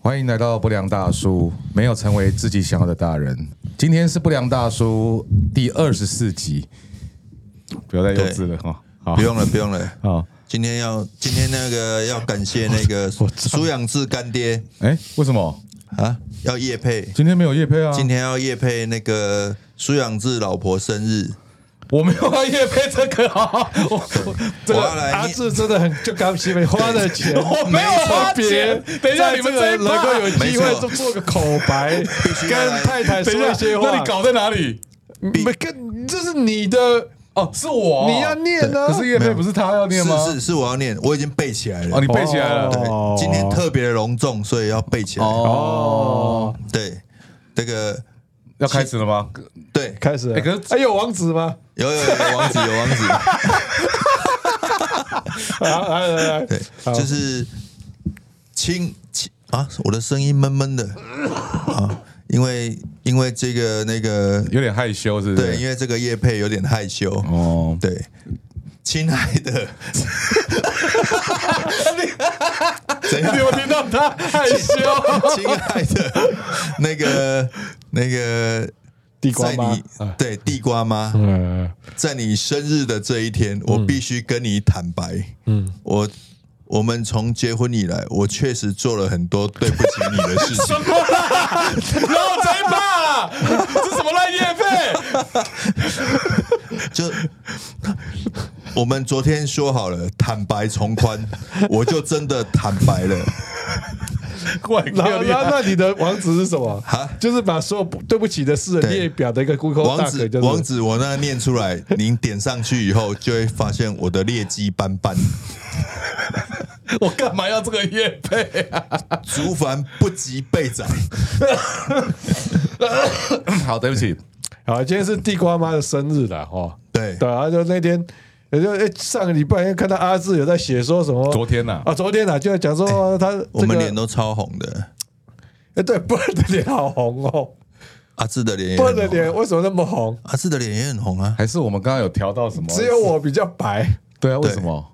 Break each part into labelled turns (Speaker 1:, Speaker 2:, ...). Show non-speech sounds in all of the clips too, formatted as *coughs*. Speaker 1: 欢迎来到不良大叔，没有成为自己想要的大人。今天是不良大叔第二十四集，不要再幼稚了哈。好
Speaker 2: 不，用了，不用了。
Speaker 1: 好，
Speaker 2: 今天要今天那个要感谢那
Speaker 1: *laughs*
Speaker 2: 个苏养志干爹
Speaker 1: 哎，为什么
Speaker 2: 啊，要叶配，
Speaker 1: 今天没有叶配啊？
Speaker 2: 今天要叶配那个苏养志老婆生日，
Speaker 1: 我没有要叶配这个啊，我
Speaker 3: 这个
Speaker 2: 我要来
Speaker 3: 阿志真的很就刚起没花的钱，
Speaker 1: *laughs* 我没有花钱
Speaker 3: 没错
Speaker 1: 等一下
Speaker 3: 在
Speaker 1: 你们
Speaker 3: 这个
Speaker 1: 这一趴
Speaker 3: 能够有机
Speaker 2: 没
Speaker 3: 会
Speaker 2: 错
Speaker 3: 就做个口白，
Speaker 2: 须要
Speaker 3: 跟
Speaker 2: 来
Speaker 3: 太太
Speaker 1: *laughs* 等
Speaker 3: 说
Speaker 1: 一
Speaker 3: 一
Speaker 1: 些
Speaker 3: 些
Speaker 1: 话，
Speaker 3: 话。
Speaker 1: 那你搞在哪里？
Speaker 3: 没跟，这是你的，
Speaker 1: 哦，是我，
Speaker 3: 你要念啊呢。
Speaker 1: 可是叶配不是他要念吗？
Speaker 2: 是是是，我要念，我已经背起来
Speaker 1: 哦，
Speaker 2: 了
Speaker 1: 你。背起来了。
Speaker 3: 哦
Speaker 2: 对，今天特别隆重，所以要背起来。
Speaker 1: 哦，
Speaker 2: 对，这个
Speaker 1: 要开始了吗？
Speaker 2: 对，
Speaker 3: 开始了
Speaker 1: 哎可是，
Speaker 3: 哎有网址吗？
Speaker 1: *laughs*
Speaker 2: 有有有王子有王子，
Speaker 3: 啊来来来，
Speaker 2: 对，就是亲亲啊，我的声音闷闷的啊，因为因为这个那个
Speaker 1: 有点害羞，是不
Speaker 2: 对，
Speaker 1: 是？
Speaker 2: 因为这个叶配有点害羞。 *laughs*
Speaker 1: 哦，
Speaker 2: 对，亲爱
Speaker 3: *laughs*
Speaker 2: 的，怎样
Speaker 3: 你？有听到他害
Speaker 1: *laughs*
Speaker 3: 羞？
Speaker 2: 亲爱的，那个那个，
Speaker 3: 地瓜哎
Speaker 2: 在
Speaker 3: 吗 *laughs*
Speaker 2: 你？对地瓜妈，
Speaker 3: 嗯，
Speaker 2: 在你生日的这一天，我必须跟你坦白，嗯，我我们从结婚以来，我确实做了很多对不起你的
Speaker 3: *laughs*
Speaker 2: 事情。
Speaker 1: 然后谁怕了？这什么烂叶 *laughs* 配？
Speaker 2: 就我们昨天说好了，坦白从宽，我就真的坦白
Speaker 3: *laughs*
Speaker 2: 了。
Speaker 1: 怪
Speaker 3: 然后，
Speaker 1: 可
Speaker 3: 然
Speaker 1: 怜。
Speaker 3: 后
Speaker 1: 啊
Speaker 3: 那你的网址是什么
Speaker 2: 哈？
Speaker 3: 就是把所有不对不起的事
Speaker 2: 对
Speaker 3: 列表的一个 Google
Speaker 2: 王
Speaker 3: Doc，
Speaker 2: 子，
Speaker 3: 就是
Speaker 2: 王子，我那念出来，您点上去以后，就会发现我的劣迹斑
Speaker 3: *laughs*
Speaker 2: 斑，
Speaker 1: 我干嘛要这个叶配啊？
Speaker 2: 竹凡不及被宰。
Speaker 1: *laughs* 好，对不起，
Speaker 3: 好，今天是地瓜妈的生日啦，哦，
Speaker 2: 对
Speaker 3: 对啊，就那天，也就诶上个礼拜看到阿志有在写说什么，
Speaker 1: 昨天呐
Speaker 3: 啊，昨天呐、就在讲说他、这个
Speaker 2: 我们脸都超红的，
Speaker 3: 诶对，波尔的脸好红哦，
Speaker 2: 阿志的脸也
Speaker 3: 波尔的
Speaker 2: 很红，
Speaker 3: 脸为什么那么红？
Speaker 2: 阿志的脸也很红啊，
Speaker 1: 还是我们刚刚有调到什么？
Speaker 3: 只有我比较白，
Speaker 1: 对啊？为什么？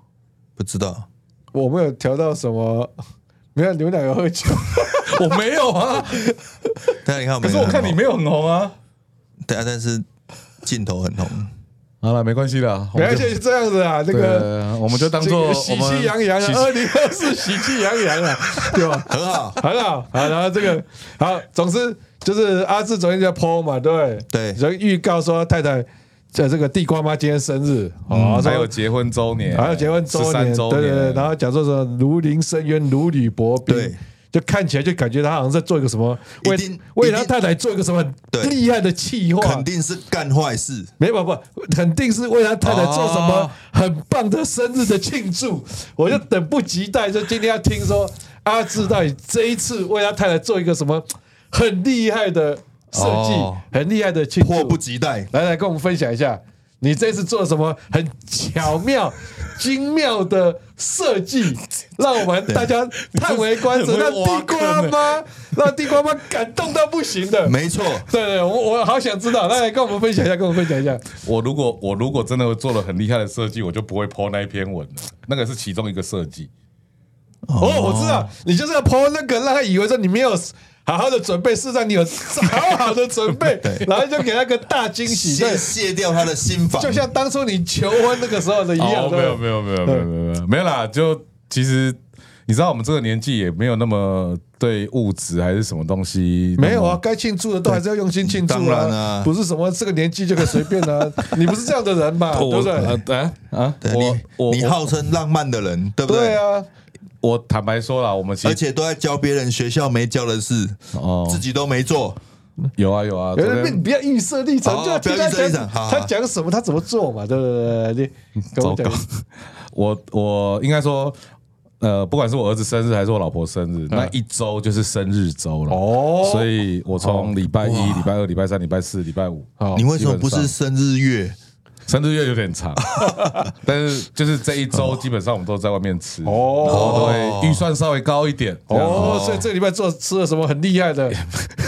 Speaker 2: 不知道。
Speaker 3: 我没有调到什么，没有你们两个喝酒，
Speaker 1: 我没有啊， *laughs*
Speaker 2: 但你看，
Speaker 1: 可是我看你没，有很红啊。
Speaker 2: 对啊，但是镜头很红。
Speaker 1: 好了，没关系啦，我
Speaker 3: 没
Speaker 1: 们
Speaker 3: 关
Speaker 1: 就
Speaker 3: 系，就这样子啊，这个。
Speaker 1: 对，我们就当做
Speaker 3: 喜
Speaker 1: 我们
Speaker 3: 气洋洋
Speaker 1: 喜
Speaker 3: 啊，二零二四喜气洋
Speaker 1: *laughs*
Speaker 3: 洋啊，对吧？
Speaker 2: 很好，
Speaker 3: 很好，好，然后这个好，总之就是阿志昨天在 PO 嘛，对不
Speaker 2: 对
Speaker 3: 就预告说太太在这个地瓜妈今天生日，哦，
Speaker 1: 嗯还有
Speaker 3: 说
Speaker 1: 结婚周年，
Speaker 3: 还有结婚周
Speaker 1: 13
Speaker 3: 年，
Speaker 1: 周
Speaker 3: 对对对，
Speaker 1: 年，
Speaker 3: 然后讲说什么如临深渊，如履薄冰，
Speaker 2: 对，
Speaker 3: 就看起来就感觉他好像在做一个什么，为
Speaker 2: 一定
Speaker 3: 为
Speaker 2: 一定
Speaker 3: 他太太做一个什么
Speaker 2: 对
Speaker 3: 很厉害的企划，
Speaker 2: 肯定是干坏事。
Speaker 3: 没有不，肯定是为他太太做什么
Speaker 1: 哦
Speaker 3: 很棒的生日的庆祝，我就等不及待，就今天要听说阿志到底这一次为他太太做一个什么很厉害的设计，
Speaker 1: 哦
Speaker 3: 很厉害的庆祝，
Speaker 2: 迫不及待，
Speaker 3: 来来跟我们分享一下，你这次做了什么很巧妙、精妙的
Speaker 2: *laughs*
Speaker 3: 设计，让我们大家叹为观止，
Speaker 1: 你这
Speaker 3: 让
Speaker 1: 很会挖
Speaker 3: 地瓜妈，
Speaker 2: *laughs*
Speaker 3: 让地瓜妈感动到不行的。
Speaker 2: 没错，
Speaker 3: 对对，我我好想知道，来来跟我们分享一下，跟我们分享一下。
Speaker 1: 我如果我如果真的做了很厉害的设计，我就不会 po 那一篇文了。那个是其中一个设计，
Speaker 3: 哦，我知道，你就是要抛那个，让他以为说你没有好好的准备，事实上你有好好的准备，然后就给他个大惊
Speaker 2: *laughs*
Speaker 3: 喜，对
Speaker 2: 先，卸掉他的心防。
Speaker 3: 就像当初你求婚那个时候的一样，
Speaker 1: *laughs* 哦没有
Speaker 3: 对吧
Speaker 1: 没有没有没有没有没有没有啦，就其实你知道我们这个年纪也没有那么对物质还是什么东西
Speaker 3: 没有啊，，该庆祝的都还是要用心庆祝
Speaker 2: 当然
Speaker 3: 啦
Speaker 2: 啊，
Speaker 3: 不是什么这个年纪就可以随便啊，你不是这样的人吧？
Speaker 1: 那么
Speaker 3: 对不
Speaker 1: 我
Speaker 3: 对？
Speaker 1: 呃啊啊，
Speaker 2: 对
Speaker 1: 我
Speaker 2: 你
Speaker 1: 我
Speaker 2: 你号称浪漫的人，对不
Speaker 3: 对啊，
Speaker 1: 我我坦白说了，我们其
Speaker 2: 而
Speaker 1: 实
Speaker 2: 且都在教别人学校没教的事，
Speaker 1: 哦
Speaker 2: 自己都没做。
Speaker 1: 有啊有啊，
Speaker 3: 有
Speaker 1: 昨
Speaker 3: 人
Speaker 1: 天
Speaker 3: 你不要预设立场，
Speaker 2: 哦
Speaker 3: 就要听他
Speaker 2: 不要预设立
Speaker 3: 讲
Speaker 2: 场好好
Speaker 3: 他讲什么，他怎么做嘛，对不对？你跟我讲
Speaker 1: 糟，我我应该说。呃，不管是我儿子生日还是我老婆生日，那一周就是生日周了。
Speaker 3: 哦
Speaker 1: 所以我从礼拜一、礼拜二、礼拜三、礼拜四、礼拜五，
Speaker 3: 好
Speaker 2: 你为什么不
Speaker 1: 哦基本
Speaker 2: 是生日月？
Speaker 1: 生日月有点长，但是就是这一周基本上我们都在外面吃，然
Speaker 3: 哦
Speaker 1: 后都会预算稍微高一点，这样
Speaker 3: 哦，所以这个礼拜做吃了什么很厉害的，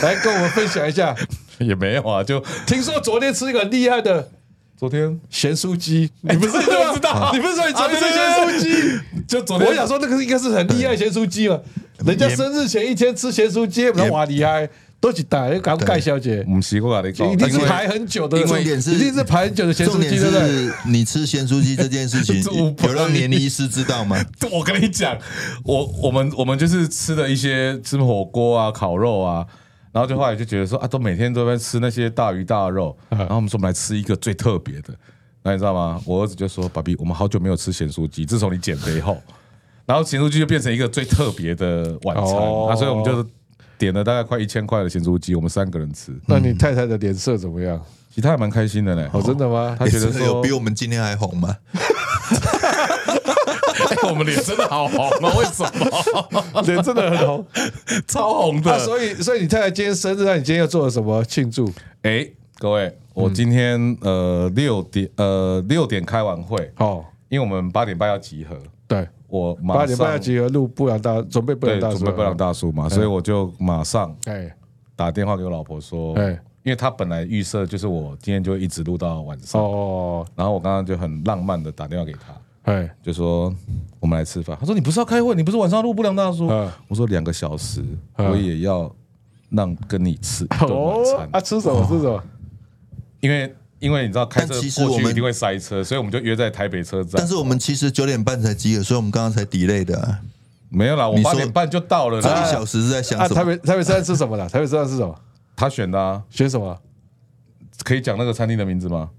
Speaker 3: 来跟我们分享一下。
Speaker 1: 也没有啊，就
Speaker 3: 听说昨天吃一个很厉害的
Speaker 1: 昨天
Speaker 3: 咸酥鸡，你不是说
Speaker 1: 知道
Speaker 3: 你不是说你昨天吃咸酥鸡？
Speaker 1: 就昨天
Speaker 3: 我想说那个应该是很厉害的咸酥鸡嘛，人家生日前一天吃咸酥鸡，那哇厉害，都去打，又赶快盖小姐，
Speaker 1: 唔习惯的，
Speaker 3: 一定是排很久的，
Speaker 2: 因为点是
Speaker 3: 一定是排很久的咸
Speaker 2: 重
Speaker 3: 酥
Speaker 2: 点
Speaker 3: 鸡，对不对？
Speaker 2: 是你吃咸酥鸡这件事
Speaker 1: *laughs*
Speaker 2: 情
Speaker 1: 这五，百
Speaker 2: 有让年医师知
Speaker 1: *laughs*
Speaker 2: 道吗？
Speaker 1: 我跟你讲，我我们我们就是吃的一些吃火锅啊、烤肉啊，然后就后来就觉得说啊，都每天都在吃那些大鱼大肉，
Speaker 3: 嗯
Speaker 1: 然后我们说我们来吃一个最特别的，那你知道吗？我儿子就说：“爸比，我们好久没有吃咸酥鸡，自从你减肥后，然后咸酥鸡就变成一个最特别的晚餐、
Speaker 3: 哦
Speaker 1: 啊，所以我们就点了大概快一千块的咸酥鸡，我们三个人吃，
Speaker 3: 那你太太的脸色怎么样？
Speaker 1: 其实他还蛮开心的嘞。
Speaker 3: 哦，
Speaker 1: *laughs*
Speaker 3: 真的吗？
Speaker 1: 他觉得
Speaker 2: 真的有
Speaker 1: 说
Speaker 2: 比我们今天还红吗？
Speaker 1: 哎我们脸真的好红啊，为什么？
Speaker 3: *laughs* 脸真的很红。
Speaker 1: 超红的。
Speaker 3: 啊，所以所以你太太今天生日，那你今天又做了什么庆祝？
Speaker 1: 哎、各位，
Speaker 3: 嗯
Speaker 1: 我今天、呃六点呃六点开完会，
Speaker 3: 哦，
Speaker 1: 因为我们八点半要集合，
Speaker 3: 对，
Speaker 1: 我马上
Speaker 3: 八点半要集合录布朗大，准备布朗
Speaker 1: 对
Speaker 3: 大叔哎
Speaker 1: 准备
Speaker 3: 了，
Speaker 1: 布朗大叔嘛，所以我就马上
Speaker 3: 哎，
Speaker 1: 打电话给我老婆说，
Speaker 3: 哎
Speaker 1: 因为她本来预设就是我今天就一直录到晚上，
Speaker 3: 哦，
Speaker 1: 然后我刚刚就很浪漫的打电话给她。
Speaker 3: 哎，
Speaker 1: 就说我们来吃饭。他说你不是要开会，你不是晚上要录不良大叔？
Speaker 3: 嗯
Speaker 1: 我说两个小时，
Speaker 3: 嗯
Speaker 1: 我也要让跟你吃一顿晚
Speaker 3: 哦
Speaker 1: 餐，
Speaker 3: 啊，吃什么吃什么？
Speaker 1: 因为因为你知道开车
Speaker 2: 但其实
Speaker 1: 过
Speaker 2: 我
Speaker 1: 去
Speaker 2: 们
Speaker 1: 一定会塞车，所以我们就约在台北车站。
Speaker 2: 但是我们其实九点半才集合，所以我们刚刚才 delay 的啊。
Speaker 1: 没有啦，我
Speaker 2: 你说
Speaker 1: 八点半就到了
Speaker 2: 这一
Speaker 1: 啦。
Speaker 2: 小时是在想
Speaker 3: 啊，
Speaker 2: 什
Speaker 3: 台
Speaker 2: 么？
Speaker 3: 北台北车站吃什么了？台北车站吃什么？
Speaker 1: 他选的啊，
Speaker 3: 选什么？
Speaker 1: 可以讲那个餐厅的名字吗？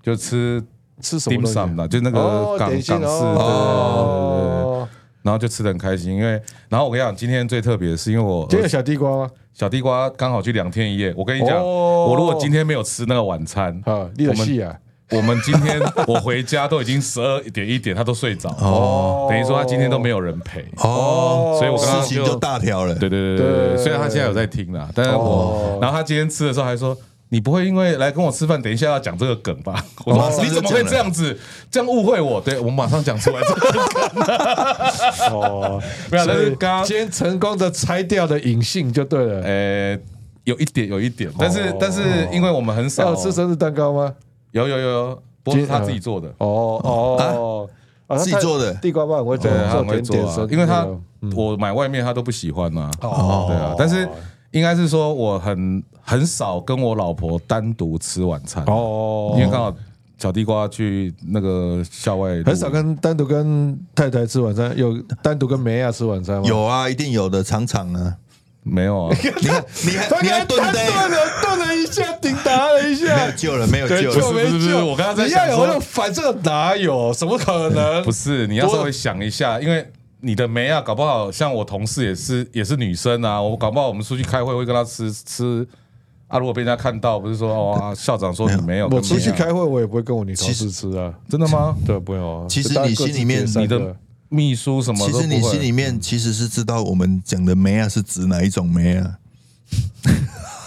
Speaker 1: 就吃
Speaker 3: 吃什么
Speaker 1: dim
Speaker 3: 东西？
Speaker 1: sum 的，就那个
Speaker 3: 哦，
Speaker 1: 港港
Speaker 3: 点
Speaker 1: 式
Speaker 3: 心
Speaker 1: 的。
Speaker 3: 哦，
Speaker 1: 然后就吃的很开心，因为然后我跟你讲，今天最特别的是因为我
Speaker 3: 今天有小地瓜吗？
Speaker 1: 小地瓜刚好去两天一夜。我跟你讲，
Speaker 3: 哦
Speaker 1: 我如果今天没有吃那个晚餐，
Speaker 3: 啊，你有戏啊！
Speaker 1: 我们今天我回家都已经十二点一点，他都睡着
Speaker 2: 哦
Speaker 1: 等于说他今天都没有人陪，
Speaker 2: 哦，
Speaker 1: 所以我刚刚
Speaker 2: 事情就
Speaker 1: 就
Speaker 2: 大条了。
Speaker 1: 对对对对对，
Speaker 3: 对
Speaker 1: 虽然他现在有在听啦，但是我
Speaker 3: 哦
Speaker 1: 然后他今天吃的时候还说。你不会因为来跟我吃饭，等一下要讲这个梗吧？我
Speaker 2: 马
Speaker 1: 说
Speaker 2: 上就
Speaker 1: 你怎么会这样子，这样误会我？对我马上讲出来这个梗，
Speaker 3: 哦，
Speaker 1: 没有但是
Speaker 3: 所以
Speaker 1: 刚刚
Speaker 3: 今天成功的拆掉了隐性就对了。
Speaker 1: 呃，有一点有一点，但是但是因为我们很少哦
Speaker 3: 要吃生日蛋糕吗？
Speaker 1: 有有有有，不过是他自己做的，
Speaker 3: 哦哦，啊
Speaker 2: 自己做的
Speaker 3: 地瓜棒，我做
Speaker 1: 对，他
Speaker 3: 做
Speaker 1: 会
Speaker 3: 甜
Speaker 1: 做
Speaker 3: 点
Speaker 1: 啊
Speaker 3: 生，，
Speaker 1: 因为他我买外面他都不喜欢嘛。
Speaker 3: 嗯哦
Speaker 1: 对啊，但是应该是说我很很少跟我老婆单独吃晚餐，
Speaker 3: 哦
Speaker 1: 因为刚好小地瓜去那个校外露营，
Speaker 3: 很少跟单独跟太太吃晚餐，有单独跟梅亚吃晚餐吗？
Speaker 2: 有啊，一定有的，常常
Speaker 1: *laughs*
Speaker 2: 啊。
Speaker 1: 没有啊，
Speaker 2: 你看，你
Speaker 3: 他
Speaker 2: 还
Speaker 3: 刚
Speaker 2: 你
Speaker 3: 才
Speaker 2: 还
Speaker 3: 顿
Speaker 2: 蹲呆，
Speaker 3: 了顿了一下，顶打了一
Speaker 2: 没有
Speaker 3: 下，
Speaker 2: 救了，没有
Speaker 3: 对
Speaker 2: 救
Speaker 3: 救
Speaker 2: 了。
Speaker 1: 不是不
Speaker 3: 没
Speaker 1: 是不是
Speaker 3: 救？
Speaker 1: 我刚刚在
Speaker 3: 你要
Speaker 1: 想
Speaker 3: 有
Speaker 1: 说
Speaker 3: 那种反正哪有？ *laughs* 怎么可 *laughs* 能？
Speaker 1: *laughs* 不是，你要
Speaker 3: 多
Speaker 1: 稍微想一下，因为。你的梅啊，搞不好像我同事也是也是女生啊，我搞不好我们出去开会会跟她吃吃啊，如果被人家看到，不是说哦、啊校长说你没有，
Speaker 3: 我
Speaker 1: 跟啊
Speaker 3: 出去
Speaker 1: 梅亚
Speaker 3: 开会，我也不会跟我女同事吃啊。
Speaker 1: 真的吗？
Speaker 3: 对，不用啊。
Speaker 2: 其实
Speaker 3: 就大家
Speaker 2: 你
Speaker 3: 各自
Speaker 2: 心里面
Speaker 3: 点三
Speaker 1: 你
Speaker 3: 个
Speaker 1: 的秘书什么
Speaker 2: 其
Speaker 1: 都不
Speaker 2: 实
Speaker 1: 会？
Speaker 2: 你心里面其实是知道我们讲的梅啊是指哪一种梅啊？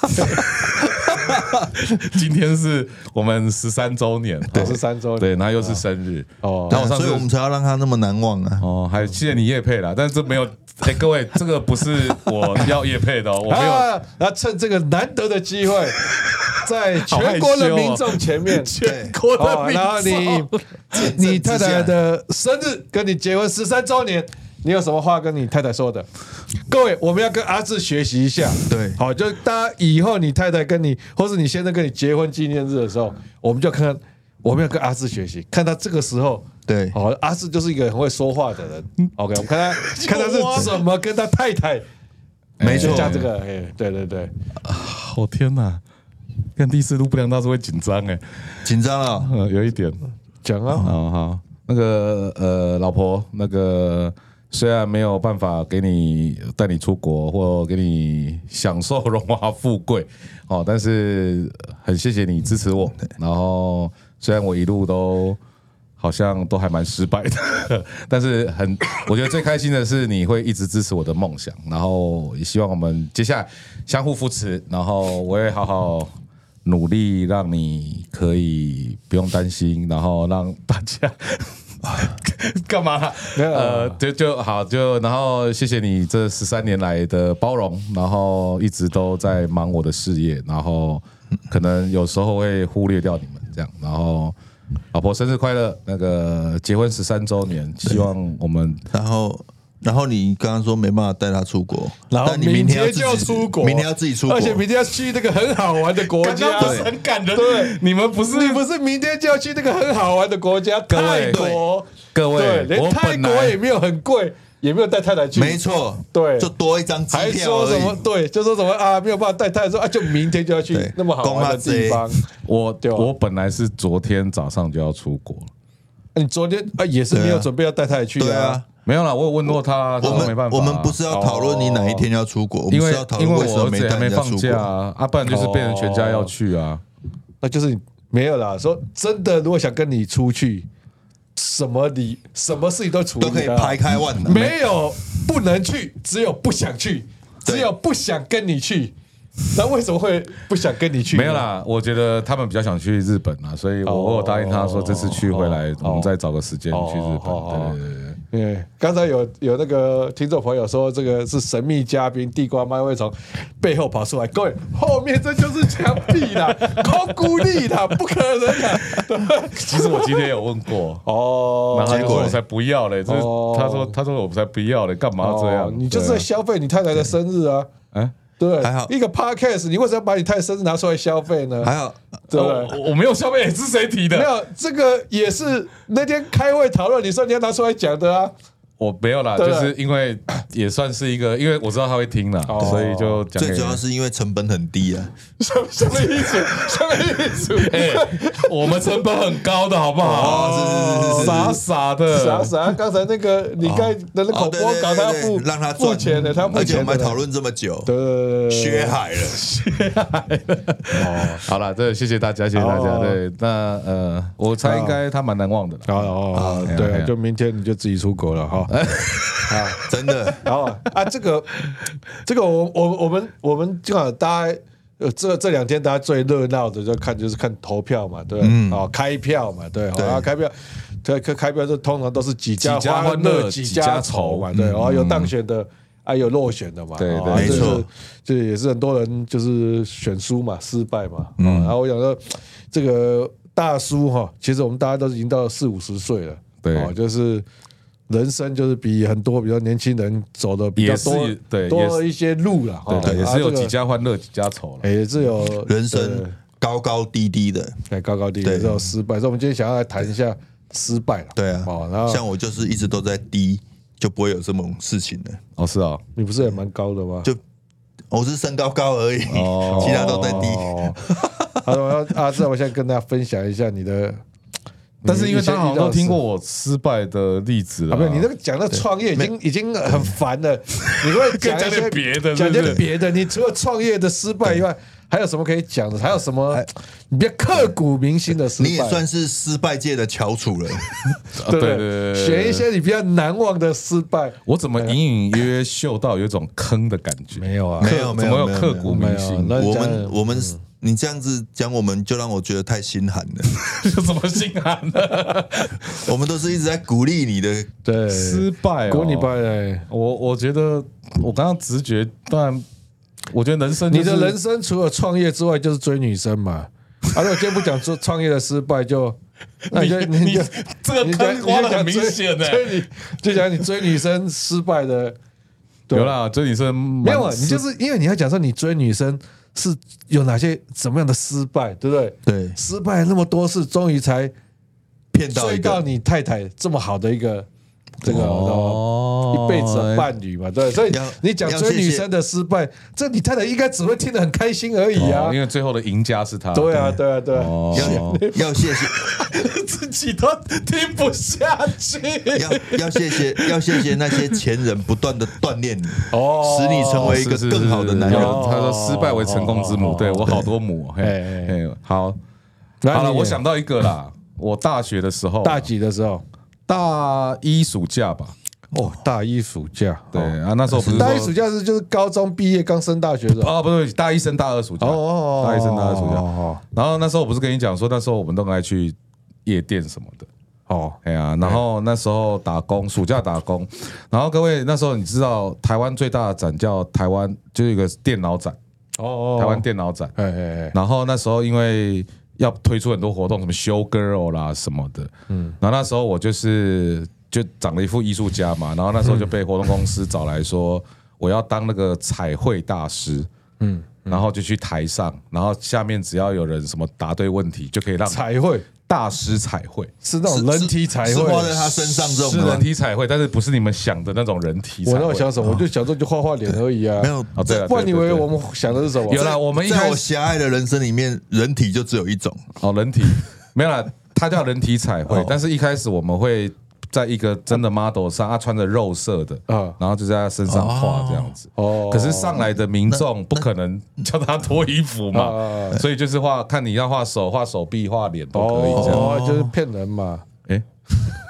Speaker 1: *laughs* 今天是我们十三周年，
Speaker 3: 对是三周
Speaker 1: 对，然后又是生日
Speaker 3: 哦
Speaker 1: 然后上
Speaker 2: 啊所以我们
Speaker 1: 次
Speaker 2: 才要让他那么难忘啊。
Speaker 1: 哦，还谢谢你叶配啦，但是这没有， *laughs* 哎，各位，这个不是我要叶配的，哦，我没有。
Speaker 3: 啊，那趁这个难得的机
Speaker 1: *laughs*
Speaker 3: 会，在全国的民众前面，
Speaker 2: 对，
Speaker 1: 国
Speaker 3: 哦，然后你你太太的生日跟你结婚十三周年，你有什么话跟你太太说的？各位，我们要跟阿志学习一下，
Speaker 2: 对
Speaker 3: 好，就大家以后你太太跟你，或是你先生跟你结婚纪念日的时候，我们就看看。我们要跟阿志学习，看他这个时候，
Speaker 2: 对
Speaker 3: 好、阿志就是一个很会说话的人。OK，我们看他
Speaker 1: *laughs*
Speaker 3: 看他是怎么跟他太太
Speaker 2: 没错
Speaker 3: 就，加这个，哎、对对对，
Speaker 1: 我天哪！看第四录不良大师会紧张哎，
Speaker 2: 紧张啊了。
Speaker 1: 嗯，有一点。
Speaker 3: 讲啊，
Speaker 1: 好好，那个呃，老婆，那个虽然没有办法给你带你出国或给你享受荣华富贵， *laughs* 哦，但是很谢谢你支持我。然后虽然我一路都好像都还蛮失败的， *laughs* 但是很，我觉得最开心的是你会一直支持我的梦想，然后也希望我们接下来相互扶持，然后我也好好努力，让你可以不用担心，然后让大
Speaker 3: *laughs*
Speaker 1: 家干嘛啦？
Speaker 3: 没有
Speaker 1: 呃，就就好，就然后谢谢你这十三年来的包容，然后一直都在忙我的事业，然后可能有时候会忽略掉你们这样，然后。老婆生日快乐！那个结婚十三周年，希望我们
Speaker 2: 然后然后你刚刚说没办法带他出国，
Speaker 3: 然后
Speaker 2: 但你明天要自
Speaker 3: 天
Speaker 2: 己
Speaker 3: 就要出国，
Speaker 2: 明天要自己出国，
Speaker 3: 而且明天要去那个很好玩的国
Speaker 4: 刚
Speaker 3: 家
Speaker 4: 刚，不是很感人，
Speaker 3: 对
Speaker 1: 你们不是
Speaker 3: 你不是明天就要去那个很好玩的国家
Speaker 1: 各
Speaker 3: 泰
Speaker 1: 位
Speaker 3: 国？
Speaker 1: 各位
Speaker 3: 对，连
Speaker 1: 我
Speaker 3: 泰
Speaker 1: 本
Speaker 3: 国也
Speaker 1: 来
Speaker 3: 没有很贵，也没有带太太去，
Speaker 2: 没错，
Speaker 3: 对
Speaker 2: 就多一张机
Speaker 3: 还
Speaker 2: 票
Speaker 3: 说
Speaker 2: 而
Speaker 3: 什么
Speaker 2: 已。
Speaker 3: 对，就说什么啊，没有办法带太太说啊，就明天就要去
Speaker 2: 对
Speaker 3: 那么好玩的地方。
Speaker 1: 我
Speaker 3: 对啊
Speaker 1: 我本来是昨天早上就要出国了，
Speaker 3: 啊你昨天啊也是没有准备要带太太去
Speaker 2: 对
Speaker 3: 的
Speaker 2: 啊，，
Speaker 1: 没有啦，我有问过他，
Speaker 2: 我
Speaker 1: 他说没办
Speaker 2: 们
Speaker 1: 法啊，
Speaker 2: 我们不是要讨论你哪一天要出国，我们
Speaker 1: 因为
Speaker 2: 是要讨
Speaker 1: 因
Speaker 2: 论
Speaker 1: 为
Speaker 2: 为什
Speaker 1: 我
Speaker 2: 么
Speaker 1: 儿子
Speaker 2: 没
Speaker 1: 也
Speaker 2: 带
Speaker 1: 还没
Speaker 2: 人家
Speaker 1: 放
Speaker 2: 出
Speaker 1: 假
Speaker 2: 国。哦
Speaker 1: 啊，啊，不然就是变成全家要去啊。
Speaker 3: 那就是你没有啦。说真的，如果想跟你出去，什么理什么事情都处理
Speaker 2: 都可以
Speaker 3: 的啊
Speaker 2: 排开万能，
Speaker 3: 没有不能去，只有不想去，
Speaker 2: 对
Speaker 3: 只有不想跟你去。那为什么会不想跟你去？
Speaker 1: 没有，啦，我觉得他们比较想去日本啊，所以
Speaker 2: 哦
Speaker 1: 我我答应他说这次去回来，我们再找个时间去日
Speaker 3: 哦
Speaker 1: 本。对对对对，
Speaker 3: 对，刚才有有那个听众朋友说，这个是神秘嘉宾地瓜麦会从背后跑出来，各位后面这就是墙壁啦，
Speaker 1: *laughs*
Speaker 3: 空孤立啦，不可能啊啦。，
Speaker 1: 其实我今天有问过
Speaker 3: 哦，
Speaker 1: 然后他就
Speaker 2: 结果
Speaker 1: 说
Speaker 2: 嘞
Speaker 1: 我才不要嘞，就是
Speaker 3: 哦
Speaker 1: 他说他说我才不要嘞，干嘛要这
Speaker 3: 哦
Speaker 1: 样？
Speaker 3: 你就是在
Speaker 1: 对啊
Speaker 3: 消费你太太的生日啊，
Speaker 1: 哎，
Speaker 3: 对，
Speaker 2: 还好
Speaker 3: 一个 podcast，你为什么要把你太太生日拿出来消费呢？
Speaker 2: 还好哦
Speaker 3: 对不对？
Speaker 1: 哦我我没有消费，是谁提
Speaker 3: 没
Speaker 1: 的？
Speaker 3: 有，这个也是那天开会讨论，你说你要拿出来讲的啊。 *laughs*
Speaker 1: 我没有啦，
Speaker 3: 对
Speaker 1: 就
Speaker 3: 不对
Speaker 1: 是因为也算是一个，因为我知道他会听啦，
Speaker 3: 哦
Speaker 1: 所以就讲
Speaker 2: 最
Speaker 1: 给
Speaker 2: 主。要是因为成本很低啊，
Speaker 3: 什么什么意思？
Speaker 2: *laughs*
Speaker 3: 什么意思？
Speaker 1: 哎，我们成本很高的好不好？
Speaker 2: 哦是是是是是
Speaker 1: 傻傻的，
Speaker 3: 啥啥？刚才那个你刚才的那口
Speaker 2: 呃哦对
Speaker 3: 播
Speaker 2: 对
Speaker 3: 稿，
Speaker 2: 对
Speaker 3: 他要
Speaker 2: 对
Speaker 3: 付
Speaker 2: 让他
Speaker 3: 付
Speaker 2: 赚
Speaker 3: 钱的，他付
Speaker 2: 而且我
Speaker 3: 钱的。
Speaker 2: 们还讨论这么久，
Speaker 3: 对，对对对对
Speaker 2: 血海
Speaker 3: *laughs*
Speaker 2: 了，
Speaker 1: 好了，对，谢谢大家，谢谢大家。
Speaker 3: 哦
Speaker 1: 对，那呃，我猜应该他蛮难忘的啦。
Speaker 3: 哦哦哦，
Speaker 1: 啊
Speaker 3: 对
Speaker 1: 哎
Speaker 3: 啊，
Speaker 1: 呀
Speaker 3: 就明天你就自己出国了哈。
Speaker 2: 真的。
Speaker 3: 然后啊啊，这个这个我我我们我们正好大家。呃，这这两天大家最热闹的就看就是看投票嘛，对，哦，开票嘛，对，
Speaker 2: 对
Speaker 3: 然后开票，对，开开票就通常都是几家
Speaker 1: 几家
Speaker 3: 欢
Speaker 1: 欢乐
Speaker 3: 几
Speaker 1: 几
Speaker 3: 家
Speaker 1: 家
Speaker 3: 愁
Speaker 1: 愁
Speaker 3: 嘛，对，然哦后有当选的，啊，有落选的嘛，
Speaker 1: 对
Speaker 3: 哦
Speaker 1: 对
Speaker 3: 啊
Speaker 2: 没
Speaker 3: 就是
Speaker 2: 错
Speaker 3: 就也是很多人就是选输嘛，失败嘛，嗯，然后我想说这个大叔哈，其实我们大家都已经到四五十岁了，
Speaker 1: 对
Speaker 3: 哦，就是人生就是比很多比较年轻人走的比较多
Speaker 1: 也是，对
Speaker 3: 多
Speaker 1: 也是
Speaker 3: 了一些路了，
Speaker 1: 对
Speaker 3: 哦
Speaker 1: 对，也
Speaker 3: 啊
Speaker 1: 是有
Speaker 3: 这个
Speaker 1: 几家欢乐几家愁了。
Speaker 3: 哎也是有
Speaker 2: 人生高高低低的，
Speaker 3: 对哎高高低低，
Speaker 2: 对
Speaker 3: 也是有失败，所以我们今天想要来谈一下失败了，
Speaker 2: 对啊
Speaker 3: 哦，然，后
Speaker 2: 像我就是一直都在低，就不会有这种事情的，
Speaker 1: 哦，是哦，
Speaker 3: 你不是也蛮高的吗？
Speaker 2: 就我是身高高而已，
Speaker 1: 哦
Speaker 2: 其他都在低。
Speaker 3: 哦，他说啊，这我现在跟大家分享一下你的，
Speaker 1: 但是因为大家好像都听过
Speaker 3: 你
Speaker 1: 我失败的例子了。
Speaker 3: 啊，没有，你那个讲到创业已经已经很烦
Speaker 1: *laughs*
Speaker 3: 了，你会讲一
Speaker 1: 讲
Speaker 3: 些
Speaker 1: 点别的
Speaker 3: 讲
Speaker 1: 是不
Speaker 3: 点
Speaker 1: 是
Speaker 3: 别的。你除了创业的失败以外，还有什么可以讲的？还有什么
Speaker 1: 哎
Speaker 3: 你比较刻骨铭心的失败？
Speaker 2: 你也算是失败界的翘楚了，
Speaker 1: 啊对
Speaker 3: 对不
Speaker 1: 对
Speaker 3: 对
Speaker 1: 对对，
Speaker 3: 选
Speaker 1: 对
Speaker 3: 一。些你比较难忘的失败。
Speaker 1: 我怎么隐隐约约嗅到有一种坑的感觉？
Speaker 3: 没有啊，
Speaker 2: 没有
Speaker 1: 刻
Speaker 2: 没
Speaker 1: 怎么
Speaker 2: 有
Speaker 1: 有
Speaker 2: 没
Speaker 1: 刻骨铭
Speaker 3: 没有啊
Speaker 1: 心？
Speaker 3: 那
Speaker 2: 我
Speaker 3: 讲
Speaker 2: 们我们
Speaker 3: 嗯
Speaker 2: 你这样子讲，我们就让我觉得太心寒了。
Speaker 1: *laughs* 有什么心寒呢？
Speaker 2: 我们都是一直在鼓励你的，
Speaker 3: 对
Speaker 1: 失败哦，
Speaker 3: 滚你爸嘞！
Speaker 1: 我我觉得我刚刚直觉，当然，我觉得人生就
Speaker 3: 你
Speaker 1: 是
Speaker 3: 的人生除了创业之外，就是追女生嘛。啊，如果今天不讲做创业的失败，
Speaker 1: *laughs*
Speaker 3: 就那你就
Speaker 1: 你
Speaker 3: 就
Speaker 1: 你这个
Speaker 3: 你就
Speaker 1: 坑
Speaker 3: 你就
Speaker 1: 挖得
Speaker 3: 讲
Speaker 1: 很明
Speaker 3: 追
Speaker 1: 显欸
Speaker 3: 追你就讲你追女生失
Speaker 1: *laughs*
Speaker 3: 败的，对
Speaker 1: 有啦，追女生
Speaker 3: 没
Speaker 1: 没
Speaker 3: 有，啊你就是因为你要讲说你追女生是有哪些怎么样的失败，对不对？
Speaker 2: 对
Speaker 3: 失败那么多次，终于才
Speaker 2: 骗到
Speaker 3: *laughs*
Speaker 2: 一
Speaker 3: 追到
Speaker 2: 个，
Speaker 3: 你太太这么好的一个这个
Speaker 1: 哦
Speaker 3: 一辈子的伴侣嘛，对。所以
Speaker 2: 要
Speaker 3: 你讲
Speaker 2: 要
Speaker 3: 追
Speaker 2: 谢谢
Speaker 3: 女生的失败，这你太太应该只会听得很开心而已啊
Speaker 1: 哦因。为最后的赢家是他。
Speaker 3: 对啊，对啊，对啊。
Speaker 1: 哦，
Speaker 2: 要要谢谢，
Speaker 4: 自己都听不下去。
Speaker 2: 要要谢谢，要谢谢那些前人不断的锻炼你，
Speaker 3: 哦
Speaker 2: 使你成为一个
Speaker 1: 是是
Speaker 2: 更好的男人
Speaker 1: 是。是他说失败为成功之母，
Speaker 3: 哦
Speaker 1: 对我好多母。嘿，
Speaker 3: 哎哎
Speaker 1: 嘿好，
Speaker 3: 那你
Speaker 1: 好了，我想到一个啦。我大学的时候，
Speaker 3: 大几的时候，
Speaker 1: 大一暑假吧，
Speaker 3: 哦，大一暑假，
Speaker 1: 对
Speaker 3: 哦
Speaker 1: 啊，那时候不是
Speaker 3: 大一暑
Speaker 1: 假
Speaker 3: 假是就是高中毕业刚升大学的时候。
Speaker 1: 啊，不对，大一升大二暑假，
Speaker 3: 哦哦哦
Speaker 1: 大一升大二暑
Speaker 3: 哦
Speaker 1: 假。然后那时候我不是跟你讲说，那时候我们都很爱去夜店什么的。
Speaker 3: 哦，
Speaker 1: 哎呀，然后那时候打工，暑假打工，然后各位那时候你知道台湾最大的展叫台湾，就是一个电脑展，
Speaker 3: 哦哦，
Speaker 1: 台湾电脑展。
Speaker 3: 哎哎哎，
Speaker 1: 然后那时候因为要推出很多活动，什么修 girl 啦什么的，嗯，然后那时候我就是就长了一副艺术家嘛，然后那时候就被活动公司找来说，我要当那个彩绘大师，嗯，然后就去台上，然后下面只要有人什么答对问题，就可以让
Speaker 3: 彩绘
Speaker 1: 大师彩绘。
Speaker 3: 是那种人体彩
Speaker 2: 是
Speaker 3: 绘。
Speaker 2: 画在他身上这种
Speaker 1: 是
Speaker 2: 的
Speaker 1: 人
Speaker 2: 吗。
Speaker 1: 体彩绘，但是不是你们想的那种人体彩
Speaker 3: 我
Speaker 1: 绘。
Speaker 3: 那我想什么？我就想说就画画脸而已啊。
Speaker 2: 没有
Speaker 1: 哦，对了，
Speaker 3: 不然你以为
Speaker 1: 对对
Speaker 3: 我们想的是什么？
Speaker 1: 有啦，我们一
Speaker 2: 在
Speaker 1: 开
Speaker 2: 我
Speaker 1: 始
Speaker 2: 狭隘的人生里面，人体就只有一种。
Speaker 1: 哦，人体没有啦，它叫人体彩
Speaker 3: 哦
Speaker 1: 绘，但是一开始我们会在一个真的 model 上，他穿着肉色的，
Speaker 3: 啊
Speaker 1: 然后就在他身上画这样子。
Speaker 3: 哦
Speaker 1: 可是上来的民众不可能叫他脱衣服
Speaker 3: 嗯
Speaker 1: 嘛，所以就是画，看你要画手、画手臂、画脸都可以这样。
Speaker 3: 哦，就是骗人嘛。
Speaker 1: 哎。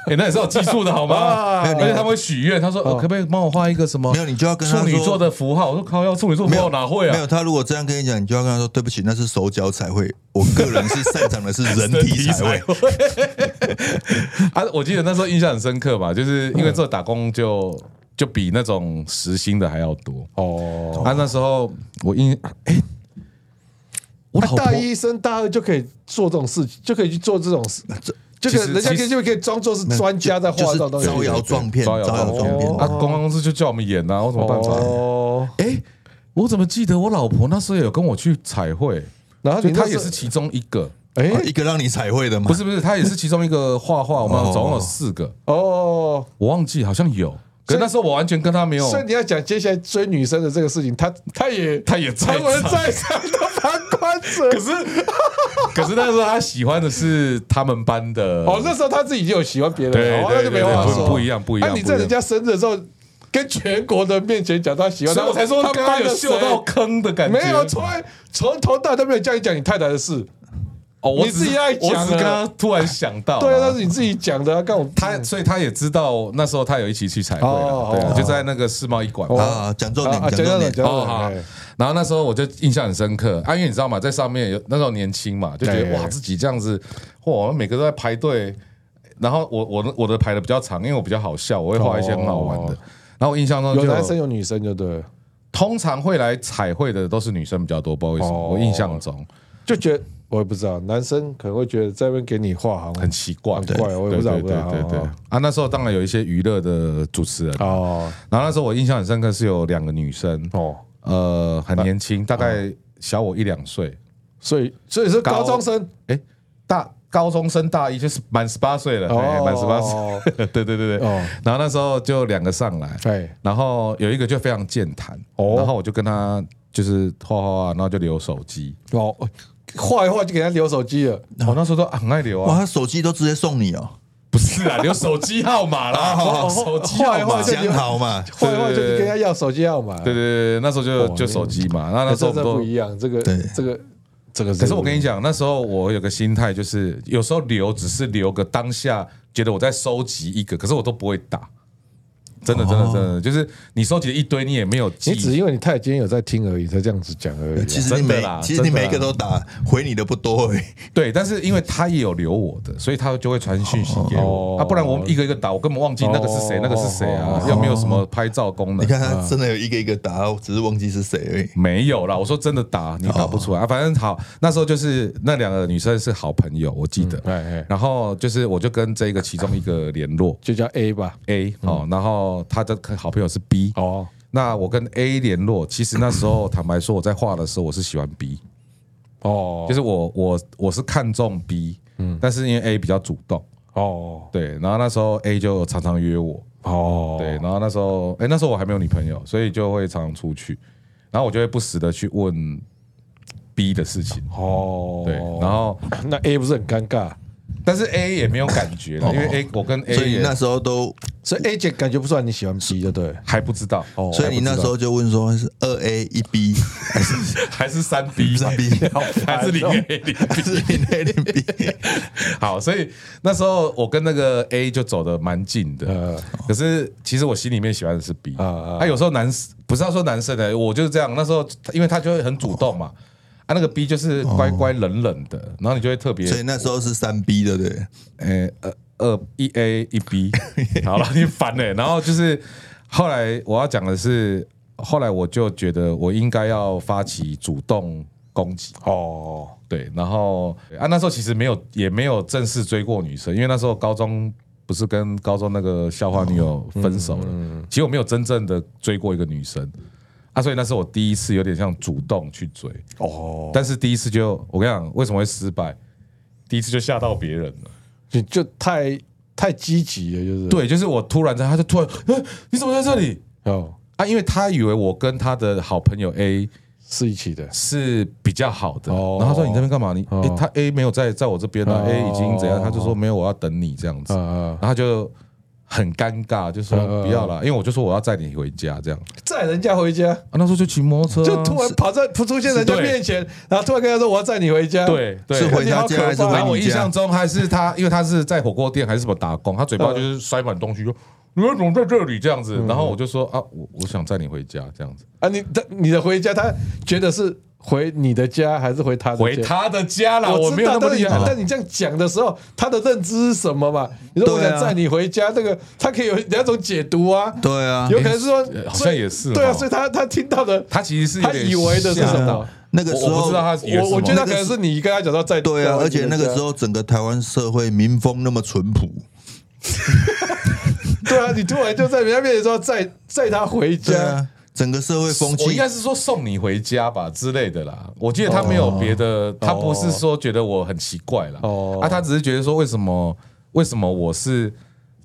Speaker 1: 哎，那也是有技术的好
Speaker 3: 啊
Speaker 1: 吗？而且他们会许愿，他说：“
Speaker 3: 嗯
Speaker 1: 呃，可不可以帮我画一个什么？
Speaker 2: 没有你就要跟他
Speaker 1: 处女
Speaker 2: 说
Speaker 1: 座的符号。”我说：“靠，要处女座符
Speaker 2: 没
Speaker 1: 号
Speaker 2: 有
Speaker 1: 哪会啊？
Speaker 2: 没有，他如果这样跟你讲，你就要跟他说对不起，那是手脚彩绘。我个人是擅长的是人体彩绘。
Speaker 1: 啊，我记得那时候印象很深刻嘛，就是因为做打工就就比那种时薪的还要多。
Speaker 3: 哦，
Speaker 1: 啊，那时候我印，哎、我老婆
Speaker 3: 啊大一升大二就可以做这种事情，就可以去做这种事，就可以
Speaker 1: 其实
Speaker 3: 人家
Speaker 1: 其实
Speaker 3: 就可以装作是专家在画
Speaker 2: 就
Speaker 3: 这
Speaker 2: 是
Speaker 3: 种东西。
Speaker 2: 招摇撞骗，
Speaker 1: 招摇
Speaker 2: 招摇
Speaker 1: 撞
Speaker 2: 撞
Speaker 1: 骗
Speaker 2: 骗。
Speaker 1: 啊，公关公司就叫我们演啊，我怎么办法？
Speaker 3: 哦，
Speaker 1: 哎、我怎么记得我老婆那时候有跟我去彩绘，
Speaker 3: 然后
Speaker 1: 就
Speaker 3: 你那
Speaker 1: 她
Speaker 3: 时
Speaker 1: 也是其中一个，
Speaker 3: 哎
Speaker 2: 啊一个让你彩绘的嘛，
Speaker 1: 不是不是，她也是其中一个画画，我们
Speaker 2: 哦
Speaker 1: 总共有四个，
Speaker 3: 哦，
Speaker 1: 我忘记好像有，可
Speaker 3: 所以
Speaker 1: 那时候我完全跟她没有，
Speaker 3: 所以你要讲接下来追女生的这个事情，他他也
Speaker 1: 她也在
Speaker 3: 成为
Speaker 1: 场
Speaker 3: 在场的旁观者。可是
Speaker 1: *laughs* 可是那时候他喜欢的是他们班的
Speaker 3: 哦，那时候他自己就有喜欢别人
Speaker 1: 对
Speaker 3: 了，哦，
Speaker 1: 对
Speaker 3: 那就没
Speaker 1: 对
Speaker 3: 话
Speaker 1: 对
Speaker 3: 说，啊
Speaker 1: 不不一样不一样
Speaker 3: 那你
Speaker 1: 不一
Speaker 3: 在
Speaker 1: 样
Speaker 3: 人家生日的时候，跟全国的面前讲他喜欢，
Speaker 1: 所以我才说
Speaker 3: 他
Speaker 1: 刚刚
Speaker 3: 班
Speaker 1: 有
Speaker 3: 的
Speaker 1: 嗅到坑的感觉。
Speaker 3: 没有，从来从头到尾都没有叫你讲你太太的事。
Speaker 1: 哦，我
Speaker 3: 你
Speaker 1: 只是
Speaker 3: 自己爱
Speaker 1: 我
Speaker 3: 讲啊
Speaker 1: 只是刚刚突然想到，
Speaker 3: 对啊，那是你自己讲的啊，跟我
Speaker 1: 他，所以他也知道那时候他有一起去彩绘了，
Speaker 3: 哦
Speaker 1: 对啊，
Speaker 3: 哦
Speaker 1: 就在那个世贸一馆嘛。
Speaker 2: 啊，讲重
Speaker 3: 啊
Speaker 2: 点，
Speaker 3: 啊，
Speaker 2: 讲
Speaker 3: 讲
Speaker 2: 重
Speaker 3: 讲
Speaker 2: 点
Speaker 3: 讲，
Speaker 1: 哦
Speaker 3: 讲
Speaker 1: 好，好
Speaker 3: 哎
Speaker 1: 然后那时候我就印象很深刻，啊，因为你知道嘛，在上面有那时候年轻嘛，就觉得
Speaker 3: 对
Speaker 1: 哇自己这样子，哇，我们每个都在排队，然后我我的我的排的比较长，因为我比较好笑，我会画一些很好玩的。
Speaker 3: 哦
Speaker 1: 然后我印象中就
Speaker 3: 有男生有女生就对了，
Speaker 1: 通常会来彩绘的都是女生比较多，不知道为什么，
Speaker 3: 哦
Speaker 1: 我印象中
Speaker 3: 就觉得我也不知道，男生可能会觉得在那边给你画行
Speaker 1: 很奇怪，
Speaker 3: 很怪我也不知道
Speaker 1: 对对
Speaker 3: 我
Speaker 1: 对
Speaker 3: 不知道
Speaker 1: 对对
Speaker 3: 哦
Speaker 1: 啊！那时候当然有一些娱乐的主持人，
Speaker 3: 哦
Speaker 1: 然后那时候我印象很深刻是有两个女生，
Speaker 3: 哦，
Speaker 1: 呃，很年轻，大概小我一两岁，
Speaker 3: 所以所以是高中生
Speaker 1: 哎，大高中生大一就是满十八岁了，
Speaker 3: 哦
Speaker 1: 哎满十八岁， *laughs* 对对对对
Speaker 3: 哦。
Speaker 1: 然后那时候就两个上来，
Speaker 3: 哎
Speaker 1: 然后有一个就非常健谈，
Speaker 3: 哦
Speaker 1: 然后我就跟她就是画画画，然后就留手机，
Speaker 3: 哦，画一画就给他留手机了，
Speaker 1: 我那时候都很爱留啊
Speaker 2: 哇，，他手机都直接送你哦，
Speaker 1: 不是啊，留手机号码
Speaker 3: *laughs*
Speaker 1: 啦，
Speaker 2: 哦
Speaker 1: *laughs* 手机
Speaker 3: 画一
Speaker 1: 号码
Speaker 3: 画。哎就
Speaker 2: 讲好嘛，
Speaker 3: 画一画就跟他要手机号码，
Speaker 1: 对对对，对那时候就
Speaker 3: 哇
Speaker 1: 就手机嘛，那
Speaker 3: 哎，
Speaker 1: 那时
Speaker 3: 这
Speaker 1: 候
Speaker 3: 这不
Speaker 1: 都
Speaker 3: 一。样，这个
Speaker 2: 对
Speaker 3: 这个这个，
Speaker 1: 可是我跟你，讲，那时候我有个心态，就是有时候留只是留个当下，觉得我在收集一个，可是我都不会打。真的，
Speaker 3: 哦
Speaker 1: 真的，真的，就是你收集了一堆，你也没有
Speaker 3: 你只
Speaker 1: 记。
Speaker 3: 因为你太今天有在听而已，才这样子讲而已啊。
Speaker 2: 其实你
Speaker 1: 真的
Speaker 2: 每
Speaker 1: 啦
Speaker 2: 其实你
Speaker 1: 真的啦
Speaker 2: 每一个都打，回你的不多哎，
Speaker 1: *laughs* 对，但是因为他也有留我的，所以他就会传讯息给我
Speaker 3: 哦
Speaker 1: 啊，不然我一个一个打，我根本忘记那个是谁，
Speaker 3: 哦
Speaker 1: 那个是谁啊，又没有什么拍照功
Speaker 3: *laughs*
Speaker 1: 能
Speaker 2: 你。看他真的有一个一个打，我只是忘记是谁而已。
Speaker 1: 没有啦，我说真的打你
Speaker 3: 哦
Speaker 1: 打不出来、啊，反正好，那时候就是那两个女生是好朋友，我记得。
Speaker 3: 哎哎，
Speaker 1: 然后就是我就跟这个其中一个联络
Speaker 3: 就叫 A 吧。
Speaker 1: A
Speaker 2: 嗯
Speaker 1: 哦，然后他的好朋友是 B
Speaker 3: 哦，
Speaker 1: 那我跟 A 联络，其实那时
Speaker 2: *clears throat*
Speaker 1: 候坦白说，我在画的时候我是喜欢 B，
Speaker 3: 哦，
Speaker 1: 就是我我我是看中 B，嗯，但是因为 A 比较主动，
Speaker 3: 哦
Speaker 1: 对，然后那时候 A 就常常约我，
Speaker 3: 哦，
Speaker 1: 对，，然后那时候，哎、那时候我还没有女朋友，所以就会常常出去，然后我就会不时的去问 B 的事情，
Speaker 3: 哦，
Speaker 1: 对，然后
Speaker 3: 那 A 不是很尴尬，
Speaker 1: 但是 A 也没有感觉了，因为 A 我跟 A
Speaker 2: 哦所以你那
Speaker 1: 也
Speaker 2: 时候都，
Speaker 1: 哦
Speaker 3: 所以 A 姐感觉不出来你喜欢 B 就对了。
Speaker 1: 还不知道，哦，
Speaker 2: 所以你那时候就问说是二 A 一 B
Speaker 1: *laughs*
Speaker 2: 还是
Speaker 1: 还是三 B
Speaker 2: 三 B
Speaker 1: 还是零 A 零
Speaker 2: 还是零 A 零 B？
Speaker 1: *laughs* 好，所以那时候我跟那个 A 就走的蛮近的
Speaker 3: 呃，
Speaker 1: 可是其实我心里面喜欢的是 B
Speaker 3: 啊啊
Speaker 1: 啊。有时候男不是要说男生的，我就是这样。那时候因为他就会很主动嘛，啊，那个 B 就是乖乖冷冷的，然后你就会特别
Speaker 2: *laughs* 所以那时候是三 B 对不对？
Speaker 1: 呃呃二一 A 一 B，好 *laughs* 了，你烦嘞、然后就是后来我要讲的是，后来我就觉得我应该要发起主动攻击。
Speaker 3: 哦，
Speaker 1: 对，然后啊，那时候其实没有，也没有正式追过女生，因为那时候高中不是跟高中那个校花女友分手了，其实我没有真正的追过一个女生啊，所以那是我第一次有点像主动去追哦，但是第一次就我跟你讲为什么会失败，第一次就吓到别人了。
Speaker 3: 你就太太积极了，就是
Speaker 1: 对，就是我突然在，他就突然，呃你怎么在这里
Speaker 3: 哦，
Speaker 1: 啊？因为他以为我跟他的好朋友 A
Speaker 3: 是一起的，
Speaker 1: 是比较好的，
Speaker 3: 哦
Speaker 1: 然后他说你这边干嘛？你、诶他 A 没有在在我这边呢、啊
Speaker 3: 哦
Speaker 1: a 已经怎样？他就说没有，我要等你这样子，
Speaker 3: 啊啊
Speaker 1: 然后他就很尴尬，就说
Speaker 3: 嗯嗯
Speaker 1: 不要了，因为我就说我要载你回家这样。
Speaker 3: 载人家回家。
Speaker 1: 啊啊，那时候就骑摩托车啊、
Speaker 3: 就突然跑在出现人家
Speaker 1: 对
Speaker 3: 面前，然后突然跟他说我要载你回家，
Speaker 1: 对对
Speaker 2: 是回家
Speaker 3: 你好可怕
Speaker 2: 家还是
Speaker 1: 然后
Speaker 2: 回
Speaker 1: 我
Speaker 2: 你
Speaker 1: 印象
Speaker 2: 家？
Speaker 1: 中还是他，因为他是在火锅店还是什么打工，他嘴巴就是塞满东西，就你们怎么在这里这样子？然后我就说啊，我我想载你回家这样子。
Speaker 3: 啊，你的你的回家，他觉得是回你的家还是回他的家？
Speaker 1: 回他的家啦，我
Speaker 3: 我
Speaker 1: 没有那么
Speaker 3: 但
Speaker 1: 厉害啦。
Speaker 3: 但你这样讲的时候，他的认知是什么嘛？你说我
Speaker 2: 对啊
Speaker 3: 想载你回家，这个他可以有两种解读啊，
Speaker 2: 对啊，
Speaker 3: 有可能是说
Speaker 1: 好像
Speaker 3: 所以
Speaker 1: 也是
Speaker 3: 对啊，
Speaker 1: 哦
Speaker 3: 所以他他听到的，
Speaker 1: 他其实是有
Speaker 3: 他
Speaker 1: 点
Speaker 3: 以为的是
Speaker 1: 吓
Speaker 3: 什
Speaker 1: 到
Speaker 3: 么？
Speaker 2: 那个时
Speaker 1: 我我不
Speaker 2: 候
Speaker 1: 知道他以为是什
Speaker 3: 我
Speaker 1: 么
Speaker 3: 我觉得他
Speaker 2: 那个
Speaker 3: 可能是你跟他讲到在
Speaker 2: 对啊，而且那个时
Speaker 3: 候，
Speaker 2: 候整个台湾社会民风那么淳朴，
Speaker 3: 对啊，你突然就在人家面前说载载他回
Speaker 2: 对
Speaker 3: 家，
Speaker 2: 啊，整个社会风
Speaker 1: 我应
Speaker 2: 气
Speaker 1: 该是说送你回家吧之类的啦。我记得他没有别的，他不是说觉得我很奇怪啦，
Speaker 3: 哦
Speaker 1: 啊，他只是觉得说为什么为什么我是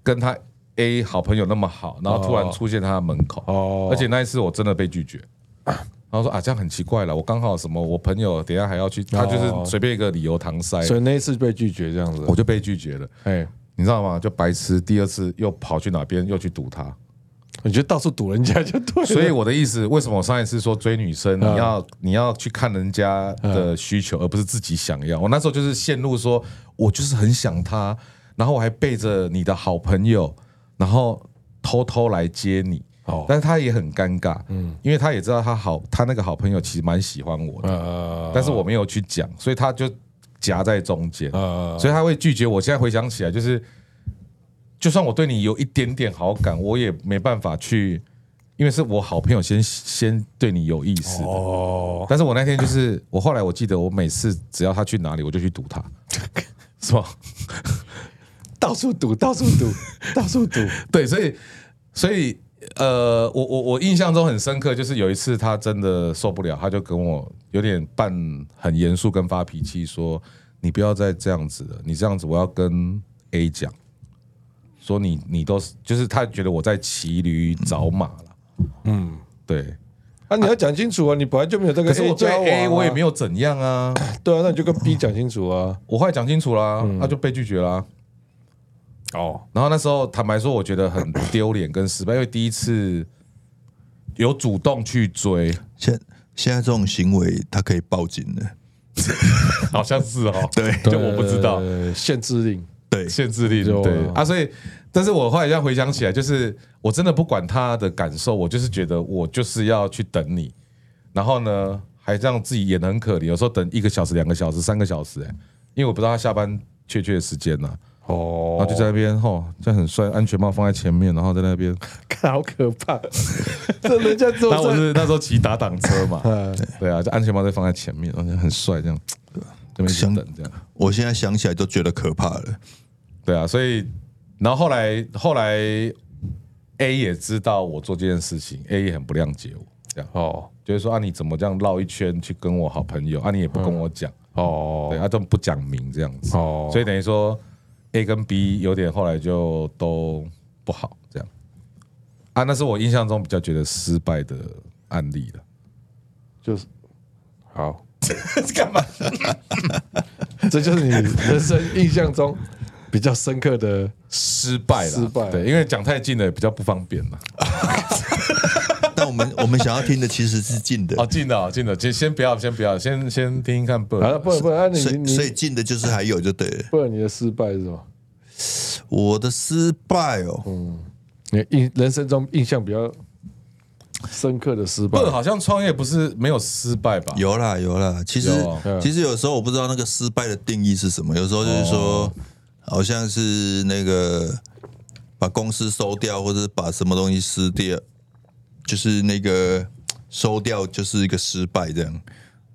Speaker 1: 跟他 A 好朋友那么好，然后突然出现他的门口，
Speaker 3: 哦
Speaker 1: 而且那一次我真的被拒绝。然后说啊，这样很奇怪了。我刚好什么，我朋友等一下还要去，他就是随便一个理由搪塞，
Speaker 3: 哦所以那一次被拒绝这样子
Speaker 1: 哎我，就被拒绝了。
Speaker 3: 哎，
Speaker 1: 你知道吗？就白痴，第二次又跑去哪边又去堵他，
Speaker 3: 你就到处堵人家就 *laughs* 对了，
Speaker 1: 所以我的意思，为什么我上一次说追女生，你要你要去看人家的需求，而不是自己想要。我那时候就是陷入说，我就是很想她，然后我还背着你的好朋友，然后偷偷来接你。
Speaker 3: 哦
Speaker 1: 但是她也很尴尬，嗯，因为她也知道她好，她那个好朋友其实蛮喜欢我的，
Speaker 3: 呃
Speaker 1: 但是我没有去讲，所以她就夹在中间，
Speaker 3: 呃，
Speaker 1: 所以她会拒绝我。现在回想起来，就是就算我对你有一点点好感，我也没办法去，因为是我好朋友先先对你有意思的。
Speaker 3: 哦，
Speaker 1: 但是我那天就是，我后来我记得，我每次只要他去哪里，我就去堵他，是吧？
Speaker 3: *laughs* 到处堵，到处
Speaker 1: *laughs*
Speaker 3: 堵，到处堵，
Speaker 1: 对，所以所以呃，我我我印象中很深刻，就是有一次他真的受不了，他就跟我有点扮很严肃跟发脾气说：“你不要再这样子了，你这样子我要跟 A 讲，说你你都是就是他觉得我在骑驴找马了。”嗯，对。
Speaker 3: 啊，你要讲清楚啊，你本来就没有这个
Speaker 1: 可是
Speaker 3: A
Speaker 1: 我对
Speaker 3: 交往啊
Speaker 1: A 我也没有怎样啊，
Speaker 3: 对啊，那你就跟 B 讲清楚啊，
Speaker 1: 我后来讲清楚啦，
Speaker 3: 嗯
Speaker 1: 他就被拒绝啦。
Speaker 3: 哦，
Speaker 1: 然后那时候坦白说，我觉得很丢脸跟失败，因为第一次有主动去追，
Speaker 2: 现现在这种行为，他可以报警的。
Speaker 1: *laughs* 好像是哦，
Speaker 2: 对
Speaker 1: 就我不知道
Speaker 3: 呃限制令，
Speaker 2: 对，
Speaker 1: 限制令
Speaker 3: 就
Speaker 1: 对啊，所以，但是我后来这样回想起来，就是我真的不管他的感受，我就是觉得我就是要去等你，然后呢，还让自己演得很可怜，有时候等一个小时、两个小时、三个小时、欸，因为我不知道他下班确切的时间呐、啊
Speaker 3: 哦，
Speaker 1: 然后就在那边吼，这样很帅，安全帽放在前面，然后在那边，
Speaker 3: 看好可怕， *laughs* 这人家
Speaker 1: *laughs*
Speaker 3: 都
Speaker 1: 那我
Speaker 3: 在，
Speaker 1: 是那时候骑打挡车 *laughs* 嘛，
Speaker 3: 呃，
Speaker 1: 对啊，就安全帽再放在前面，而且很帅这样，对吧？这边一直等这样，
Speaker 2: 我现在想起来都觉得可怕了。
Speaker 1: 对啊，所以然后后来后来 A 也知道我做这件事情，A 也很不谅解我，这样
Speaker 3: 哦
Speaker 1: 就是说啊你怎么这样绕一圈去跟我好朋友啊你也不跟我讲，对
Speaker 3: 哦
Speaker 1: 啊都不讲明这样子，
Speaker 3: 哦
Speaker 1: 所以等于说 A 跟 B 有点后来就都不好这样，啊那是我印象中比较觉得失败的案例 *laughs* 了。
Speaker 3: 就是好，
Speaker 4: 干嘛？
Speaker 3: 这就是你人生印象中比较深刻的，
Speaker 1: 失败了，
Speaker 3: 失败
Speaker 1: 对，因为讲太近了比较不方便了。
Speaker 2: 但我们我们想要听的其实是近的
Speaker 1: 哦，，进了，进了，先先不要，先不要，先先听听看 Bird。
Speaker 3: 啊，不不，啊你
Speaker 2: 所以
Speaker 3: 你
Speaker 2: 所以近的就是还有就对了。
Speaker 3: 不然你的失败是什么？
Speaker 2: 我的失败哦，
Speaker 3: 你印人生中印象比较深刻的失败
Speaker 1: Bird 好像创业不是没有失败吧？
Speaker 2: 有啦有啦，其实
Speaker 1: 有
Speaker 3: 嗯
Speaker 2: 其实有时候我不知道那个失败的定义是什么，有时候就是说好像是那个把公司收掉，或者是把什么东西撕掉，就是那个收掉就是一个失败这样。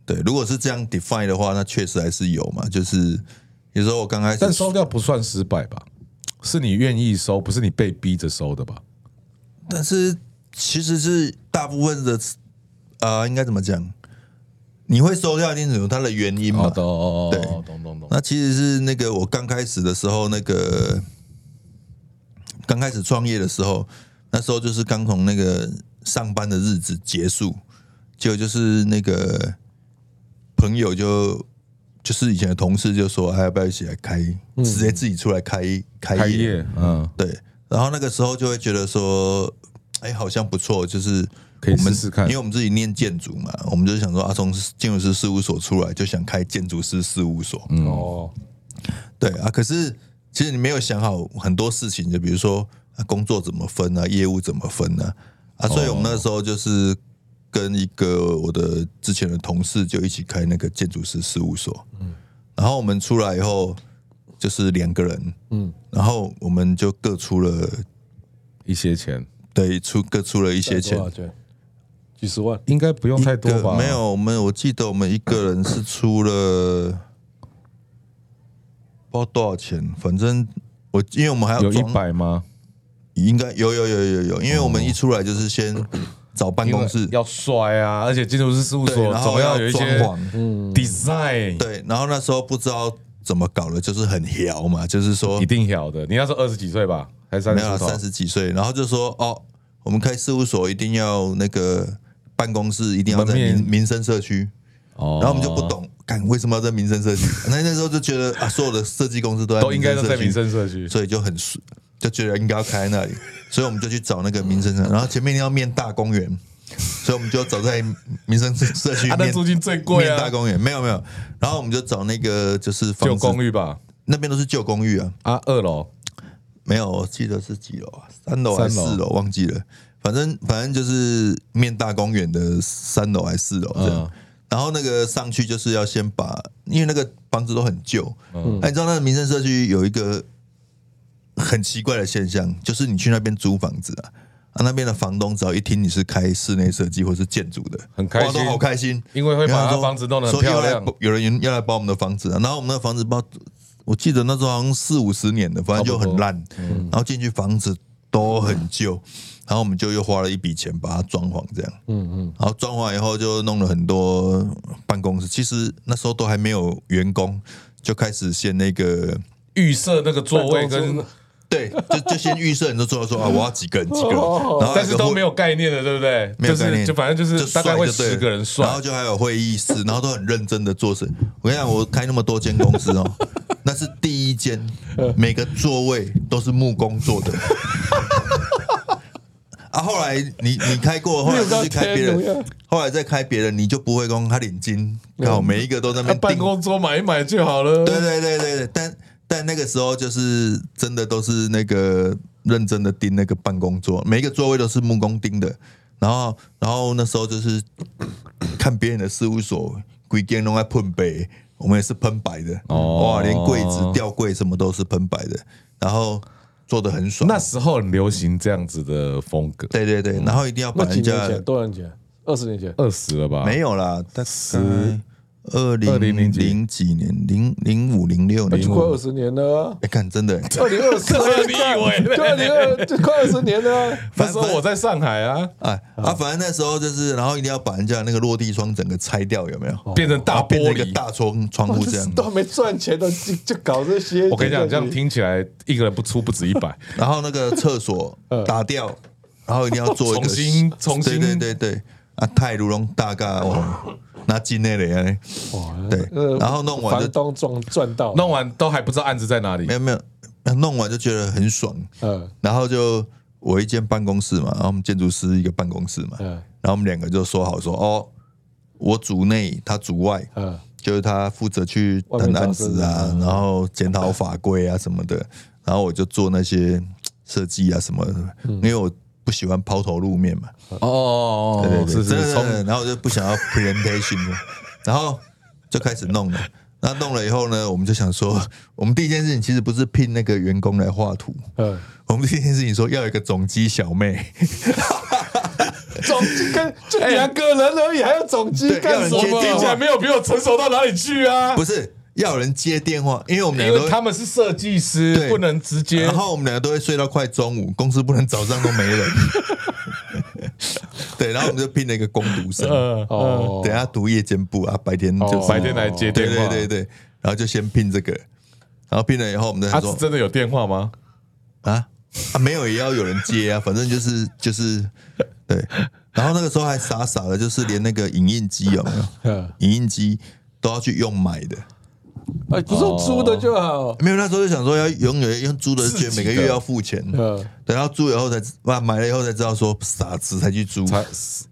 Speaker 2: 对，如果是这样 define 的话，那确实还是有嘛，就是有时候我刚开始
Speaker 1: 但收掉不算失败吧？是你愿意收，不是你被逼着收的吧？
Speaker 2: 但是其实是大部分的，啊，应该怎么讲？你会收掉一定有它的原因嘛
Speaker 1: 哦，？懂哦
Speaker 2: 嗯对
Speaker 1: 哦，懂懂懂。
Speaker 2: 那其实是那个我刚开始的时候，那个刚开始创业的时候，那时候就是刚从那个上班的日子结束，结果就是那个朋友就就是以前的同事就说，哎还要不要一起来开，直接自己出来开开
Speaker 1: 开
Speaker 2: 业
Speaker 1: 业，嗯，
Speaker 2: 对，然后那个时候就会觉得说，哎，好像不错，就是
Speaker 1: 可以
Speaker 2: 我们
Speaker 1: 试试看
Speaker 2: 因为我们自己念建筑嘛，我们就想说啊，从建筑师事务所出来就想开建筑师事务所，嗯，
Speaker 3: 哦，
Speaker 2: 对啊，可是其实你没有想好很多事情，就比如说、啊、工作怎么分啊，业务怎么分啊，啊，
Speaker 1: 哦
Speaker 2: 所以我们那时候就是跟一个我的之前的同事就一起开那个建筑师事务所，嗯，然后我们出来以后就是两个人，嗯，然后我们就各出了。
Speaker 1: 一些钱
Speaker 2: 对，出各出了一些钱
Speaker 3: 多，少钱？几十万？
Speaker 1: 应该不用太多
Speaker 2: 一个
Speaker 1: 吧？
Speaker 2: 没，有，我们我记得我们一个人是出了，不知道多少钱，反正我因为我们还要
Speaker 1: 有一
Speaker 2: 装，
Speaker 1: 百吗？
Speaker 2: 应该有有有有有，因为我们一出来就是先找办公
Speaker 1: 因
Speaker 2: 室
Speaker 1: 为，要帅啊，而且建筑师事务
Speaker 2: 对，
Speaker 1: 所
Speaker 2: 然
Speaker 1: 总
Speaker 2: 后要
Speaker 1: 有一
Speaker 2: 装
Speaker 1: 些
Speaker 2: 潢，
Speaker 1: design，
Speaker 2: 对，然后那时候不知道怎么搞的，就是很摇嘛，就是说
Speaker 1: 一定要的。你那时候二十几岁吧，还是三
Speaker 2: 没
Speaker 1: 十
Speaker 2: 有
Speaker 1: 出
Speaker 2: 啦
Speaker 1: 头？
Speaker 2: 三十几岁，然后就说哦，我们开事务所一定要那个办公室一定要在
Speaker 1: 门面
Speaker 2: 民民生社区。
Speaker 1: 哦
Speaker 2: 然后我们就不懂，看为什么要在民生社区？那那时候就觉得啊，所有的设计公司都在
Speaker 1: 都应该都在
Speaker 2: 社区
Speaker 1: 民生社区。
Speaker 2: 所以就很顺就觉得应该要开在那里，所以我们就去找那个民生社，
Speaker 1: 嗯
Speaker 2: 然后前面要面大公园，所以我们就走在民生社社区
Speaker 1: *laughs* 啊
Speaker 2: 面，
Speaker 1: 那租金最贵啊
Speaker 2: 面大公园没有没有，然后我们就找那个就是房
Speaker 1: 旧
Speaker 2: 子
Speaker 1: 公寓吧，
Speaker 2: 那边都是旧公寓啊，
Speaker 1: 啊，二楼
Speaker 2: 没有，我记得是几楼啊？三楼还是
Speaker 1: 三楼
Speaker 2: 四楼？忘记了。反正反正就是面大公园的三楼还是四楼这样。
Speaker 1: 嗯
Speaker 2: 然后那个上去就是要先把，因为那个房子都很旧。嗯，你知道那个民生社区有一个很奇怪的现象，就是你去那边租房子啊，啊那边的房东只要一听你是开室内设计或是建筑的，
Speaker 1: 很开心
Speaker 2: 哇都好开心，
Speaker 1: 因为会把
Speaker 2: 然后
Speaker 1: 他
Speaker 2: 说
Speaker 1: 房子弄得很
Speaker 2: 说又
Speaker 1: 漂
Speaker 2: 来
Speaker 1: 亮
Speaker 2: 有人要来把我们的房子、啊，然后我们的房子包，我记得那时候好像四五十年的，反正就很烂。然后进去房子都很旧，然后我们就又花了一笔钱把它装潢，这样。嗯嗯。然后装潢以后就弄了很多办公室，其实那时候都还没有员工，就开始先那个。
Speaker 1: 预设那个座位跟，
Speaker 2: 对，就就先预设，你就说说啊，我要几个人几个人，然后
Speaker 1: 哦但是都没
Speaker 2: 有。
Speaker 1: 有概念的，对不对？
Speaker 2: 没
Speaker 1: 就
Speaker 2: 有概
Speaker 1: 是
Speaker 2: 念，
Speaker 1: 就反正就是大概会
Speaker 2: 帅就对了
Speaker 1: 十个人算
Speaker 2: 然，后就还有会议室，然后都很认真的做事。我跟你讲，我开那么多间公司
Speaker 1: *laughs*
Speaker 2: 哦，那是第一间，每个座位都是木工
Speaker 1: *laughs*
Speaker 2: 做的。啊，后来你你开过，后来再去开别
Speaker 3: 你有到
Speaker 2: 人
Speaker 3: 天奴呀，
Speaker 2: 后来再开别人，你就不会跟他领巾，然后每一个都在那
Speaker 1: 啊
Speaker 2: 边
Speaker 1: 办
Speaker 2: 定
Speaker 1: 公桌买一买就好
Speaker 3: 哦
Speaker 1: 了。
Speaker 2: 对对对对对，但但那个时候就是真的都是那个认真的盯那个办公桌，每一个座位都是木工钉的。然后然后那时候就是 *coughs* 看别人的事务所，规间弄在喷白，我们也是喷白的。
Speaker 1: 哦
Speaker 2: 哇，连柜子、吊柜什么都是喷白的，然后做的很爽。
Speaker 1: 那时候很流行这样子的风格，
Speaker 2: 对对对，然后一定要把
Speaker 3: 嗯那几
Speaker 2: 人
Speaker 3: 年
Speaker 2: 家
Speaker 3: 前？多少年前？二十年前？
Speaker 1: 二十了吧？ *laughs*
Speaker 2: 没有啦，但
Speaker 1: 十
Speaker 2: 是二零
Speaker 1: 2000几
Speaker 2: 零几年，零零五零六
Speaker 3: 就
Speaker 2: 年。
Speaker 3: 快二十年了啊。
Speaker 2: 哎，看真的，
Speaker 3: 二零二四，
Speaker 1: 你以为嘞
Speaker 2: *laughs*
Speaker 3: 对，二零二就快二十年了 *laughs* 啊。
Speaker 1: 那时候我在上海啊，
Speaker 2: 哎啊，反正那时候就是，然后一定要把人家那个落地窗整个拆掉，有没有？
Speaker 1: 变成大
Speaker 2: 哦变
Speaker 1: 玻
Speaker 2: 成一个
Speaker 1: 璃。
Speaker 2: 大窗窗户这样。
Speaker 3: 都还没赚钱的，就就搞这些。
Speaker 1: 我跟你讲，
Speaker 3: 就
Speaker 1: 这样听起来一个人不出不止一
Speaker 2: *laughs*
Speaker 1: 百，
Speaker 2: 然后那个
Speaker 1: *laughs*
Speaker 2: 厕所打掉，然后一定要做一
Speaker 1: 嗯
Speaker 2: 个
Speaker 1: 重新重新
Speaker 2: 对对对对啊，泰如龙大概哦，那进内的哎呀，对，然后弄完
Speaker 3: 呃房
Speaker 2: 就
Speaker 3: 东赚赚到，
Speaker 1: 弄完都还不知道案子在哪里
Speaker 2: 没。有没有，弄完就觉得很爽，
Speaker 3: 嗯
Speaker 2: 然后就我一间办公室嘛，然后我们建筑师一个办公室嘛，
Speaker 3: 嗯
Speaker 2: 然后我们两个就说好说哦，我组内，他组外，
Speaker 3: 嗯，
Speaker 2: 就是他负责去等案子
Speaker 3: 外面找
Speaker 2: 啊
Speaker 3: 事，
Speaker 2: 然后检讨法规啊什么的，然后我就做那些设计啊什么的，因为我不喜欢抛头露面嘛，
Speaker 1: 哦哦
Speaker 2: 对对对，
Speaker 1: 是
Speaker 2: 真的
Speaker 1: 是，
Speaker 2: 真的
Speaker 1: 从
Speaker 2: 然后我就不想要 presentation，了然后就开始弄了。那弄了以后呢，我们就想说，我们第一件事情其实不是聘那个员工来画图，
Speaker 3: 嗯，
Speaker 2: 我们第一件事情说要有一个总机小妹，
Speaker 3: 总机跟就两个人而已，还要总机
Speaker 2: 对要
Speaker 3: 干
Speaker 2: 人
Speaker 3: 什
Speaker 2: *laughs* 接
Speaker 3: 么？
Speaker 2: 电
Speaker 1: 听起来没有比我成熟到哪里去啊。
Speaker 2: 不是要有人接电话，因为我们两
Speaker 1: 因
Speaker 2: 个都
Speaker 1: 为
Speaker 2: 会
Speaker 1: 他们是设计师，
Speaker 2: 对
Speaker 1: 不能直接
Speaker 2: 然。后我们两个都会睡到快中午，公司不能早上都没人。对，然后我们就拼了一个工读生，
Speaker 4: 呃，
Speaker 3: 哦，
Speaker 2: 等下读夜间部啊，白天就
Speaker 3: 哦
Speaker 2: 是
Speaker 1: 白天来接
Speaker 2: 对
Speaker 1: 电
Speaker 2: 对
Speaker 1: 话，
Speaker 2: 对对，然后就先拼这个，然后拼了以后，我们再
Speaker 1: 他
Speaker 2: 说
Speaker 1: 是真的有电话吗？
Speaker 2: 啊啊没有也要有人接啊，反正就是就是对。然后那个时候还傻傻的，就是连那个影印机有没有？
Speaker 3: 嗯
Speaker 2: 影印机都要去用买的，
Speaker 3: 哎，不是用租的就好，
Speaker 2: 没有那时候就想说要拥有用租的，觉得每个月要付钱。
Speaker 3: 嗯，
Speaker 2: 等到租以后才知哇买了以后才知道说傻子才去租，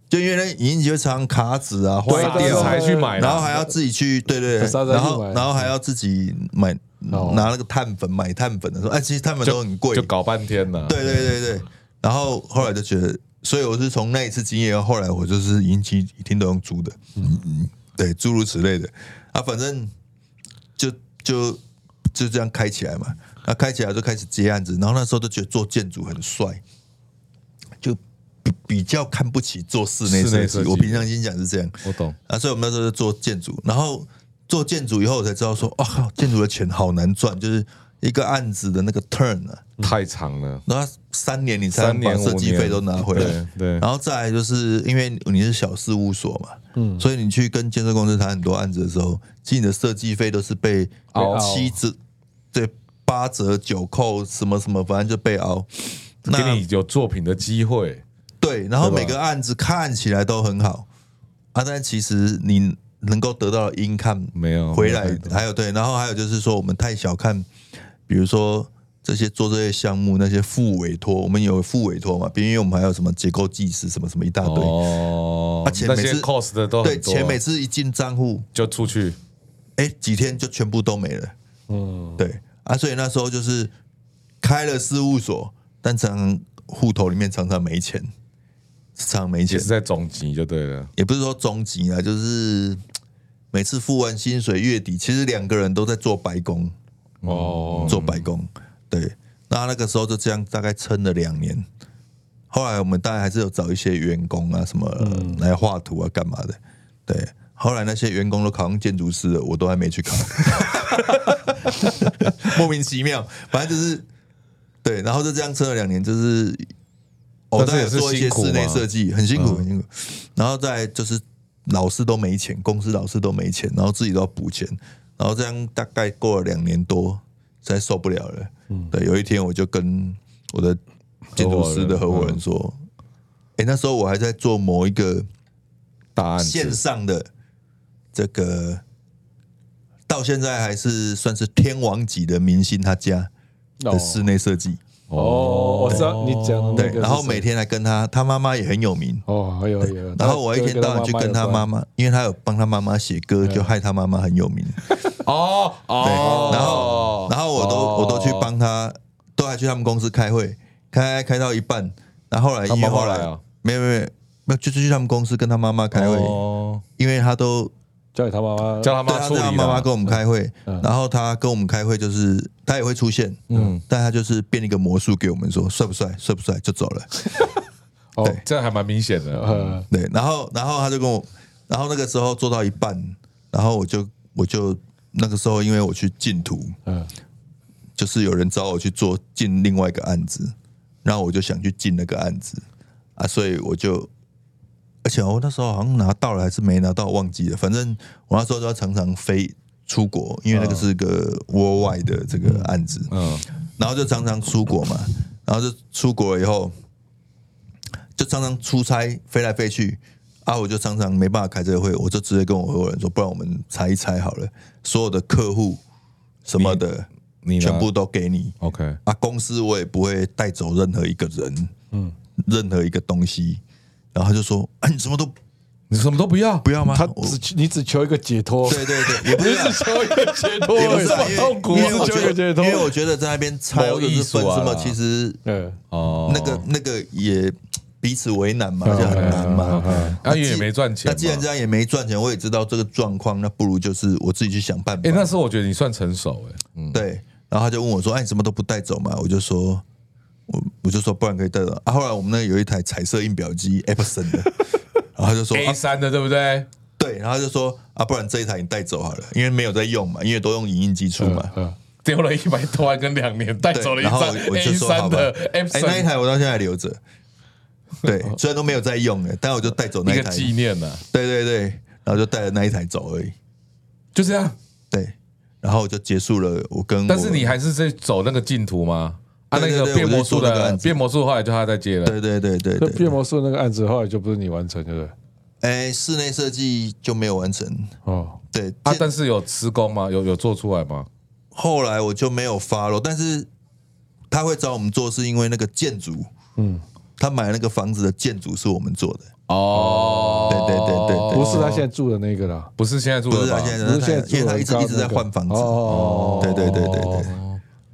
Speaker 2: 就因为那影印机会常常卡纸啊坏
Speaker 1: 傻
Speaker 3: 对
Speaker 1: 子
Speaker 2: 掉啊，
Speaker 1: 才去买啦，
Speaker 2: 然后还要自己去对对，对
Speaker 3: 傻子才
Speaker 2: 然
Speaker 3: 去
Speaker 2: 后
Speaker 3: 买
Speaker 2: 然后还要自己买
Speaker 3: 哦
Speaker 2: 拿那个碳粉买碳粉的时候，哎，其实碳粉
Speaker 1: 就
Speaker 2: 都很贵
Speaker 1: 就，搞半天了。
Speaker 2: 对对对对。然后后来就觉得，所以我是从那一次经验，后来我就是影印机一定都用租的，嗯嗯，对，诸如此类的啊，反正就就就这样开起来嘛。那开起来就开始接案子，然后那时候就觉得做建筑很帅，就比比较看不起做室
Speaker 1: 室
Speaker 2: 内
Speaker 1: 内
Speaker 2: 设
Speaker 1: 设
Speaker 2: 计。
Speaker 1: 计
Speaker 2: 我平常心讲是这样，
Speaker 1: 我懂。
Speaker 2: 啊，所以我们那时候就做建筑，然后做建筑以后我才知道说，哇哦靠，建筑的钱好难赚，就是一个案子的那个 turn 啊，
Speaker 3: 嗯
Speaker 1: 太长了，
Speaker 2: 然后三年你才能把
Speaker 1: 三年
Speaker 2: 设计费都拿回
Speaker 1: 五
Speaker 2: 来
Speaker 1: 年。对对
Speaker 2: 然后再来就是因为你是小事务所嘛，嗯，所以你去跟建设公司谈很多案子的时候，其实你的设计费都是被哦
Speaker 1: 熬
Speaker 2: 七折、对八折、九扣什么什么，反正就被熬。那
Speaker 1: 给你有作品的机会，
Speaker 2: 对，然后
Speaker 1: 对吧
Speaker 2: 每个案子看起来都很好啊，但其实你能够得到的 income
Speaker 1: 没有
Speaker 2: 回
Speaker 1: 没有
Speaker 2: 来
Speaker 1: 太，多
Speaker 2: 还有对，然后还有就是说我们太小看，比如说这些做这些项目那些副委托，我们有副委托嘛，因为我们还有什么结构技师什么什么一大堆，
Speaker 1: 哦
Speaker 2: 啊，钱
Speaker 1: 那
Speaker 2: 每
Speaker 1: 些
Speaker 2: 次
Speaker 1: cost 的都
Speaker 2: 对，
Speaker 1: 很多啊，
Speaker 2: 钱每次一进账户，
Speaker 1: 就出去，
Speaker 2: 哎，几天就全部都没了。嗯，对啊，所以那时候就是开了事务所，但常常户头里面常常没钱，常常没
Speaker 1: 也
Speaker 2: 钱
Speaker 1: 是，在总集就对了。
Speaker 2: 也不是说终极啊，就是每次付完薪水月底，其实两个人都在做白工，
Speaker 1: 哦，
Speaker 2: 做白工。对，那那个时候就这样大概撑了两年。后来我们当然还是有找一些员工啊，什么
Speaker 1: 嗯
Speaker 2: 来画图啊，干嘛的。对，后来那些员工都考上建筑师了，我都还没去
Speaker 1: *laughs*
Speaker 2: 考，莫名其妙。反正就是对，然后就这样撑了两年，就是我
Speaker 1: 但是
Speaker 2: 当然
Speaker 1: 也
Speaker 2: 有
Speaker 1: 是
Speaker 2: 做一些
Speaker 1: 辛苦
Speaker 2: 室内
Speaker 1: 嘛嗯
Speaker 2: 设计，很辛苦，很辛苦。然后再来就是老师都没钱，公司老师都没钱，然后自己都要补钱，然后这样大概过了两年多，实在受不了了。
Speaker 3: 嗯
Speaker 2: 对，有一天我就跟我的建筑师的合伙人说：“哎、那时候我还在做某一个
Speaker 1: 答案
Speaker 2: 线上的这个，到现在还是算是天王级的明星他家的室内设计。
Speaker 3: 哦，我知道你讲的那
Speaker 2: 对
Speaker 3: 个，是
Speaker 2: 然后
Speaker 3: 谁
Speaker 2: 每天来跟他，他妈妈也很有名。
Speaker 3: 哦，还有还有，
Speaker 2: *laughs* 然后我一天到晚去跟他妈
Speaker 3: 妈
Speaker 2: 妈，因为他有帮他妈妈写歌，就害他妈妈很有名。
Speaker 1: 哦
Speaker 2: 对，
Speaker 1: 哦，
Speaker 2: 然后然后我都我都去帮他，都还去他们公司开会，开开到一半，然后后来
Speaker 1: 他
Speaker 2: 因为
Speaker 1: 妈妈
Speaker 2: 后来
Speaker 1: 来啊
Speaker 2: 没有没有没有，就是去他们公司跟他妈妈开会，
Speaker 1: 哦，
Speaker 2: 因为他都
Speaker 3: 叫你他妈妈
Speaker 1: 叫他
Speaker 2: 对
Speaker 1: 妈
Speaker 2: 他
Speaker 1: 处
Speaker 2: 跟
Speaker 1: 理啊
Speaker 2: 他
Speaker 1: 啦
Speaker 2: 妈妈跟我们开会
Speaker 3: 嗯，
Speaker 2: 然后他跟我们开会就是他也会出现，嗯，但他就是变一个魔术给我们说帅不帅帅不帅就走了，
Speaker 3: 哦
Speaker 2: 对
Speaker 1: 这样还蛮明显的。
Speaker 3: 呃
Speaker 2: 对，然后然后他就跟我，然后那个时候做到一半，然后我就我就那个时候因为我去进图，
Speaker 3: 嗯
Speaker 2: 就是有人找我去做进另外一个案子，然后我就想去进那个案子啊，所以我就，而且我那时候好像拿到了还是没拿到，忘记了。反正我那时候就要常常飞出国，因为那个是个 worldwide 的这个案子，
Speaker 1: 嗯，
Speaker 2: 然后就常常出国嘛，然后就出国了以后，就常常出差飞来飞去啊，我就常常没办法开这个会，我就直接跟我合伙人说，不然我们裁一裁好了，所有的客户什么的。
Speaker 1: 你呢
Speaker 2: 全部都给你
Speaker 1: OK，
Speaker 2: 啊！公司我也不会带走任何一个人，嗯，任何一个东西。然后他就说：“啊，你什么都
Speaker 1: 你什么都不要，
Speaker 2: 不要吗？”
Speaker 3: 他
Speaker 2: 我
Speaker 3: 只你只求一个解脱，
Speaker 2: 对对对，也
Speaker 3: *laughs*
Speaker 2: 不是啊
Speaker 3: 求一个解脱
Speaker 2: 也不是啊
Speaker 3: 好痛苦啊，
Speaker 2: 因为因为我
Speaker 3: 只求一
Speaker 2: 觉
Speaker 3: 个解
Speaker 2: 得，
Speaker 3: 脱
Speaker 2: 因，为我觉得在那边猜
Speaker 1: 某
Speaker 2: 或者是
Speaker 1: 艺术
Speaker 2: 分
Speaker 1: 啊
Speaker 2: 什么，
Speaker 1: 啦
Speaker 2: 其实
Speaker 3: 嗯，
Speaker 1: 哦，
Speaker 2: 那个那个也彼此为难嘛，就很难嘛。
Speaker 1: 阿哦啊宇也没赚钱
Speaker 2: 那
Speaker 1: 嘛。
Speaker 2: 既然这样也没赚钱，我也知道这个状况，那不如就是我自己去想办法
Speaker 1: 哎，。那时候我觉得你算成熟哎，嗯
Speaker 2: 对，然后他就问我说：“哎，你什么都不带走吗？”我就说：“我我就说不然可以带走。”
Speaker 1: *laughs*
Speaker 2: 啊，后来我们那有一台彩色印表机 Epson 的，然后他就说：“啊
Speaker 1: ，A，三的对不对？
Speaker 2: 对，然后他就说啊，不然这一台你带走好了，因为没有在用嘛，因为都用影印机出嘛。
Speaker 3: 嗯，
Speaker 1: 丢了一百多万跟两年，带走了
Speaker 2: 对，
Speaker 1: 一
Speaker 2: 然
Speaker 1: 张
Speaker 2: 后我
Speaker 1: A
Speaker 2: 就说好
Speaker 1: 三
Speaker 2: 吧
Speaker 1: 的，
Speaker 2: 哎，那一
Speaker 1: Epson，
Speaker 2: 台我到现在还留着，
Speaker 1: *laughs*
Speaker 2: 对，虽然都没有在用了，但我就带走那
Speaker 1: 一
Speaker 2: 一
Speaker 1: 个
Speaker 2: 台，
Speaker 1: 纪念啊呢，
Speaker 2: 对对对，然后就带着那一台走而已，
Speaker 1: 就这样。
Speaker 2: 对，然后我就结束了我跟我，
Speaker 1: 但是你还是在走那个进途吗？啊，那
Speaker 2: 对对
Speaker 1: 个
Speaker 2: 对
Speaker 1: 变
Speaker 2: 我就
Speaker 1: 魔术
Speaker 2: 做那个
Speaker 1: 的
Speaker 2: 案子
Speaker 1: 变魔术后来就他在接了，
Speaker 2: 对对对对
Speaker 3: 那变
Speaker 2: 对，
Speaker 3: 魔术那个案子后来就不是你完成，对不对？
Speaker 2: 哎，室内设计就没有完成，
Speaker 3: 哦，
Speaker 2: 对，
Speaker 1: 啊
Speaker 2: 这，
Speaker 1: 但是有施工吗？有有做出来吗？
Speaker 2: 后来我就没有发了，但是他会找我们做，是因为那个建筑，嗯，他买那个房子的建筑是我们做的，
Speaker 1: 哦，
Speaker 2: 对对对对对
Speaker 3: 不是他啊现在住的那个啦，
Speaker 1: 不是现在住
Speaker 2: 不
Speaker 1: 的
Speaker 2: 是
Speaker 1: 吧
Speaker 2: 他？现在，
Speaker 3: 不是
Speaker 2: 他
Speaker 3: 现在住
Speaker 2: 因为
Speaker 3: 的
Speaker 2: 他一直
Speaker 3: 刚
Speaker 2: 一
Speaker 3: 刚
Speaker 2: 直在
Speaker 3: 那个
Speaker 2: 换房子，
Speaker 3: 哦，
Speaker 2: 对对对对对
Speaker 1: 哦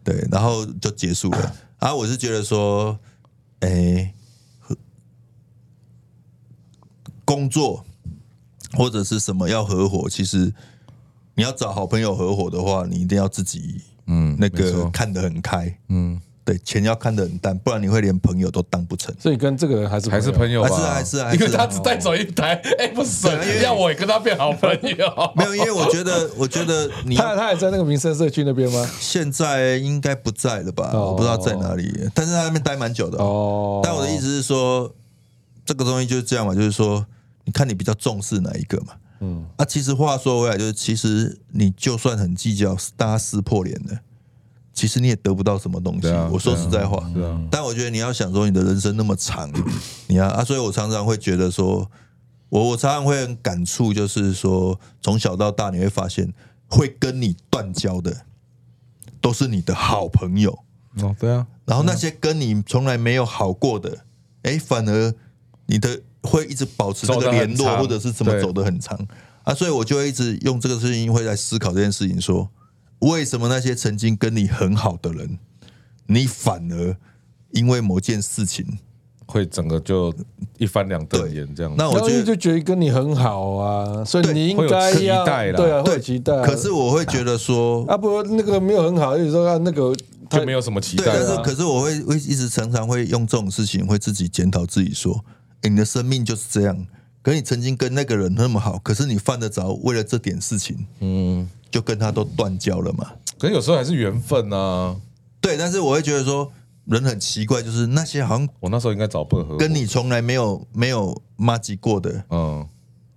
Speaker 2: 对，然后就结束了。啊，我是觉得说，哎、和工作或者是什么要合伙，其实你要找好朋友合伙的话，你一定要自己
Speaker 1: 嗯
Speaker 2: 那
Speaker 1: 没
Speaker 2: 个
Speaker 1: 错
Speaker 2: 看得很开，
Speaker 1: 嗯，
Speaker 2: 对，钱要看得很淡，不然你会连朋友都当不成。
Speaker 3: 所以跟这个人还是
Speaker 1: 还是朋
Speaker 3: 友，
Speaker 1: 友吧？
Speaker 2: 还是啊还是啊还
Speaker 1: 因
Speaker 2: 是啊
Speaker 1: 为他只带走一台 a p s o
Speaker 2: 对啊因为
Speaker 1: n 要我也跟他变好朋友。
Speaker 2: 没有，因为我觉得，我觉得你
Speaker 3: 他他还在那个民生社区那边吗？
Speaker 2: 现在应该不在了吧？
Speaker 3: 哦
Speaker 2: 我不知道在哪里，但是他在那边待蛮久的哦
Speaker 3: 哦，
Speaker 2: 但我的意思是说，这个东西就是这样嘛，就是说，你看你比较重视哪一个嘛。嗯，啊，其实话说回来，就是其实你就算很计较，大家撕破脸了，其实你也得不到什么东西。
Speaker 1: 对啊
Speaker 2: 我说实在话，
Speaker 1: 对啊
Speaker 2: 但我觉得你要想说，你的人生那么长， *clears throat* 你要啊，所以我常常会觉得说，我我常常会很感触，就是说，从小到大你会发现，会跟你断交的，都是你的好朋友。
Speaker 1: *laughs* 哦，对啊，
Speaker 2: 然后那些跟你从来没有好过的，
Speaker 1: 嗯
Speaker 2: 哎、反而你的会一直保持这
Speaker 1: 走得
Speaker 2: 个
Speaker 1: 很
Speaker 2: 联络，
Speaker 1: 长
Speaker 2: 或者是怎么
Speaker 1: 对
Speaker 2: 走得很长啊，所以我就会一直用这个事情会来思考这件事情说为什么那些曾经跟你很好的人，你反而因为某件事情，
Speaker 1: 会整个就一翻两瞪
Speaker 2: 对
Speaker 1: 眼这样。
Speaker 2: 那我
Speaker 3: 然后
Speaker 2: 觉
Speaker 3: 就
Speaker 2: 得，
Speaker 3: 觉得跟你很好啊，所以
Speaker 2: 对
Speaker 3: 你应该
Speaker 1: 会有
Speaker 3: 要
Speaker 1: 期待啦
Speaker 3: 对啊，会有
Speaker 2: 对
Speaker 3: 期待啊。
Speaker 2: 可是我会觉得说，
Speaker 3: 啊，不，那个没有很好，就是说啊那个他
Speaker 1: 就没有什么期
Speaker 2: 对，
Speaker 1: 待
Speaker 2: 但是
Speaker 1: 了。
Speaker 2: 可是我会会一直常常会用这种事情，会自己检讨自己说，诶你的生命就是这样。可你曾经跟那个人那么好，可是你犯得着为了这点事情，嗯，就跟他都断交了嘛？
Speaker 1: 可是有时候还是缘分啊。
Speaker 2: 对，但是我会觉得说，人很奇怪，就是那些好像
Speaker 1: 我那时候应该找笨合伙
Speaker 2: 跟你从来没有没有骂及过的，
Speaker 1: 嗯，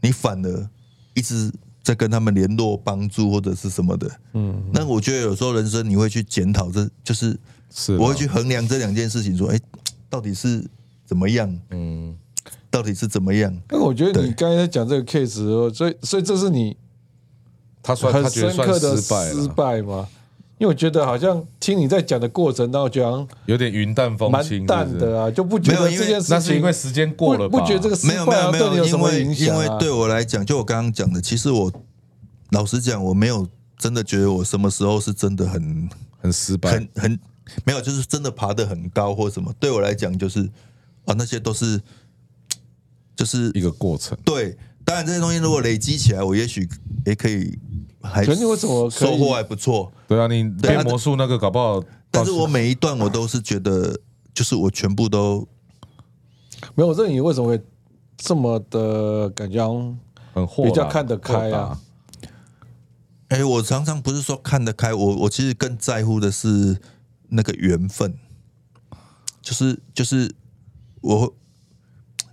Speaker 2: 你反而一直在跟他们联络、帮助或者是什么的，嗯。那我觉得有时候人生你会去检讨这，就是
Speaker 1: 是啦
Speaker 2: 我会去衡量这两件事情，说，哎、到底是怎么样？嗯，到底是怎么样？
Speaker 3: 那哎我觉得你刚才在讲这个 case 的时候，所以所以这是你
Speaker 1: 他算
Speaker 3: 很
Speaker 1: 他觉得
Speaker 3: 深
Speaker 1: 算
Speaker 3: 刻的
Speaker 1: 失败
Speaker 3: 失
Speaker 1: 了，
Speaker 3: 败吗？因为我觉得好像听你在讲的过程当中，觉得好
Speaker 1: 有点云淡
Speaker 3: 像
Speaker 1: 风轻，
Speaker 3: 蛮淡
Speaker 1: 是不是。
Speaker 3: 的啊，就不觉
Speaker 2: 没有
Speaker 3: 得
Speaker 2: 因
Speaker 3: 这
Speaker 2: 为
Speaker 3: 件事情
Speaker 1: 那是因为时间过了
Speaker 3: 不
Speaker 1: 吧，
Speaker 3: 不觉得这个失
Speaker 2: 没有没
Speaker 3: 败
Speaker 2: 有
Speaker 3: 啊
Speaker 2: 没
Speaker 3: 对你
Speaker 2: 有，
Speaker 3: 有什
Speaker 2: 因
Speaker 3: 么
Speaker 2: 为
Speaker 3: 影
Speaker 2: 因
Speaker 3: 响
Speaker 2: 为
Speaker 3: 啊？
Speaker 2: 对我来讲，就我刚刚讲的，其实我老实讲，我没有真的觉得我什么时候是真的很
Speaker 1: 很失败
Speaker 2: 很。很没有，就是真的爬得很高或什么。对我来讲，就是啊，那些都是就是
Speaker 1: 一个过程，
Speaker 2: 对。当然，这些东西如果累积起来，我也许也可以还
Speaker 3: 可是为什么可以
Speaker 2: 收获还不错？
Speaker 1: 对啊，你
Speaker 2: 对啊
Speaker 1: 变魔术那个搞不好到时，
Speaker 2: 但是我每一段我都是觉得，就是我全部都
Speaker 3: 没有，我认为你为什么会这么的感觉好像
Speaker 1: 很豁
Speaker 3: 比
Speaker 1: 达
Speaker 3: 较看得开啊，
Speaker 2: 哎、我常常不是说看得开，我我其实更在乎的是那个缘分，就是就是我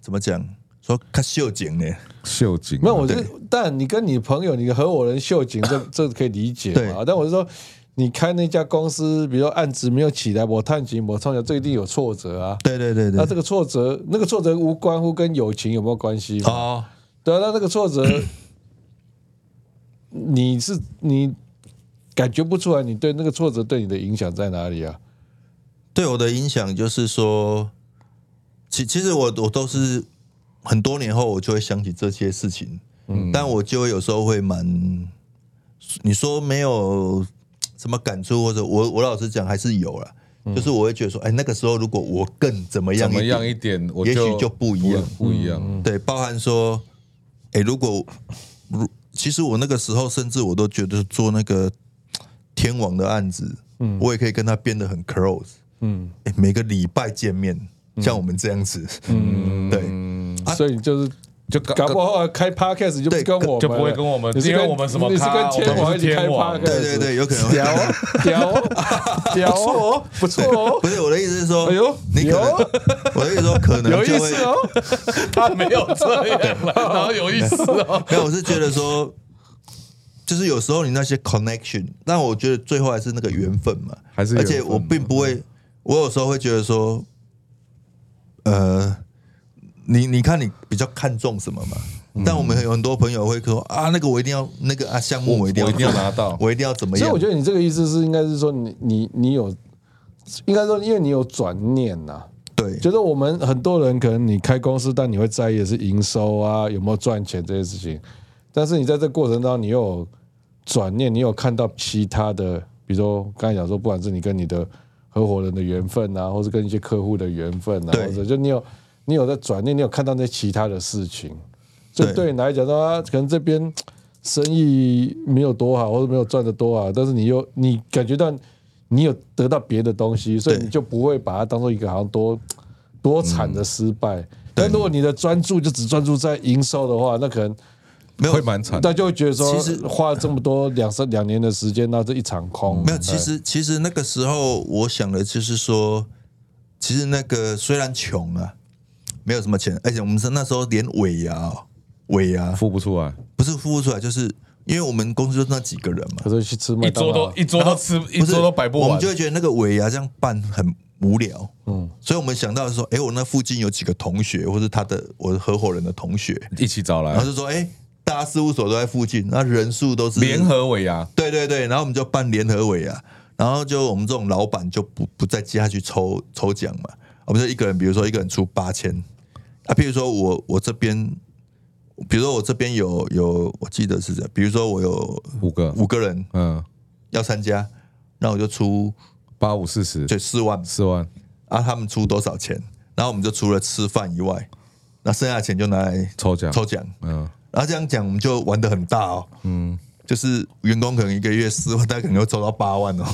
Speaker 2: 怎么讲说看秀景呢？
Speaker 1: 豁达秀景啊
Speaker 3: 没有，我是
Speaker 2: 对
Speaker 3: 但你跟你朋友，你和我人秀景，
Speaker 2: *laughs*
Speaker 3: 这这可以理解
Speaker 2: 对
Speaker 3: 嘛？但我是说，你开那家公司，比如说案子没有起来，我探景，我创业，这一定有挫折啊。
Speaker 2: 对对对对，
Speaker 3: 那这个挫折，那个挫折无关乎跟友情有没有关系嘛？
Speaker 2: 哦，
Speaker 3: 对啊，那那个
Speaker 2: *coughs*
Speaker 3: 挫折，你是你感觉不出来，你对那个挫折对你的影响在哪里啊？
Speaker 2: 对我的影响就是说，其其实我我都是很多年后我就会想起这些事情，嗯，但我就会有时候会蛮，你说没有什么感触，或者我我老实讲还是有啦，就是我会觉得说，哎，那个时候如果我更怎么样
Speaker 1: 嗯怎
Speaker 2: 一
Speaker 1: 么
Speaker 2: 点
Speaker 1: 样一点，我
Speaker 2: 也许就不一样
Speaker 1: 不一样。嗯
Speaker 2: 对，包含说，哎、如果如其实我那个时候，甚至我都觉得做那个天王的案子，嗯，我也可以跟他变得很 close，嗯、诶每个礼拜见面，像我们这样子，嗯，对，啊
Speaker 3: 所以你就是
Speaker 1: 就搞
Speaker 3: 搞不好啊开 podcast 就不
Speaker 2: 对
Speaker 3: 跟我们了，
Speaker 1: 就不会跟我们
Speaker 3: 你是
Speaker 1: 因为
Speaker 3: 跟
Speaker 1: 我们什么
Speaker 3: 你是
Speaker 1: 咖我们
Speaker 3: 跟天王
Speaker 1: 是
Speaker 3: 一起
Speaker 1: 天
Speaker 3: 开
Speaker 1: 王
Speaker 3: podcast，
Speaker 2: 对对对，有可能
Speaker 3: 屌
Speaker 2: 会。
Speaker 3: 哦
Speaker 2: *laughs*
Speaker 3: 屌哦屌哦，不错哦，
Speaker 2: 不是我的意思是说，
Speaker 3: 哎呦
Speaker 2: 你可能
Speaker 3: 有，
Speaker 2: 我的意思说可能
Speaker 3: 有意
Speaker 2: 就会
Speaker 3: 思，哦，
Speaker 1: 嗯
Speaker 4: 他没有这样了，然后有意思哦。
Speaker 2: *laughs* 没有，我是觉得说，就是有时候你那些 connection，但我觉得最后还是那个缘分嘛，
Speaker 1: 还是
Speaker 2: 而
Speaker 1: 缘分嗯
Speaker 2: 且我并不会，我有时候会觉得说，呃，你你看你比较看重什么嘛？
Speaker 1: 嗯
Speaker 2: 但我们有很多朋友会说啊，那个我一定要那个啊项目我一定要
Speaker 1: *laughs* 我一定要拿到
Speaker 2: 我一定要怎么
Speaker 3: 所以
Speaker 2: 样
Speaker 3: 我？觉得你这个意思是应该是说你你你有，应该说因为你有转念呐、
Speaker 2: 对，
Speaker 3: 觉得我们很多人可能你开公司，但你会在意的是营收啊，有没有赚钱这些事情。但是你在这过程当中，你又有转念，你有看到其他的，比如说刚才讲说，不管是你跟你的合伙人的缘分啊，或是跟一些客户的缘分啊，
Speaker 2: 对
Speaker 3: 或者就你有你有在转念，你有看到那其他的事情。所以
Speaker 2: 对
Speaker 3: 对你来讲的话，可能这边生意没有多好，或者没有赚的多好，但是你又你感觉到你有得到别的东西，所以
Speaker 2: 对
Speaker 3: 你就不会把它当做一个好像多多惨的失败。但如果你的专注就只专注在营收的话，那可能
Speaker 2: 没有
Speaker 1: 会蛮惨的。
Speaker 3: 大家就会觉得说，
Speaker 2: 其实
Speaker 3: 花了这么多两三两年的时间，那这一场空。
Speaker 4: 嗯
Speaker 2: 没有，其
Speaker 4: 哎
Speaker 2: 实其实那个时候我想的就是说，其实那个虽然穷啊，没有什么钱，而且我们是那时候连尾牙、哦，尾牙
Speaker 1: 付不出来，
Speaker 2: 不是付不出来，就是因为我们公司就那几个人嘛
Speaker 3: 可，是去吃麦
Speaker 4: 一
Speaker 3: 当
Speaker 4: 桌
Speaker 3: 劳
Speaker 1: 啊
Speaker 4: 都，一桌都吃，一
Speaker 2: 不是
Speaker 4: 桌都摆不
Speaker 2: 我
Speaker 4: 完
Speaker 2: 们就。会觉得那个尾牙这样办很无聊，嗯，所以我们想到说，哎，我那附近有几个同学，或是他的我的合伙人的同学，
Speaker 1: 一起找来
Speaker 2: 然后就说，哎，大家事务所都在附近，那人数都是
Speaker 1: 联合尾牙，
Speaker 2: 对对对，然后我们就办联合委啊，然后就我们这种老板就不不再接下去抽抽奖嘛，我们就一个人，比如说一个人出八千啊，譬如说我我这边，比如说我这边有有，我记得是这样，比如说我有
Speaker 1: 五个
Speaker 2: 五个人
Speaker 1: 嗯，
Speaker 2: 要参加，那我就出
Speaker 1: 八五四十
Speaker 2: 就四万
Speaker 1: 四万，
Speaker 2: 啊，他们出多少钱，然后我们就除了吃饭以外，那剩下的钱就拿来
Speaker 1: 抽奖
Speaker 2: 抽奖，
Speaker 1: 嗯，
Speaker 2: 然后这样讲我们就玩的很大哦，嗯，就是员工可能一个月四万，他可能会抽到八万哦，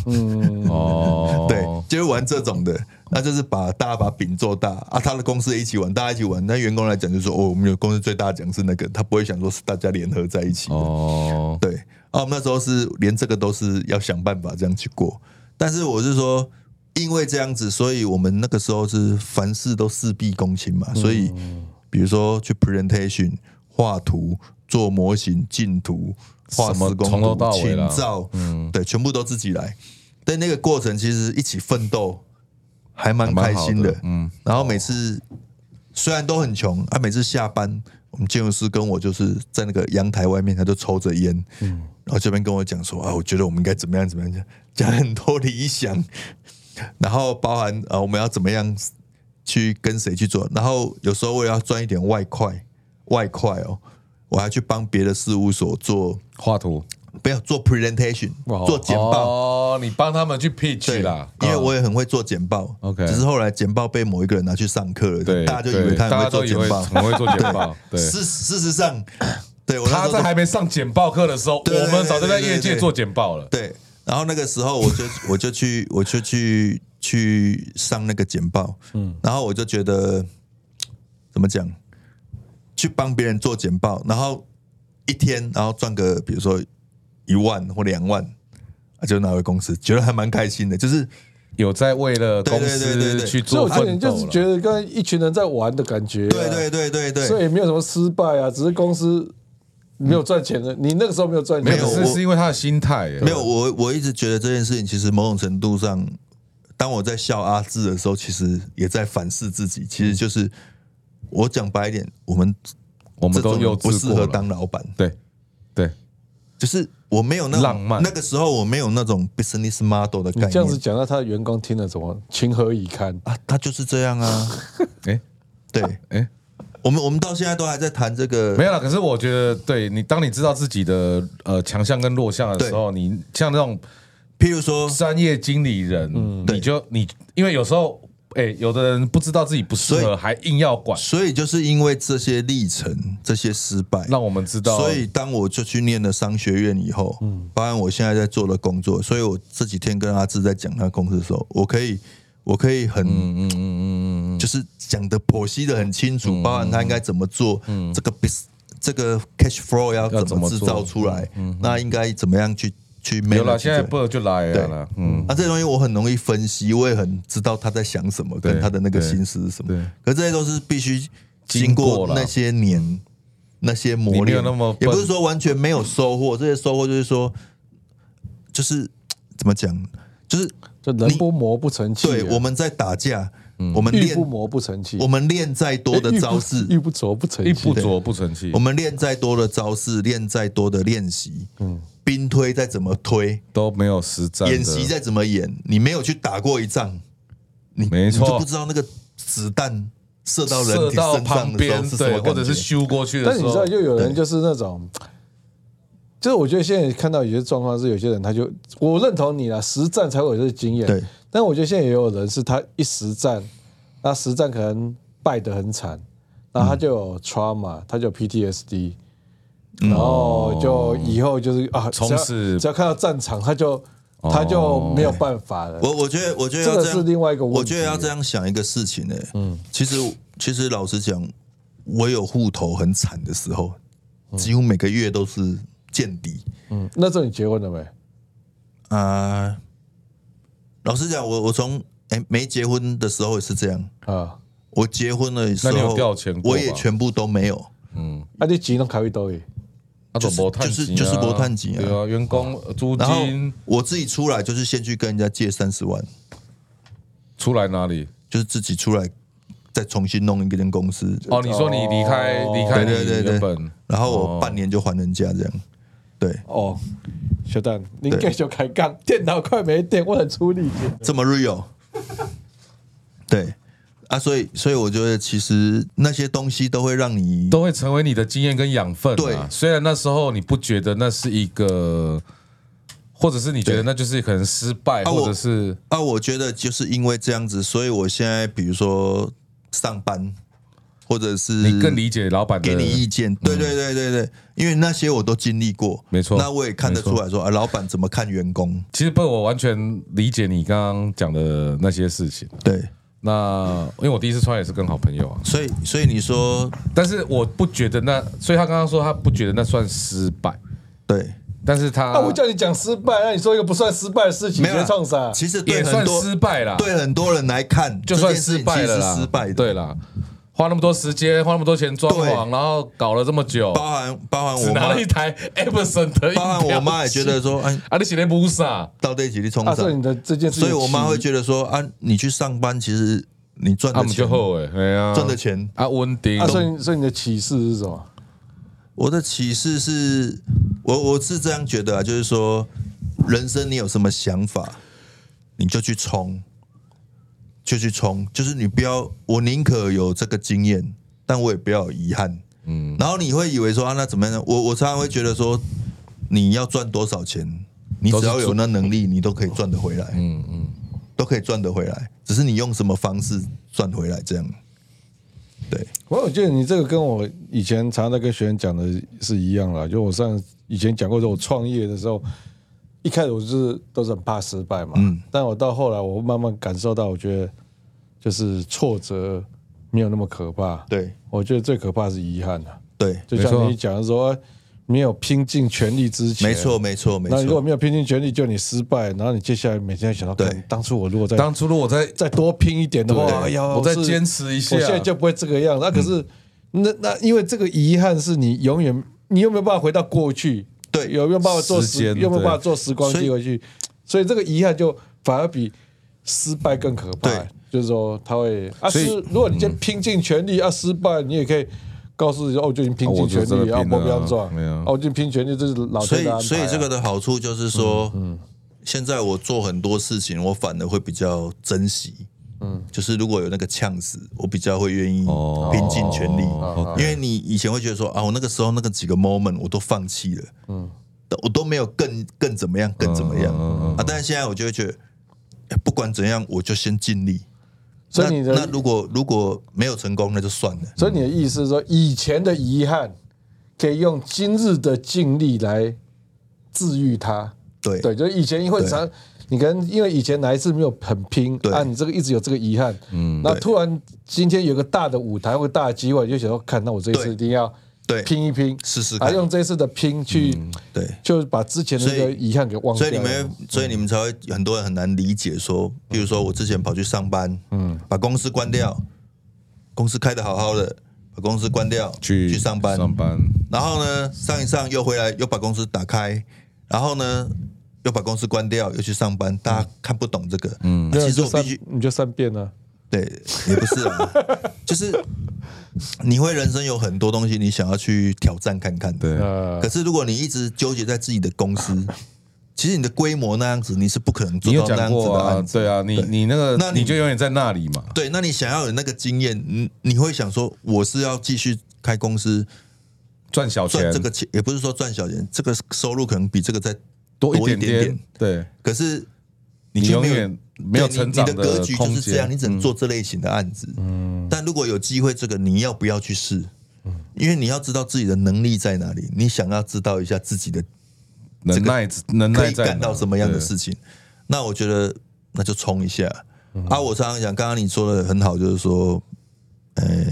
Speaker 1: 哦，
Speaker 2: *laughs* 对，就是玩这种的，那就是把大家把饼做大啊，他的公司也一起玩，大家一起玩。那员工来讲就说，哦，我们有公司最大的奖是那个，他不会想说是大家联合在一起。
Speaker 1: 哦，
Speaker 2: 对，啊，我们那时候是连这个都是要想办法这样去过。但是我是说，因为这样子，所以我们那个时候是凡事都事必躬亲嘛，所以
Speaker 1: 嗯
Speaker 2: 比如说去 presentation 画图、做模型、进图、画
Speaker 1: 什么
Speaker 2: 施工
Speaker 1: 从头
Speaker 2: 图
Speaker 1: 到、尾
Speaker 2: 请
Speaker 1: 啦嗯
Speaker 2: 照，对，全部都自己来。但那个过程其实一起奋斗，还蛮开
Speaker 1: 还
Speaker 2: 心
Speaker 1: 蛮
Speaker 2: 的
Speaker 1: 好的。嗯，
Speaker 2: 然后每次虽然都很穷，啊，每次下班，我们建筑师跟我就是在那个阳台外面，他就抽着烟，然后这边跟我讲说啊，我觉得我们应该怎么样怎么样，讲很多理想， *laughs* 然后包含啊，我们要怎么样去跟谁去做，然后有时候我也要赚一点外快，外快哦，我还去帮别的事务所做，
Speaker 1: 画图
Speaker 2: 不要做 presentation，做简报。
Speaker 4: 哦，你帮他们去 pitch
Speaker 2: 对
Speaker 4: 啦，
Speaker 2: 因
Speaker 1: 哦
Speaker 2: 为我也很会做简报。
Speaker 1: 啊 OK
Speaker 2: 只是后来简报被某一个人拿去上课了，
Speaker 1: 对，
Speaker 2: 大家就以为
Speaker 1: 对
Speaker 2: 他
Speaker 1: 大家
Speaker 2: 很会
Speaker 1: 都
Speaker 2: 做
Speaker 1: 以
Speaker 2: 简
Speaker 1: 为
Speaker 2: 报。
Speaker 1: 很会做简
Speaker 2: *laughs*
Speaker 1: 报，对，
Speaker 2: 事事实上，对我那
Speaker 4: 他
Speaker 2: 时候
Speaker 4: 在还
Speaker 2: 都
Speaker 4: 没上简报课的时候，
Speaker 2: 对对
Speaker 4: 我们早就在业
Speaker 2: 对对
Speaker 4: 界
Speaker 2: 对
Speaker 4: 做简报了。
Speaker 2: 对，然后那个时候我就 *laughs* 我就去我就去去上那个简报，嗯，然后我就觉得怎么讲，去帮别人做简报，然后一天然后赚个比如说一万或两万，啊，就拿回公司，觉得还蛮开心的，就是。
Speaker 1: 有在为了公
Speaker 2: 对对对对
Speaker 1: 司
Speaker 2: 对
Speaker 1: 去
Speaker 3: 所以
Speaker 1: 做
Speaker 3: 我觉得
Speaker 1: 奋
Speaker 3: 你
Speaker 1: 斗
Speaker 3: 就是觉
Speaker 1: 了。
Speaker 3: 得跟一群人在玩的感觉、啊。
Speaker 2: 对对对对对，
Speaker 3: 所以没有什么失败啊，只是公司没有赚钱的。你那个时候没有赚钱，
Speaker 2: 没有
Speaker 1: 是
Speaker 2: 我
Speaker 1: 是因为他的心态，啊
Speaker 2: 没有，我我一直觉得这件事情，其实某种程度上，当我在笑阿志的时候，其实也在反思自己。其实就是我讲白一点，我们
Speaker 1: 我们
Speaker 2: 这
Speaker 1: 都
Speaker 2: 种
Speaker 1: 幼
Speaker 2: 人不
Speaker 1: 稚
Speaker 2: 适
Speaker 1: 过
Speaker 2: 合
Speaker 1: 了，
Speaker 2: 当老板，
Speaker 1: 对对，
Speaker 2: 就是我没有那种
Speaker 1: 浪漫
Speaker 2: 那个时候我没有那种 business model 的
Speaker 3: 你
Speaker 2: 概
Speaker 3: 这样子
Speaker 2: 念
Speaker 3: 讲，那他的员工听了怎么情何以堪？
Speaker 2: 啊，他就是这样啊。
Speaker 1: 哎 *laughs*
Speaker 2: 对
Speaker 1: 哎，
Speaker 2: 我们，我们到现在都还在谈这个
Speaker 1: 没，有啦，可是我觉得，对你，当你知道自己的呃强项跟弱项的时候，你像那种
Speaker 2: 譬如说，
Speaker 1: 专业经理人，
Speaker 3: 嗯
Speaker 1: 你就你，因为有时候，哎、有的人不知道自己不适
Speaker 2: 所
Speaker 1: 合，
Speaker 2: 以
Speaker 1: 还硬要管，
Speaker 2: 所以就是因为这些历程，这些失败，
Speaker 1: 让我们知道，
Speaker 2: 所以当我就去念了商学院以后，嗯，包含我现在在做的工作，所以我这几天跟阿志在讲他公司的时候，我可以我可以很嗯嗯嗯嗯，嗯就是讲的剖析的很清楚，包含他应该怎么做，这个 bus 这个 cash flow 嗯要
Speaker 1: 要
Speaker 2: 怎么嗯制
Speaker 1: 怎么
Speaker 2: 造
Speaker 1: 做
Speaker 2: 出来，那应该怎么样去去 manage
Speaker 1: 有了，现在
Speaker 2: 这个
Speaker 1: Bird 就来了啦，嗯，
Speaker 2: 啊那、这些东西我很容易分析，我也很知道他在想什么，
Speaker 1: 对
Speaker 2: 跟他的那个心思是什
Speaker 1: 对
Speaker 2: 么。可这些都是必须经
Speaker 1: 经
Speaker 2: 过
Speaker 1: 过了
Speaker 2: 那些年、那些磨
Speaker 1: 你没
Speaker 2: 练，
Speaker 1: 有那么
Speaker 2: 也
Speaker 1: 笨
Speaker 2: 不是说完全没有收获。这些收获就是说，就是怎么讲，就是
Speaker 3: 就人不磨不成器啊。
Speaker 2: 对我们在打架，
Speaker 1: 嗯
Speaker 2: 我们
Speaker 3: 玉
Speaker 2: 练
Speaker 3: 不磨不成器，
Speaker 2: 我们练再多的
Speaker 3: 玉不
Speaker 2: 招式，
Speaker 3: 玉不琢不成
Speaker 1: 一
Speaker 3: 器啊
Speaker 1: 不。浊不成器啊
Speaker 2: 我，们练再多的招式，练再多的练习，兵推再怎么推，
Speaker 1: 都没有实嗯战的
Speaker 2: 演习再怎么演，你没有去打过一仗，你
Speaker 1: 没错
Speaker 2: 你就不知道那个子弹射到人
Speaker 1: 射
Speaker 2: 体
Speaker 1: 到
Speaker 2: 身上
Speaker 1: 旁
Speaker 2: 的时
Speaker 1: 边
Speaker 2: 候是，什
Speaker 1: 对，
Speaker 2: 么
Speaker 1: 或
Speaker 2: 感
Speaker 1: 者是
Speaker 2: 觉。
Speaker 1: 修过去的
Speaker 3: 但你
Speaker 1: 时
Speaker 3: 知
Speaker 1: 候
Speaker 3: 道，，就有人就是那种，就是我觉得现在看到有些状况是，有些人他就我认同你啦，实战才会有这个经验。
Speaker 2: 对，
Speaker 3: 但我觉得现在也有人是他一实战，那实战可能败得很惨，然后他就有
Speaker 1: 嗯
Speaker 3: trauma，、他就有 PTSD。然后就以后就是啊，
Speaker 1: 从
Speaker 3: 只要
Speaker 1: 此
Speaker 3: 只要看到战场，他就他就没有办法了。
Speaker 1: 哦
Speaker 2: 我我觉得，我觉得
Speaker 3: 这
Speaker 2: 要
Speaker 3: 个
Speaker 2: 这样
Speaker 3: 是另外一个问题
Speaker 2: 我觉得要这样想一个事情呢、嗯，其实其实老实讲，我有户头很惨的时候，几乎每个月都是见底
Speaker 3: 嗯，那时候你结婚了没？
Speaker 2: 啊、老实讲，我我从哎、没结婚的时候也是这样，
Speaker 3: 啊，
Speaker 2: 我结婚了时
Speaker 1: 那
Speaker 2: 候，
Speaker 1: 你有调钱过
Speaker 2: 我
Speaker 1: 吗
Speaker 2: 也全部都没有。
Speaker 3: 啊，你钱都开会都有。
Speaker 1: 他怎么探
Speaker 2: 就是就是没赚钱啊
Speaker 1: 对啊，员工租
Speaker 2: 然后
Speaker 1: 金
Speaker 2: 我自己出来就是先去跟人家借三十万，
Speaker 1: 出来哪里？
Speaker 2: 就是自己出来再重新弄一个间公司。
Speaker 1: 哦，你说你离开离开
Speaker 2: 对
Speaker 1: 你
Speaker 2: 哦对对
Speaker 1: 原
Speaker 2: 对
Speaker 1: 本，
Speaker 2: 然后我半年就还人家这样。对，
Speaker 3: 哦，小蛋，您继续开
Speaker 2: *laughs*
Speaker 3: 杠，电脑快没电，我很出力。
Speaker 2: 这么 real。对啊，所以所以我觉得其实那些东西都会让你
Speaker 1: 都会成为你的经验跟养分、啊。
Speaker 2: 对
Speaker 1: 虽然那时候你不觉得那是一个，或者是你觉得
Speaker 2: 对
Speaker 1: 那就是可能失败，
Speaker 2: 啊我
Speaker 1: 或者是
Speaker 2: 啊，我觉得就是因为这样子，所以我现在比如说上班，或者是
Speaker 1: 你更理解老板的
Speaker 2: 给你意见，对对对对对，因为那些我都经历过，
Speaker 1: 没错
Speaker 2: 那我也看得出来说啊，老板怎么看员工？
Speaker 1: 其实不，我完全理解你刚刚讲的那些事情。
Speaker 2: 对，
Speaker 1: 那因为我第一次穿也是跟好朋友啊，
Speaker 2: 所以所以你说
Speaker 1: 但是我不觉得那，所以他刚刚说他不觉得那算失败，
Speaker 2: 对，
Speaker 1: 但是他
Speaker 3: 那、啊我叫你讲失败，那你说一个不算失败的事情，
Speaker 2: 没有
Speaker 3: 你
Speaker 2: 啦
Speaker 3: 在创啥？
Speaker 2: 其实对
Speaker 1: 也
Speaker 2: 很
Speaker 1: 算
Speaker 2: 多
Speaker 1: 失败啦，
Speaker 2: 对很多人来看，
Speaker 1: 就算
Speaker 2: 这件事
Speaker 1: 失
Speaker 2: 情
Speaker 1: 败
Speaker 2: 其
Speaker 1: 了
Speaker 2: 实
Speaker 1: 啦，
Speaker 2: 是失败的，
Speaker 1: 对啦，花那么多时间，花那么多钱装
Speaker 2: 对
Speaker 1: 潢，然后搞了这么久，
Speaker 2: 包含包含
Speaker 1: 只
Speaker 2: 我
Speaker 1: 拿
Speaker 2: 妈
Speaker 1: 了，一台 Epson 的音
Speaker 2: 包
Speaker 1: 标
Speaker 2: 含
Speaker 1: 机，
Speaker 2: 我妈也觉得说，哎，
Speaker 1: 啊，你写的不傻，
Speaker 2: 到这一起去冲
Speaker 3: 啊，
Speaker 2: 上
Speaker 3: 所以，你的这件事
Speaker 2: 所
Speaker 3: 情，
Speaker 2: 以我妈会觉得说啊，你去上班，其实你赚
Speaker 1: 啊，我
Speaker 2: 的
Speaker 1: 们就
Speaker 2: 钱，
Speaker 1: 后悔，哎呀，
Speaker 2: 赚的钱
Speaker 1: 啊，稳定
Speaker 3: 啊，，所以所以你的启示是什么？
Speaker 2: 我的启示是，我我是这样觉得啊，就是说，人生你有什么想法，你就去冲，就去冲，就是你不要，我宁可有这个经验，但我也不要有遗憾。嗯，然后你会以为说啊，那怎么样呢？我我常常会觉得说，你要赚多少钱，你只要有那能力，你都可以赚得回来。嗯嗯，都可以赚得回来，只是你用什么方式赚回来这样。对，
Speaker 3: 我我觉得你这个跟我以前常常在跟学员讲的是一样啦，就我上以前讲过，说我创业的时候，一开始我就是都是很怕失败嘛，
Speaker 2: 嗯
Speaker 3: 但我到后来，我慢慢感受到，我觉得就是挫折没有那么可怕，
Speaker 2: 对，
Speaker 3: 我觉得最可怕是遗憾啊。
Speaker 2: 对，
Speaker 3: 就
Speaker 1: 没错
Speaker 3: 像你讲的说，没有拼尽全力之前，
Speaker 2: 没错，。没错，没
Speaker 3: 那如果
Speaker 2: 错。
Speaker 3: 没有拼尽全力，就你失败，然后你接下来每天想到，
Speaker 2: 对
Speaker 3: 干当初我如果再
Speaker 1: 当初如果再
Speaker 3: 再多拼一点的话，哎呀，
Speaker 1: 我再
Speaker 3: 是
Speaker 1: 坚持一下嗯
Speaker 3: 我现在就不会这个样子。那可是，那那因为这个遗憾是你永远，你有没有办法回到过去？
Speaker 2: 对
Speaker 3: 有没有办法做
Speaker 1: 时
Speaker 3: 时，
Speaker 1: 间
Speaker 3: 有没有
Speaker 1: 对
Speaker 3: 办法做时光
Speaker 2: 所以
Speaker 3: 机回去？所以这个遗憾就反而比失败更可怕
Speaker 2: 对。
Speaker 3: 就是说，他会啊，
Speaker 1: 所以嗯
Speaker 3: 失如果你今天拼尽全力啊，失败，你也可以告诉自己，哦，我就已经拼尽全
Speaker 1: 啊我就真
Speaker 3: 力，
Speaker 1: 的
Speaker 3: 啊，
Speaker 1: 拼了
Speaker 3: 我
Speaker 1: 啊
Speaker 3: 不要赚，
Speaker 1: 没有
Speaker 3: 啊，我已经拼全力，这是老
Speaker 2: 所
Speaker 3: 天的安排啊
Speaker 2: 以，所以这个的好处就是说，现在我做很多事情，我反而会比较珍惜。嗯，就是如果有那个呛死，我比较会愿意
Speaker 1: 哦
Speaker 2: 拼尽全力，
Speaker 1: 哦
Speaker 2: 因为你以前会觉得说啊，我那个时候那个几个 moment 我都放弃了，嗯，我都没有更更怎么
Speaker 3: 嗯
Speaker 2: 样，更怎么样、啊！但是现在我就会觉得，哎不管怎样，我就先尽力。
Speaker 3: 所以你
Speaker 2: 那那
Speaker 3: 的
Speaker 2: 如果如果没有成功，那就算了。
Speaker 3: 所以你的意思是说，以前的遗憾可以用今日的尽力来治愈它。
Speaker 2: 对
Speaker 3: 对，就是以前会
Speaker 2: 对
Speaker 3: 常你可能因为以前哪一次没有很拼
Speaker 2: 对
Speaker 3: 啊，你这个一直有这个遗憾，嗯，那
Speaker 2: 对
Speaker 3: 突然今天有个大的舞台或大的机会，你就想说，看，那我这一次
Speaker 2: 对
Speaker 3: 一定要
Speaker 2: 对
Speaker 3: 拼一拼，
Speaker 2: 试试
Speaker 3: 啊，
Speaker 2: 看
Speaker 3: 用这一次的拼去，
Speaker 2: 对
Speaker 3: 就是把之前的那
Speaker 2: 所
Speaker 3: 个
Speaker 2: 以
Speaker 3: 遗憾给忘
Speaker 2: 所
Speaker 3: 掉了。
Speaker 2: 以你们会，所以你们才会很多人很难理解说，比如说我之前跑去上班，嗯，把公司关掉，公司开的好好的，把公司关掉，
Speaker 1: 去
Speaker 2: 去上班，
Speaker 1: 上班，
Speaker 2: 然后呢上一上又回来，又把公司打开，然后呢又把公司关掉，又去上班，大家看不懂这个，嗯，
Speaker 3: 没有
Speaker 2: 其
Speaker 3: 你
Speaker 2: 实
Speaker 3: 就
Speaker 2: 我必
Speaker 3: 善
Speaker 2: 须，
Speaker 3: 你就啊善变了，
Speaker 2: 对，也不是啊，就是你会人生有很多东西你想要去挑战看看的，
Speaker 1: 对，
Speaker 3: 呃
Speaker 2: 可，是如果你一直纠结在自己的公司，其实你的规模那样子，你是不可能
Speaker 1: 你
Speaker 2: 做
Speaker 1: 有
Speaker 2: 到那
Speaker 1: 讲
Speaker 2: 样子
Speaker 1: 过
Speaker 2: 的
Speaker 1: 啊
Speaker 2: 案，子。
Speaker 1: 对啊，你你那个
Speaker 2: 那你
Speaker 1: 你就永远在那里嘛，
Speaker 2: 对那你想要有那个经验，你你会想说，我是要继续开公司
Speaker 1: 赚小钱
Speaker 2: 赚这个钱，也不是说赚小钱，这个收入可能比这个再
Speaker 1: 多
Speaker 2: 多一
Speaker 1: 点
Speaker 2: 点点。
Speaker 1: 对
Speaker 2: 可是
Speaker 1: 你
Speaker 2: 就
Speaker 1: 永
Speaker 2: 没有
Speaker 1: 远没有
Speaker 2: 对
Speaker 1: 成长
Speaker 2: 你，你的格局就
Speaker 1: 空
Speaker 2: 是这样，
Speaker 1: 间嗯
Speaker 2: 你。只能做这类型的案子。嗯，但如果有机会，这个你要不要去试？
Speaker 1: 嗯
Speaker 2: 因为你要知道自己的能力在哪里，你想要知道一下自己的
Speaker 1: 能耐能
Speaker 2: 可
Speaker 1: 耐
Speaker 2: 以
Speaker 1: 在
Speaker 2: 干到
Speaker 1: 哪
Speaker 2: 什么样的
Speaker 1: 对
Speaker 2: 事情。那我觉得那就冲一下。
Speaker 1: 嗯
Speaker 2: 啊，我常常讲，刚刚你说的很好，就是说，呃、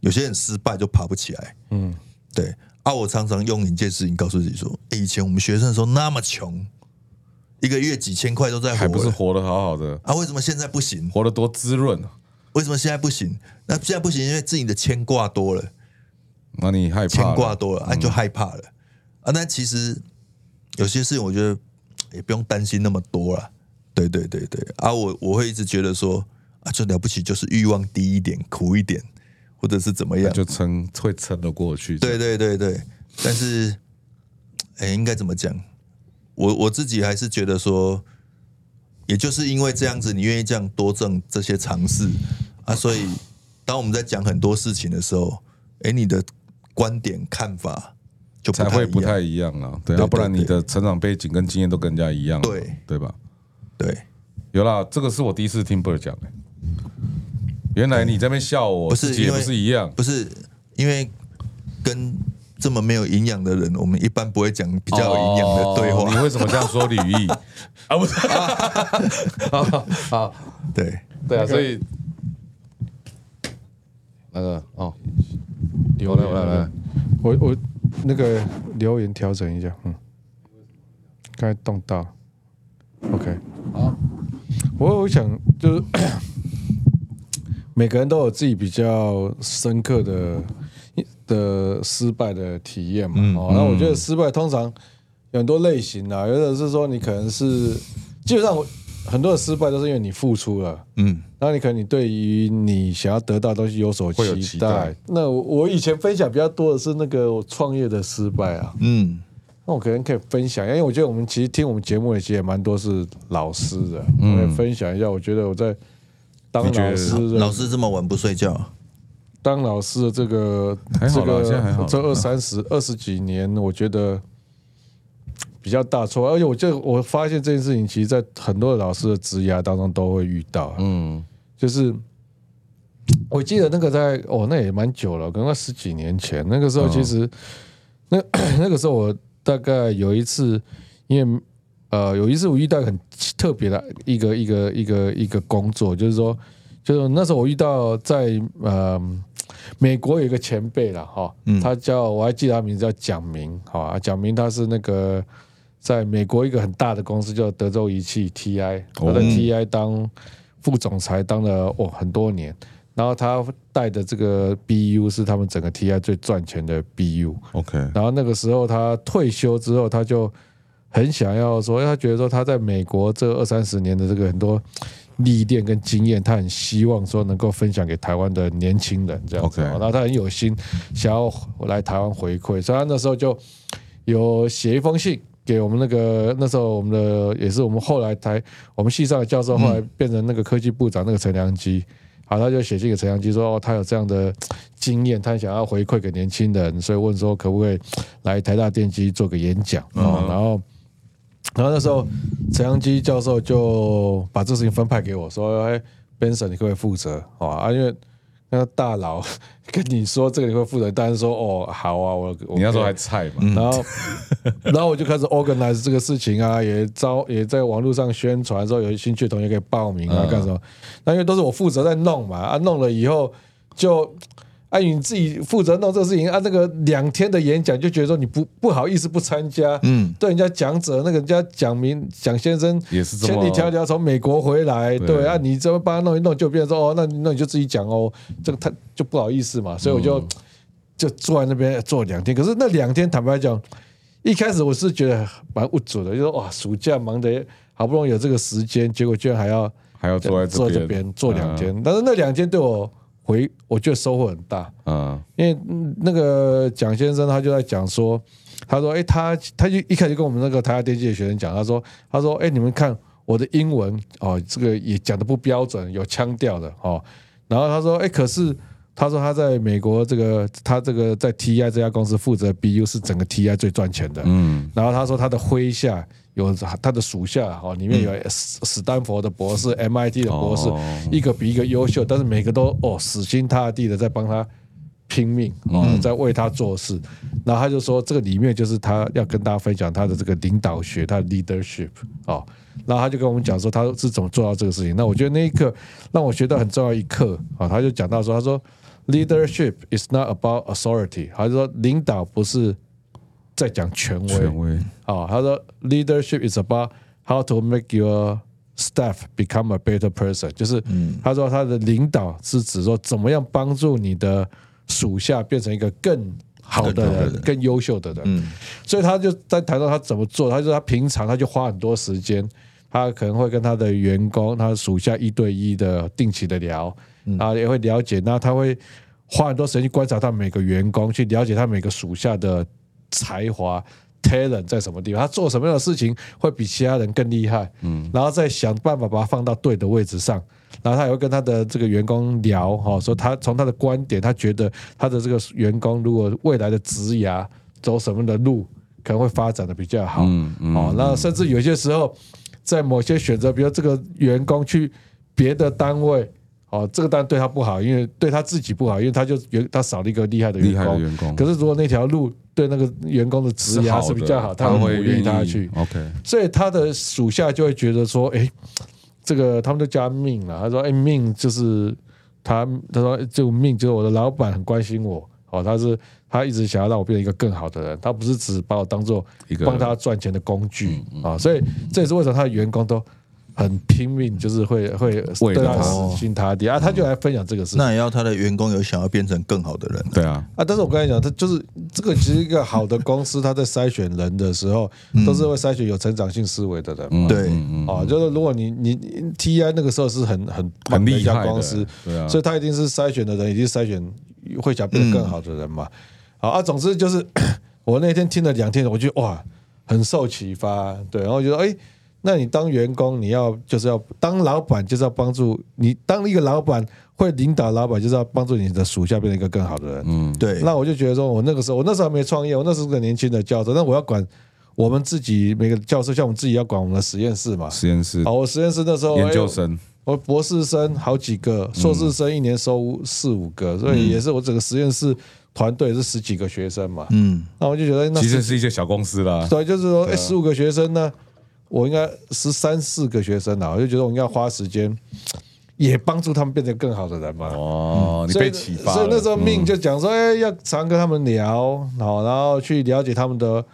Speaker 2: 有些人失败就爬不起来。嗯，对。啊，我常常用一件事情告诉自己说，诶以前我们学生的时候那么穷，一个月几千块都在
Speaker 1: 还不
Speaker 2: 活
Speaker 1: 是
Speaker 2: 了。
Speaker 1: 活得好好的，
Speaker 2: 啊，为什么现在不行？
Speaker 1: 活得多滋润啊！
Speaker 2: 为什么现在不行？那现在不行，因为自己的牵挂多了。
Speaker 1: 那你害怕
Speaker 2: 牵
Speaker 1: 了嗯
Speaker 2: 挂多了，啊，就害怕了、啊。但其实有些事情，我觉得也不用担心那么多啦。对对对对，啊，我我会一直觉得说啊，就了不起，就是欲望低一点，苦一点，或者是怎么
Speaker 1: 那
Speaker 2: 样？
Speaker 1: 就撑会撑得过去。
Speaker 2: 对对对对，但是，哎、应该怎么讲？我我自己还是觉得说，也就是因为这样子，你愿意这样多挣这些尝试啊，所以当我们在讲很多事情的时候，哎、你的观点看法就不
Speaker 1: 才
Speaker 2: 太
Speaker 1: 会
Speaker 2: 一
Speaker 1: 不
Speaker 2: 样
Speaker 1: 太一样啊。对，
Speaker 2: 对
Speaker 1: 要不然
Speaker 2: 对
Speaker 1: 你的成长背景跟经验都跟人家一样啊，
Speaker 2: 对
Speaker 1: 对吧？
Speaker 2: 对，
Speaker 1: 有啦，这个是我第一次听 Bird 讲的。原来你这边笑我，
Speaker 2: 不是
Speaker 1: 自己也
Speaker 2: 因
Speaker 1: 不
Speaker 2: 为
Speaker 1: 是一样，
Speaker 2: 不是因为跟这么没有营养的人，我们一般不会讲比较有营养的对
Speaker 1: 哦你
Speaker 2: 话，
Speaker 1: 为什么这样说吕
Speaker 2: *laughs*
Speaker 1: 毅啊？不是， *laughs* 好好
Speaker 2: 对。
Speaker 1: 对啊，所以那个哦，
Speaker 3: 留
Speaker 1: 我来我来我来，
Speaker 3: 我我那个留言调整一下，嗯，刚才动到，OK，
Speaker 1: 好，
Speaker 3: 我我想就是 *coughs* 每个人都有自己比较深刻的的失败的体验嘛，
Speaker 1: 嗯
Speaker 3: 哦，那我觉得失败通常有很多类型啊，有的是说你可能是基本上我很多的失败都是因为你付出了，
Speaker 2: 嗯，
Speaker 3: 然后你可能你对于你想要得到的东西有所
Speaker 1: 会有
Speaker 3: 期
Speaker 1: 期
Speaker 3: 待
Speaker 1: 待。
Speaker 3: 那我我以前分享比较多的是那个我创业的失败啊，
Speaker 2: 嗯，
Speaker 3: 那我可能可以分享，因为我觉得我们其实听我们节目的其实也蛮多是老师的，
Speaker 1: 嗯
Speaker 3: 我也分享一下，我觉得我在当老师的
Speaker 2: 嗯老师这么晚不睡觉，
Speaker 3: 当老师的这个
Speaker 1: 还
Speaker 3: 这
Speaker 1: 好啦现在还好
Speaker 3: 个
Speaker 1: 啦
Speaker 3: 这二三十二十几年，我觉得比较大错，而且我就我发现这件事情，其实在很多的老师的职涯当中都会遇到，啊
Speaker 1: 嗯，
Speaker 3: 就是我记得那个在哦，那也蛮久了，可能十几年前，那个时候其实、那 *coughs* 那个时候我大概有一次，因为呃有一次我遇到很特别的一个一个一个一个工作，就是说就是那时候我遇到在呃美国有一个前辈了哈，他叫我还记得他名字叫蒋明，好啊，蒋明他是那个。在美国一个很大的公司叫德州仪器 TI，他在 TI 当副总裁当了哦很多年，然后他带的这个 BU 是他们整个 TI 最赚钱的 BU，
Speaker 1: OK，
Speaker 3: 然后那个时候他退休之后，他就很想要说，哎因为他觉得说他在美国这二三十年的这个很多历练跟经验，他很希望说能够分享给台湾的年轻人这样子。
Speaker 1: OK
Speaker 3: 然后他很有心想要来台湾回馈，所以他那时候就有写一封信。给我们那个那时候我们的也是我们后来台我们系上的教授，后来变成那个科技部长那个陈良基，好，他就写信给陈良基说，哦，他有这样的经验，他想要回馈给年轻人，所以问说可不可以来台大电机做个演讲哦，然后。然后那时候，陈阳基教授就把这事情分派给我，说：“哎，Benson，你可不可以负责？哦啊，因为那个大佬 *laughs* 跟你说这个你会负责，当然说哦好啊，我我
Speaker 1: 你那时候
Speaker 3: 可
Speaker 1: 还
Speaker 3: 以
Speaker 1: 嗯菜嘛？*laughs*
Speaker 3: 然后，然后我就开始 organize 这个事情啊，也招也在网络上宣传，说有兴趣的同学可以报名
Speaker 1: 嗯
Speaker 3: 啊，干什么？那因为都是我负责在弄嘛，啊，弄了以后就，啊，你自己负责弄这个事情啊，那个两天的演讲就觉得说你不不好意思不参加，嗯，对人家讲者那个人家蒋明蒋先生
Speaker 1: 也是这
Speaker 3: 千
Speaker 1: 么
Speaker 3: 里迢迢从美国回来，
Speaker 1: 对
Speaker 3: 对啊，你这么帮他弄一弄，就变成说哦，那你那你就自己讲哦，这个他就不好意思嘛，所以我
Speaker 1: 嗯
Speaker 3: 就。就坐在那边坐两天。可是那两天，坦白讲，一开始我是觉得蛮无助的，就说哇，暑假忙得好不容易有这个时间，结果居然还要呃
Speaker 1: 还要坐在
Speaker 3: 坐
Speaker 1: 这
Speaker 3: 这
Speaker 1: 边啊
Speaker 3: 边坐两天。但是那两天对我回，我觉得收获很大，
Speaker 1: 嗯，
Speaker 3: 因为嗯那个蒋先生他就在讲说，他说哎、诶他他就一开始跟我们那个台大电机的学生讲，他说他说哎、诶你们看我的英文哦，这个也讲的不标准，有腔调的哦。然后他说：“哎，可是他说他在美国这个他这个在 TI 这家公司负责 BU 是整个 TI 最赚钱的。嗯，然后他说他的麾下有他的属下哦，里面有史史丹佛的博士、MIT 的博士，
Speaker 1: 哦
Speaker 3: 一个比一个优秀，但是每个都哦死心塌地的在帮他。”拼命哦，
Speaker 1: 嗯
Speaker 3: 在为他做事，然后他就说，这个里面就是他要跟大家分享他的这个领导学，他的 leadership 哦，然后他就跟我们讲说他是怎么做到这个事情。那我觉得那一刻让我学到很重要一课啊、他就讲到说，他说 leadership is not about authority，他就说领导不是在讲权威，
Speaker 1: 权威
Speaker 3: 啊，他说 leadership is about how to make your staff become a better person，就是他说他的领导是指说怎么样帮助你的属下变成一个更好的
Speaker 2: 更好的
Speaker 3: 人嗯
Speaker 2: 人、
Speaker 3: 更优秀的人。所以他就在谈到他怎么做，他就说他平常他就花很多时间，他可能会跟他的员工、他的属下一对一的定期的聊，啊、也会了解，那他会花很多时间去观察他每个员工，去了解他每个属下的才华。talent 在什么地方，他做什么样的事情会比其他人更厉害，嗯，然后再想办法把他放到对的位置上，然后他也会跟他的这个员工聊，哈、说他从他的观点，他觉得他的这个员工如果未来的职涯走什么样的路，可能会发展的比较好。
Speaker 1: 嗯
Speaker 3: 哦，那甚至有些时候，在某些选择，比如这个员工去别的单位，哦，这个单位对他不好，因为对他自己不好，因为他就员他少了一个厉害的员
Speaker 1: 厉害的
Speaker 3: 工。
Speaker 1: 员工
Speaker 3: 可是如果那条路对那个员工的职
Speaker 1: 好
Speaker 3: 涯
Speaker 1: 的
Speaker 3: 是比较好，他
Speaker 1: 会
Speaker 3: 会鼓
Speaker 1: 愿
Speaker 3: 励
Speaker 1: 意
Speaker 3: 他去。
Speaker 1: OK，
Speaker 3: 所以他的属下就会觉得说，哎、这个他们都叫他命了。他说，哎、命就是他，他说就命就是我的老板很关心我，哦，他是他一直想要让我变成一个更好的人，他不是只把我当做
Speaker 1: 一个嗯
Speaker 3: 帮他赚钱的工具啊、所以这也是为什么他的员工都。很拼命，就是会会
Speaker 1: 为了
Speaker 3: 对他
Speaker 1: 他
Speaker 3: 死心塌地啊！他就来分享这个事情。
Speaker 2: 那也要他的员工有想要变成更好的人。
Speaker 1: 对啊，
Speaker 3: 啊，但是我跟你讲，他就是这个，其实一个好的公司，他在筛选人的时候，都是会筛选有成长性思维的人。嗯，
Speaker 2: 对，
Speaker 3: 哦，就是如果你你你 TI 那个时候是很很
Speaker 1: 很
Speaker 3: 棒的
Speaker 1: 厉
Speaker 3: 一家
Speaker 1: 害的
Speaker 3: 公司，
Speaker 1: 对啊
Speaker 3: 所以他一定是筛选的人，一定是筛选会想变得更好的人嘛。好啊，总之就是 *coughs* 我那天听了两天，我觉得哇，很受启发，对，然后我觉得哎。那你当员工，你要就是要当老板，就是要帮助你当一个老板，会领导老板，就是要帮助你的属下变成一个更好的人。嗯，
Speaker 2: 对，
Speaker 3: 那我就觉得说，我那个时候，我那时候还没创业，我那时候是个年轻的教授，那我要管我们自己每个教授，像我们自己要管我们的实验室嘛。
Speaker 1: 实验室
Speaker 3: 好，我实验室那时候
Speaker 1: 研究，
Speaker 3: 哎
Speaker 1: 生，
Speaker 3: 我博士生好几个，硕士生一年收四五
Speaker 1: 嗯
Speaker 3: 个，所以也是我整个实验室团队是十几个学生嘛。
Speaker 2: 嗯，
Speaker 3: 那我就觉得，哎那
Speaker 1: 其实啊
Speaker 3: 十
Speaker 1: 是一些小公司啦，
Speaker 3: 对，就是说，哎，十五个学生呢，我应该十三四个学生啊，我就觉得我应该花时间也帮助他们变成更好的人嘛。
Speaker 1: 哦，你
Speaker 3: 嗯所以
Speaker 1: 被启发了，
Speaker 3: 所以那时候命
Speaker 1: 嗯
Speaker 3: 就讲说，哎、要常跟他们聊，好，然后去了解他们的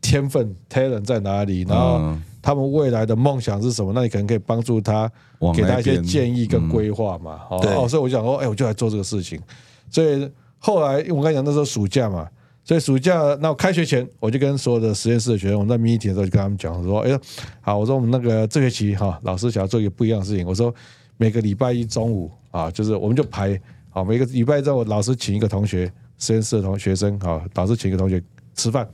Speaker 3: 天分 talent 在哪里，然后
Speaker 1: 嗯
Speaker 3: 他们未来的梦想是什么，那你可能可以帮助他
Speaker 1: 往，
Speaker 3: 给
Speaker 1: 那
Speaker 3: 他一些
Speaker 1: 边
Speaker 3: 建议跟规划嘛。
Speaker 1: 嗯
Speaker 3: 哦
Speaker 2: 对
Speaker 3: 哦，所以我就想说，哎、我就来做这个事情。所以后来因为我刚才讲那时候暑假嘛。所以暑假，那我开学前，我就跟所有的实验室的学生，我们在 meeting 的时候就跟他们讲说，哎、好，我说我们那个这学期哈、老师想要做一个不一样的事情，我说每个礼拜一中午啊，就是我们就排好，每个礼拜一中午老师请一个同学，实验室的同学生啊，老师请一个同学吃饭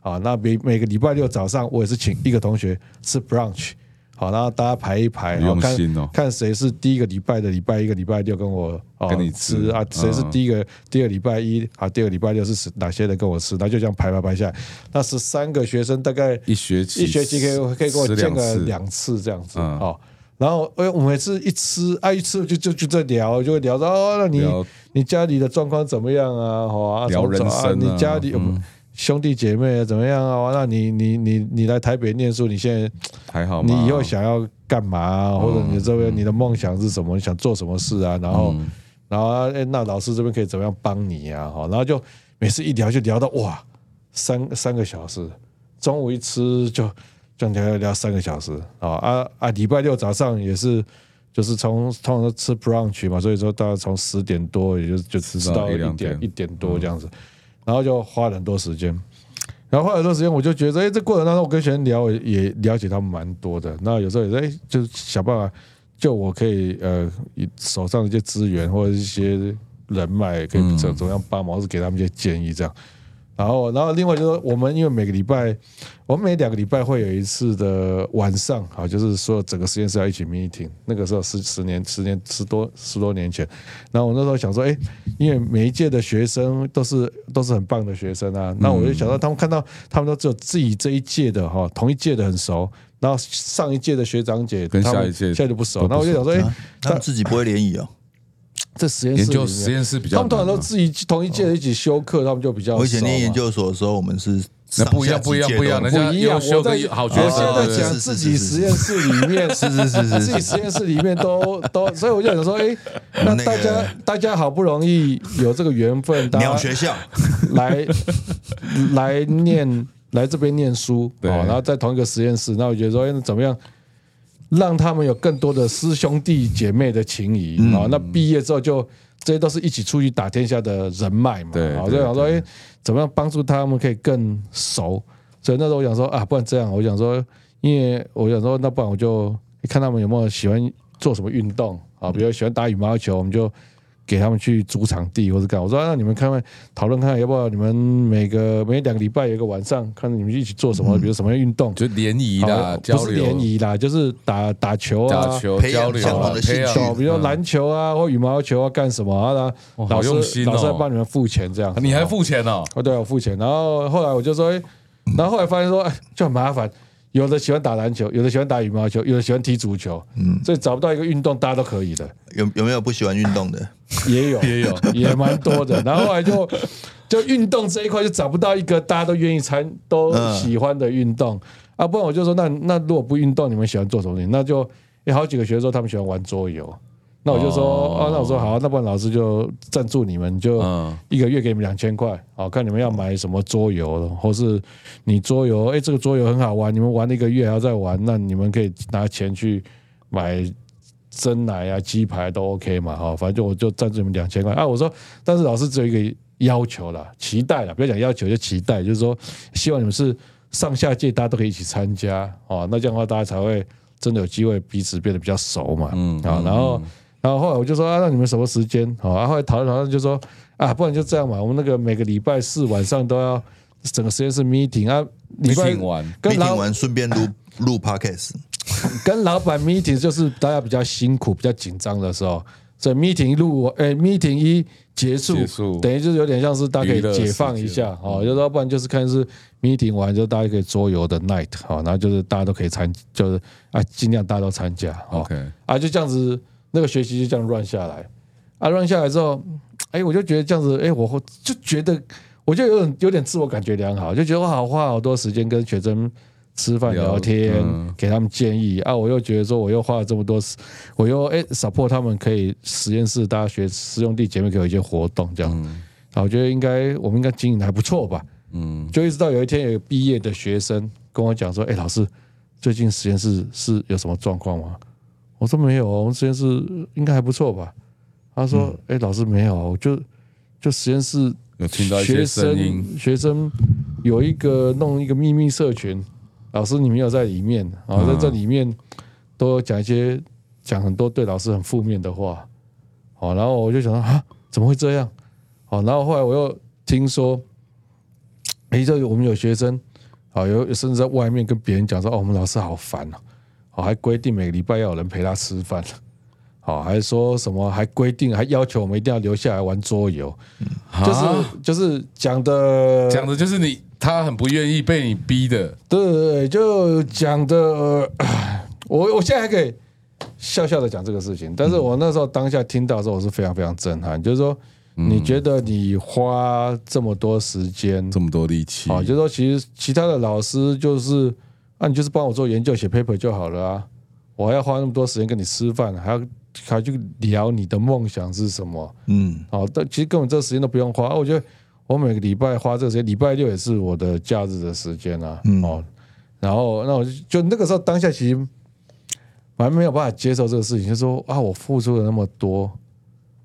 Speaker 3: 啊，那每每个礼拜六早上我也是请一个同学吃 brunch。好，然后大家排一排，
Speaker 1: 很用
Speaker 3: 看
Speaker 1: 心哦
Speaker 3: 看谁是第一个礼拜的礼拜一个礼拜六跟我哦
Speaker 1: 跟你吃
Speaker 3: 吃啊，谁是
Speaker 1: 嗯
Speaker 3: 第一个、第二礼拜一啊，第二礼拜六是哪些人跟我吃，然后就这样排排排下来，那十三个学生大概
Speaker 1: 一学期
Speaker 3: 一学期可以可以跟我
Speaker 1: 吃
Speaker 3: 见
Speaker 1: 两
Speaker 3: 个
Speaker 1: 次
Speaker 3: 两次这样子
Speaker 1: 嗯
Speaker 3: 哦。然后，哎，我们每次一吃，啊，一吃就就就在聊，就会聊到哦，那你
Speaker 1: 聊
Speaker 3: 你家里的状况怎么样啊？好啊，
Speaker 1: 聊人生啊
Speaker 3: 啊，你家里、
Speaker 1: 嗯
Speaker 3: 兄弟姐妹怎么样啊？那你你你你来台北念书，你现在
Speaker 1: 还好嗯吗？
Speaker 3: 你以后想要干嘛、啊，或者你这边你的梦想是什么？你想做什么事啊？然
Speaker 1: 嗯
Speaker 3: 后，然后啊，哎，那老师这边可以怎么样帮你啊？哈，然后就每次一聊就聊到哇，三三个小时，中午一吃就就聊聊聊三个小时啊啊啊！礼拜六早上也是。就是从通常都吃 brunch 嘛，所以说大概从十点多，也就就吃
Speaker 1: 到
Speaker 3: 到
Speaker 1: 一
Speaker 3: 一
Speaker 1: 两
Speaker 3: 点嗯
Speaker 1: 点
Speaker 3: 一点多这样子，然后就花了很多时间。然后花了很多时间，我就觉得，哎、这过程当中我跟学生聊也也了解他们蛮多的。那有时候也是，哎、就是想办法，就我可以呃以手上的一些资源或者是一些人脉，可以怎怎么样帮忙，或是给他们一些建议这样。然后，然后另外就是说我们因为每个礼拜，我们每两个礼拜会有一次的晚上，啊，就是所有整个实验室要一起 meeting。那个时候十十年、十年、十多十多年前，然后我那时候想说，哎，因为每一届的学生都是都是很棒的学生啊，那我就想到他们看到他们都只有自己这一届的哈，同一届的很熟，然后上一届的学长姐
Speaker 1: 跟
Speaker 3: 他们
Speaker 1: 下一届
Speaker 3: 下一届不熟
Speaker 1: 都，不
Speaker 3: 那我就想说，哎
Speaker 2: 啊，他们自己不会联谊
Speaker 3: *laughs*
Speaker 2: 哦。
Speaker 3: 这实验室
Speaker 1: 研究
Speaker 3: 里面
Speaker 1: 实验室比较
Speaker 3: 他们通常
Speaker 1: 难啊
Speaker 3: 都自己同一届的一起修课，他们就比较熟嘛。
Speaker 2: 我以前念研究所的时候，我们是
Speaker 1: 那不一样，不一样，不一样，人
Speaker 3: 不
Speaker 1: 家
Speaker 3: 一样
Speaker 1: 优，秀
Speaker 3: 我在
Speaker 1: 的好学
Speaker 3: 我
Speaker 1: 生，对
Speaker 3: 现在
Speaker 1: 不对
Speaker 3: 讲
Speaker 2: 是
Speaker 3: 自
Speaker 2: 是
Speaker 3: 己
Speaker 2: 是是
Speaker 3: 实验室里面，是是
Speaker 2: 是是
Speaker 3: 自己实验室里面都都，所以我就想说，哎，那
Speaker 2: 那个
Speaker 3: 大家大家好不容易有这个缘分，大
Speaker 2: 鸟
Speaker 3: 家
Speaker 2: 学
Speaker 3: *laughs*
Speaker 2: 校，
Speaker 3: 来来念来这边念书，
Speaker 1: 对
Speaker 3: 哦，然后在同一个实验室，那我觉得说，哎，那怎么样？让他们有更多的师兄弟姐妹的情谊啊、哦那毕业之后就这些都是一起出去打天下的人脉嘛。
Speaker 1: 对
Speaker 3: 啊
Speaker 1: 对
Speaker 3: 所以想说，哎，怎么样帮助他们可以更熟？所以那时候我想说啊，不然这样，我想说，因为我想说，那不然我就看他们有没有喜欢做什么运动啊，比如喜欢打羽毛球，我们就给他们去租场地或者干嘛。我说、啊那你们看看讨论看看，要不要你们每个每两个礼拜有一个晚上，看你们一起做什么，
Speaker 1: 嗯
Speaker 3: 比如什么运动。
Speaker 1: 就联谊
Speaker 3: 好
Speaker 1: 啦，啊交
Speaker 3: 不是
Speaker 1: 流
Speaker 3: 联谊啦，就是打打球啊，哦
Speaker 1: 打球、
Speaker 2: 培养
Speaker 1: 交流
Speaker 2: 相
Speaker 1: 啊
Speaker 2: 同的，
Speaker 1: 培
Speaker 2: 兴
Speaker 1: 养
Speaker 2: 趣
Speaker 3: 比如说篮球啊或羽毛球啊干什么啊？
Speaker 1: 哇
Speaker 3: 那
Speaker 1: 好
Speaker 3: 老
Speaker 1: 用心
Speaker 3: 师
Speaker 1: 哦
Speaker 3: 老师还帮你们付钱这样，
Speaker 1: 你还付钱哦？
Speaker 3: 哦，对，我付钱。然后后来我就说，哎，然后后来发现说，哎，就很麻烦。有的喜欢打篮球，有的喜欢打羽毛球，有的喜欢踢足球，嗯，所以找不到一个运动大家都可以的，
Speaker 2: 有有没有不喜欢运动的？
Speaker 3: 也有， *laughs* 也有，也蛮多的。然后后来就就运动这一块就找不到一个大家都愿意参、都喜欢的运动、啊，不然我就说，那那如果不运动，你们喜欢做什么事情？那就有好几个学生说他们喜欢玩桌游。那我就说
Speaker 1: 哦
Speaker 3: 哦那我说好，那不然老师就赞助你们，就
Speaker 1: 嗯
Speaker 3: 一个月给你们两千块，好看你们要买什么桌游，或是你桌游，哎、这个桌游很好玩，你们玩了一个月还要再玩，那你们可以拿钱去买蒸奶啊、鸡排都 OK 嘛，哈、反正就我就赞助你们两千块啊。我说，但是老师只有一个要求啦，期待啦，不要讲要求，就期待，就是说希望你们是上下届大家都可以一起参加哦，那这样的话大家才会真的有机会彼此变得比较熟嘛，嗯啊，然后。然后后来我就说啊，那你们什么时间？好、啊，后来讨论讨论就说啊，不然就这样嘛，我们那个每个礼拜四晚上都要整个实验室 meeting 啊，礼拜
Speaker 1: meeting 完
Speaker 3: 跟
Speaker 2: 毕
Speaker 3: 老
Speaker 2: 竟完顺便录录 podcast，
Speaker 3: 跟老板 meeting 就是大家比较辛苦、比较紧张的时候，所以 meeting 一录，哎、m e e t i n g 一结束，
Speaker 1: 结束
Speaker 3: 等于就是有点像是大家可
Speaker 1: 娱乐
Speaker 3: 以
Speaker 1: 时
Speaker 3: 解放一
Speaker 1: 间
Speaker 3: 下，哦，就是要不然就是看是 meeting 完就大家可以桌游的 night，哦，然后就是大家都可以参，就是啊，尽量大家都参加，哦
Speaker 1: OK
Speaker 3: 啊，就这样子，那个学习就这样乱下来，啊，乱下来之后，哎，我就觉得这样子，哎，我会就觉得，我就有点有点自我感觉良好，就觉得我好花好多时间跟学生吃饭
Speaker 1: 聊
Speaker 3: 聊天，
Speaker 1: 嗯
Speaker 3: 给他们建议啊，我又觉得说我又花了这么多时，我又哎 support 他们可以实验室大家学师兄弟姐妹可以有一些活动这样，啊，我觉得应该我们应该经营的还不错吧，嗯，就一直到有一天有一个毕业的学生跟我讲说，哎，老师，最近实验室是有什么状况吗？我说没有哦，我们实验室应该还不错吧？他说：“哎、老师没有哦，我就就实验室
Speaker 1: 有听到一些
Speaker 3: 学
Speaker 1: 声音
Speaker 3: 生，学生有一个弄一个秘密社群，老师你没有在里面啊，在这里面都有讲一些讲很多对老师很负面的话，哦，然后我就想到啊，怎么会这样？哦，然后后来我又听说，哎，这我们有学生啊，有有甚至在外面跟别人讲说，哦，我们老师好烦哦，哦，还规定每个礼拜要有人陪他吃饭。哦，还说什么？还规定，还要求我们一定要留下来玩桌游，
Speaker 1: 啊
Speaker 3: 就是就是讲的
Speaker 1: 讲的就是你，他很不愿意被你逼的，
Speaker 3: *coughs* 对，就讲的，呃我我现在还可以笑笑的讲这个事情。但是我那时候当下听到的时候，我是非常非常震撼，就是说，你觉得你花这么多时间，
Speaker 1: 这么多力气，
Speaker 3: 啊，就是说其实其他的老师就是，啊，你就是帮我做研究写 paper 就好了啊，我还要花那么多时间跟你吃饭，还要还去聊你的梦想是什么？
Speaker 2: 嗯，
Speaker 3: 好，但其实根本这时间都不用花。啊我觉得我每个礼拜花这个时间，礼拜六也是我的假日的时间啊。哦，然后那我就就那个时候当下其实蛮没有办法接受这个事情，就说啊，我付出了那么多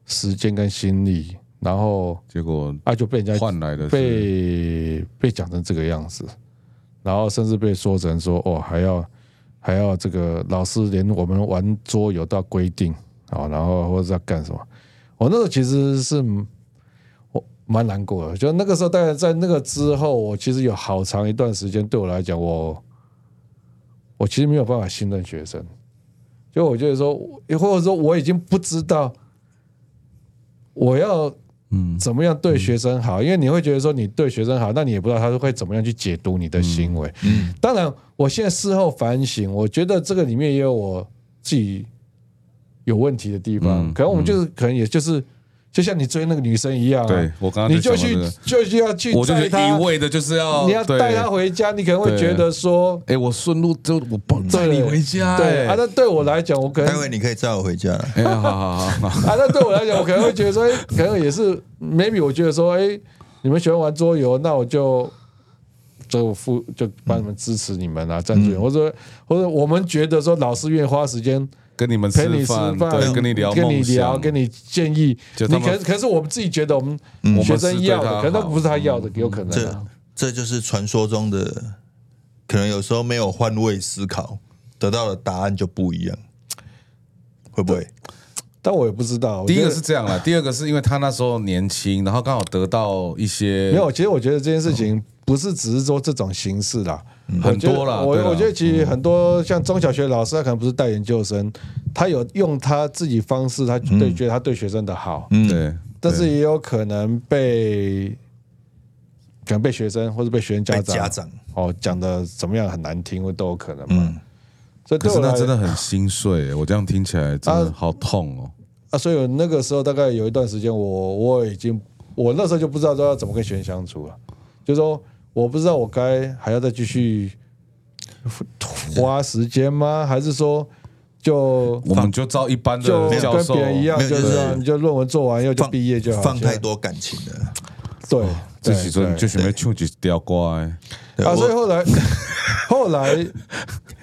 Speaker 3: 时间跟心力，然后
Speaker 1: 结果
Speaker 3: 啊就被人家
Speaker 1: 换来的是
Speaker 3: 被被讲成这个样子，然后甚至被说成说哦，还要还要这个老师连我们玩桌游都要规定啊、哦，然后或者要干什么？我那时候其实是我蛮难过的，就那个时候，大概在那个之后，我其实有好长一段时间，对我来讲，我我其实没有办法信任学生，就我觉得说，或者说我已经不知道我要
Speaker 1: 嗯
Speaker 3: 怎么样对学生好，因为你会觉得说你对学生好，那你也不知道他是会怎么样去解读你的行为。嗯，当然，我现在事后反省，我觉得这个里面也有我自己有问题的地方，
Speaker 1: 嗯
Speaker 3: 可能我们就是、可能也就是。就像你追那个女生一样、啊，
Speaker 1: 对我刚刚
Speaker 3: 你
Speaker 1: 就
Speaker 3: 就
Speaker 1: 想
Speaker 3: 去
Speaker 1: 到
Speaker 3: 就是要去
Speaker 1: 我就是
Speaker 3: 载她
Speaker 1: 一味的就是要
Speaker 3: 你要
Speaker 1: 对
Speaker 3: 带她回家，你可能会觉得说，
Speaker 1: 哎，我顺路就我抱载你回家，
Speaker 3: 对啊，
Speaker 1: 哎
Speaker 3: 那对我来讲，我可能
Speaker 2: 待会你可以载我回家了。
Speaker 1: 哎，好好好 *laughs* 好，
Speaker 3: 啊，那对我来讲，我可能会觉得说，哎，可能也是 maybe 我觉得说，哎，你们喜欢玩桌游，那我就就付就帮你们支持你们啊，赞
Speaker 1: 嗯
Speaker 3: 助你们，或者或者我们觉得说，老师愿意花时间
Speaker 1: 跟你们
Speaker 3: 陪你吃
Speaker 1: 饭，对，
Speaker 3: 饭，
Speaker 1: 跟你聊
Speaker 3: 跟你
Speaker 1: 梦
Speaker 3: 聊，
Speaker 1: 想，
Speaker 3: 跟你建议，
Speaker 1: 就他
Speaker 3: 你
Speaker 1: 们嗯
Speaker 3: 可可是我们自己觉得我们
Speaker 1: 我
Speaker 3: 学
Speaker 1: 们是
Speaker 3: 生
Speaker 1: 对
Speaker 3: 要
Speaker 1: 他
Speaker 3: 的，可能那
Speaker 1: 好嗯
Speaker 3: 不是他要的，有可能啊
Speaker 2: 这。这就是传说中的，可能有时候没有换位思考，得到的答案就不一样，会不会？
Speaker 3: 但我也不知道，我
Speaker 1: 第一
Speaker 3: 觉
Speaker 1: 个
Speaker 3: 得
Speaker 1: 是这样
Speaker 3: *laughs*
Speaker 1: 啦，第二个是因为他那时候年轻，然后刚好得到一些
Speaker 3: 没有，其实我觉得这件事情不是只是说这种形式啦，我
Speaker 1: 嗯很
Speaker 3: 觉得
Speaker 1: 多啦对啦嗯
Speaker 3: 我我觉得其实很多像中小学老师，他可能不是带研究生，他有用他自己方式，他对觉得他对学生的好，
Speaker 1: 嗯对，
Speaker 3: 但是也有可能被可能被学生或者被学生家
Speaker 2: 被
Speaker 3: 长
Speaker 2: 家长
Speaker 3: 哦讲的怎么样很难听，都有可能嘛。所以
Speaker 1: 嗯可
Speaker 3: 对
Speaker 1: 是
Speaker 3: 我来
Speaker 1: 那真的很心
Speaker 3: *laughs*
Speaker 1: 碎，我这样听起来真的好痛哦。
Speaker 3: 啊，所以我那个时候大概有一段时间，我我已经我那时候就不知道说要怎么跟学生相处了，就是说我不知道我该还要再继续花时间吗？还是说就
Speaker 1: 我们就照一般
Speaker 3: 就
Speaker 1: 的教
Speaker 3: 跟
Speaker 1: 授
Speaker 3: 别人一样，
Speaker 2: 没有
Speaker 3: 就是
Speaker 2: 就是
Speaker 3: 说你就论文做完以后就
Speaker 2: 放
Speaker 3: 毕业就好，
Speaker 2: 放
Speaker 3: 就
Speaker 2: 太多感情了。
Speaker 3: 对，
Speaker 1: 这
Speaker 3: 对
Speaker 1: 时阵
Speaker 3: 对
Speaker 1: 就想要唱一条歌的，
Speaker 2: 对
Speaker 3: 啊，
Speaker 2: 我
Speaker 3: 所以后来后来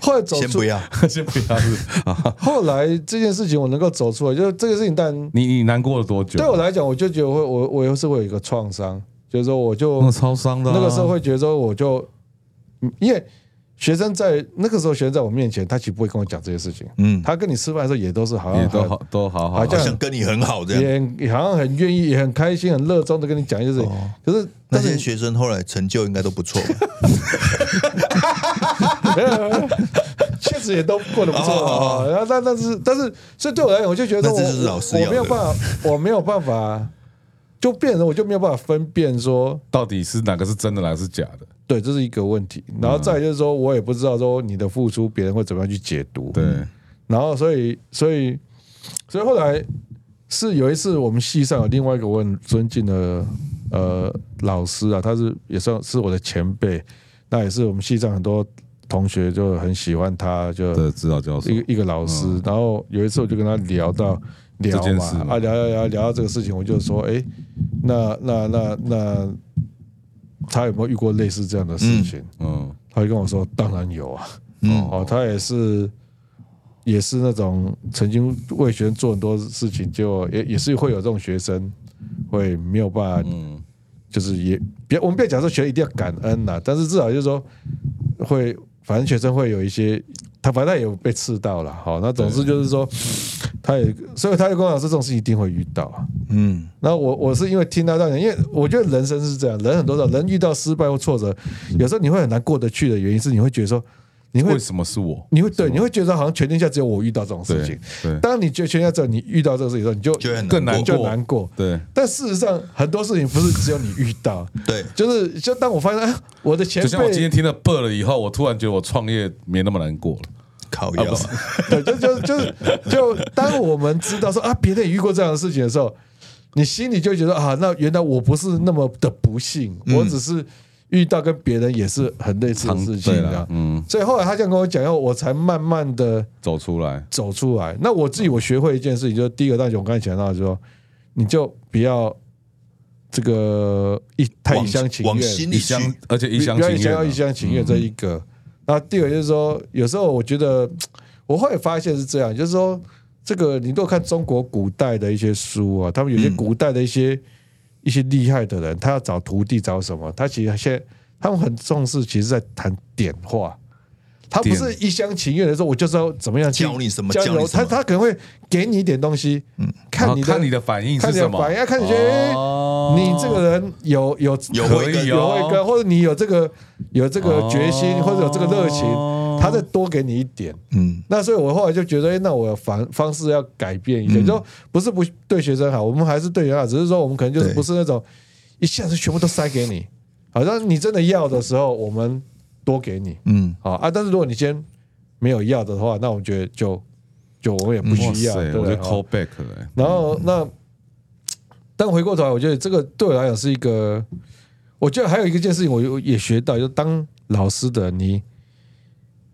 Speaker 3: 后来走
Speaker 2: 先
Speaker 3: 出
Speaker 2: 不要，
Speaker 1: *laughs* 先不要是啊！
Speaker 3: 后来这件事情我能够走出来，就是这个事情，但
Speaker 1: 你你难过了多久？
Speaker 3: 对我来讲，我就觉得会我我又是会有一个创伤，就是说我就
Speaker 1: 那个超伤的啊，
Speaker 3: 那个时候会觉得说，我就嗯因为学生在那个时候，学生在我面前，他其实不会跟我讲这些事情。啊
Speaker 2: 嗯，
Speaker 3: 他跟你吃饭的时候，也都是好像
Speaker 1: 也都
Speaker 3: 很
Speaker 1: 好都好好啊
Speaker 3: 好
Speaker 2: 好
Speaker 3: 像
Speaker 2: 像跟你很好这样。
Speaker 3: 也也好像很愿意，也很开心，很热衷的跟你讲一些事情。
Speaker 2: 哦
Speaker 3: 可是，
Speaker 2: 那
Speaker 3: 但是
Speaker 2: 些学生后来成就应该都不错吧？
Speaker 3: *laughs* 确实也都过得不错啊。然后，但但是但是，所以对我来讲，我就觉得说
Speaker 2: 哦那
Speaker 3: 我
Speaker 2: 这就是老师
Speaker 3: 我
Speaker 2: 要的
Speaker 3: 我没有办法，我没有办法，就变成我就没有办法分辨说，
Speaker 1: 到底是哪个是真的，哪个是假的？
Speaker 3: 对，这是一个问题。然后再来就是说，我也不知道说你的付出，别人会怎么样去解读。
Speaker 1: 对，
Speaker 3: 然后所以所以所以后来是有一次我们系上有另外一个我很尊敬的呃老师啊，他是也算是我的前辈，那也是我们系上很多同学就很喜欢他，就
Speaker 1: 的指导教授
Speaker 3: 一个一个老师。然后有一次我就跟他聊到聊
Speaker 1: 嗯这件
Speaker 3: 嘛
Speaker 1: 事嘛
Speaker 3: 啊聊聊聊聊到这个事情，我就说哎，那那那那他有没有遇过类似这样的事情？
Speaker 1: 嗯，
Speaker 3: 他就跟我说：“当然有啊，
Speaker 2: 嗯
Speaker 3: 哦，他也是，也是那种曾经为学生做很多事情，结果也也是会有这种学生会没有办法，就是也别我们不要讲说学生一定要感恩呐、但是至少就是说会，反正学生会有一些，他反正他也有被刺到了，好、那总之就是说，他也，所以他就跟我讲说这种事一定会遇到啊。
Speaker 2: 嗯，
Speaker 3: 那我我是因为听他这样讲，因为我觉得人生是这样，人很多时候人遇到失败或挫折，有时候你会很难过得去的原因是你会觉得说，你会
Speaker 1: 为什么是我？
Speaker 3: 你会对你会觉得好像全天下只有我遇到这种事情
Speaker 1: 对对。
Speaker 3: 当你觉得全天下只有你遇到这个事情的时候，你就
Speaker 2: 就会很
Speaker 1: 更难
Speaker 2: 难
Speaker 1: 过
Speaker 2: 过。
Speaker 3: 就难过。
Speaker 1: 对，
Speaker 3: 但事实上，很多事情不是只有你遇到，
Speaker 2: 对
Speaker 3: 就是就当我发现，哎，我的前
Speaker 1: 就像我今
Speaker 3: 辈
Speaker 1: 天听了 b 了以后，我突然觉得我创业没那么难过了。
Speaker 2: 靠腰、啊，
Speaker 3: *laughs* 对，就就就是就当我们知道说啊，别人也遇过这样的事情的时候，你心里就觉得啊，那原来我不是那么的不幸，
Speaker 1: 嗯
Speaker 3: 我只是遇到跟别人也是很类似的事情
Speaker 1: 对
Speaker 3: 啊
Speaker 1: 了，。嗯，
Speaker 3: 所以后来他这样跟我讲以后，我才慢慢的
Speaker 1: 走出来，
Speaker 3: 走出来。那我自己我学会一件事情，就是第一个，但是我刚才讲到的说，你就不要这个一太一
Speaker 2: 往
Speaker 3: 厢情
Speaker 2: 往
Speaker 3: 愿，
Speaker 2: 心
Speaker 1: 一
Speaker 2: 里去
Speaker 1: 厢，而且一
Speaker 3: 不
Speaker 1: 厢
Speaker 3: 要
Speaker 1: 情
Speaker 3: 想
Speaker 1: 愿
Speaker 3: 要
Speaker 1: 啊，
Speaker 3: 一厢情愿这一个。那第二个就是说，有时候我觉得我后来发现是这样，就是说，这个你如果看中国古代的一些书啊，他们有些古代的一些、一些厉害的人，他要找徒弟找什么？他其实现在他们很重视，其实在谈点化。他不是一厢情愿的说，我就是要怎么样去
Speaker 2: 教你什么
Speaker 3: 教
Speaker 2: 教你什
Speaker 3: 他
Speaker 2: 么嗯
Speaker 3: 他可能会给你一点东西，看
Speaker 1: 然后
Speaker 3: 你
Speaker 1: 哦
Speaker 3: 的
Speaker 1: 看你的反应
Speaker 3: 看
Speaker 1: 是
Speaker 3: 你的
Speaker 1: 什么，
Speaker 3: 反应，看你觉得
Speaker 1: 哦
Speaker 3: 哎你这个人有有
Speaker 2: 有
Speaker 1: 可
Speaker 2: 慧根
Speaker 1: 以
Speaker 3: 有慧根，
Speaker 1: 哦，
Speaker 3: 或者你有这个有这个决心，
Speaker 1: 哦
Speaker 3: 或者有这个热情，他再多给你一点。
Speaker 2: 嗯，
Speaker 3: 那所以我后来就觉得，哎、那我的方方式要改变一
Speaker 2: 嗯
Speaker 3: 点，就说不是不对学生好，我们还是对学生好，只是说我们可能就是
Speaker 2: 对
Speaker 3: 不是那种一下子全部都塞给你，好像你真的要的时候，我们多给你，
Speaker 2: 嗯，
Speaker 3: 好啊。但是如果你今天没有要的话，那我觉得就就我们也不
Speaker 1: 哇
Speaker 3: 需要，
Speaker 1: 塞，
Speaker 3: 对啊不
Speaker 1: 我
Speaker 3: 对
Speaker 1: 就 call back 了欸，
Speaker 3: 然后那，但回过头来，我觉得这个对我来讲是一个，我觉得还有一个件事情，我我也学到，就当老师的你，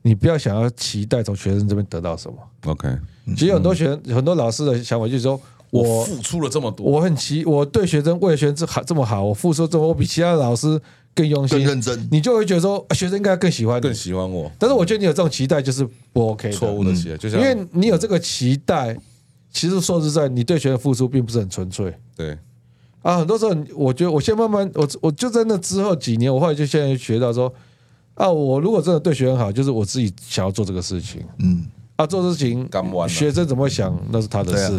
Speaker 3: 你不要想要期待从学生这边得到什么。
Speaker 1: OK，
Speaker 3: 其实很多学生、很多老师的想法就是说，
Speaker 1: 嗯我
Speaker 3: 我
Speaker 1: 付出了这么多，
Speaker 3: 我很期，我对学生为了学生这好这么好，我付出这么，我比其他的老师更用
Speaker 2: 更
Speaker 3: 心，
Speaker 2: 认真，
Speaker 3: 你就会觉得说啊学生应该更喜欢你
Speaker 1: 更。喜欢我，
Speaker 3: 但是我觉得你有这种期待就是不 OK 的，嗯
Speaker 1: 错误的期待，就像
Speaker 3: 因为你有这个期待，其实说实在，你对学生付出并不是很纯粹。
Speaker 1: 对
Speaker 3: 啊，很多时候你我觉得我现在慢慢，我我就在那之后几年，我后来就现在学到说，啊，我如果真的对学生好，就是我自己想要做这个事情
Speaker 2: 嗯，
Speaker 3: 啊，做事情
Speaker 1: 干完了
Speaker 3: 学生怎么会想那是他的事
Speaker 2: 对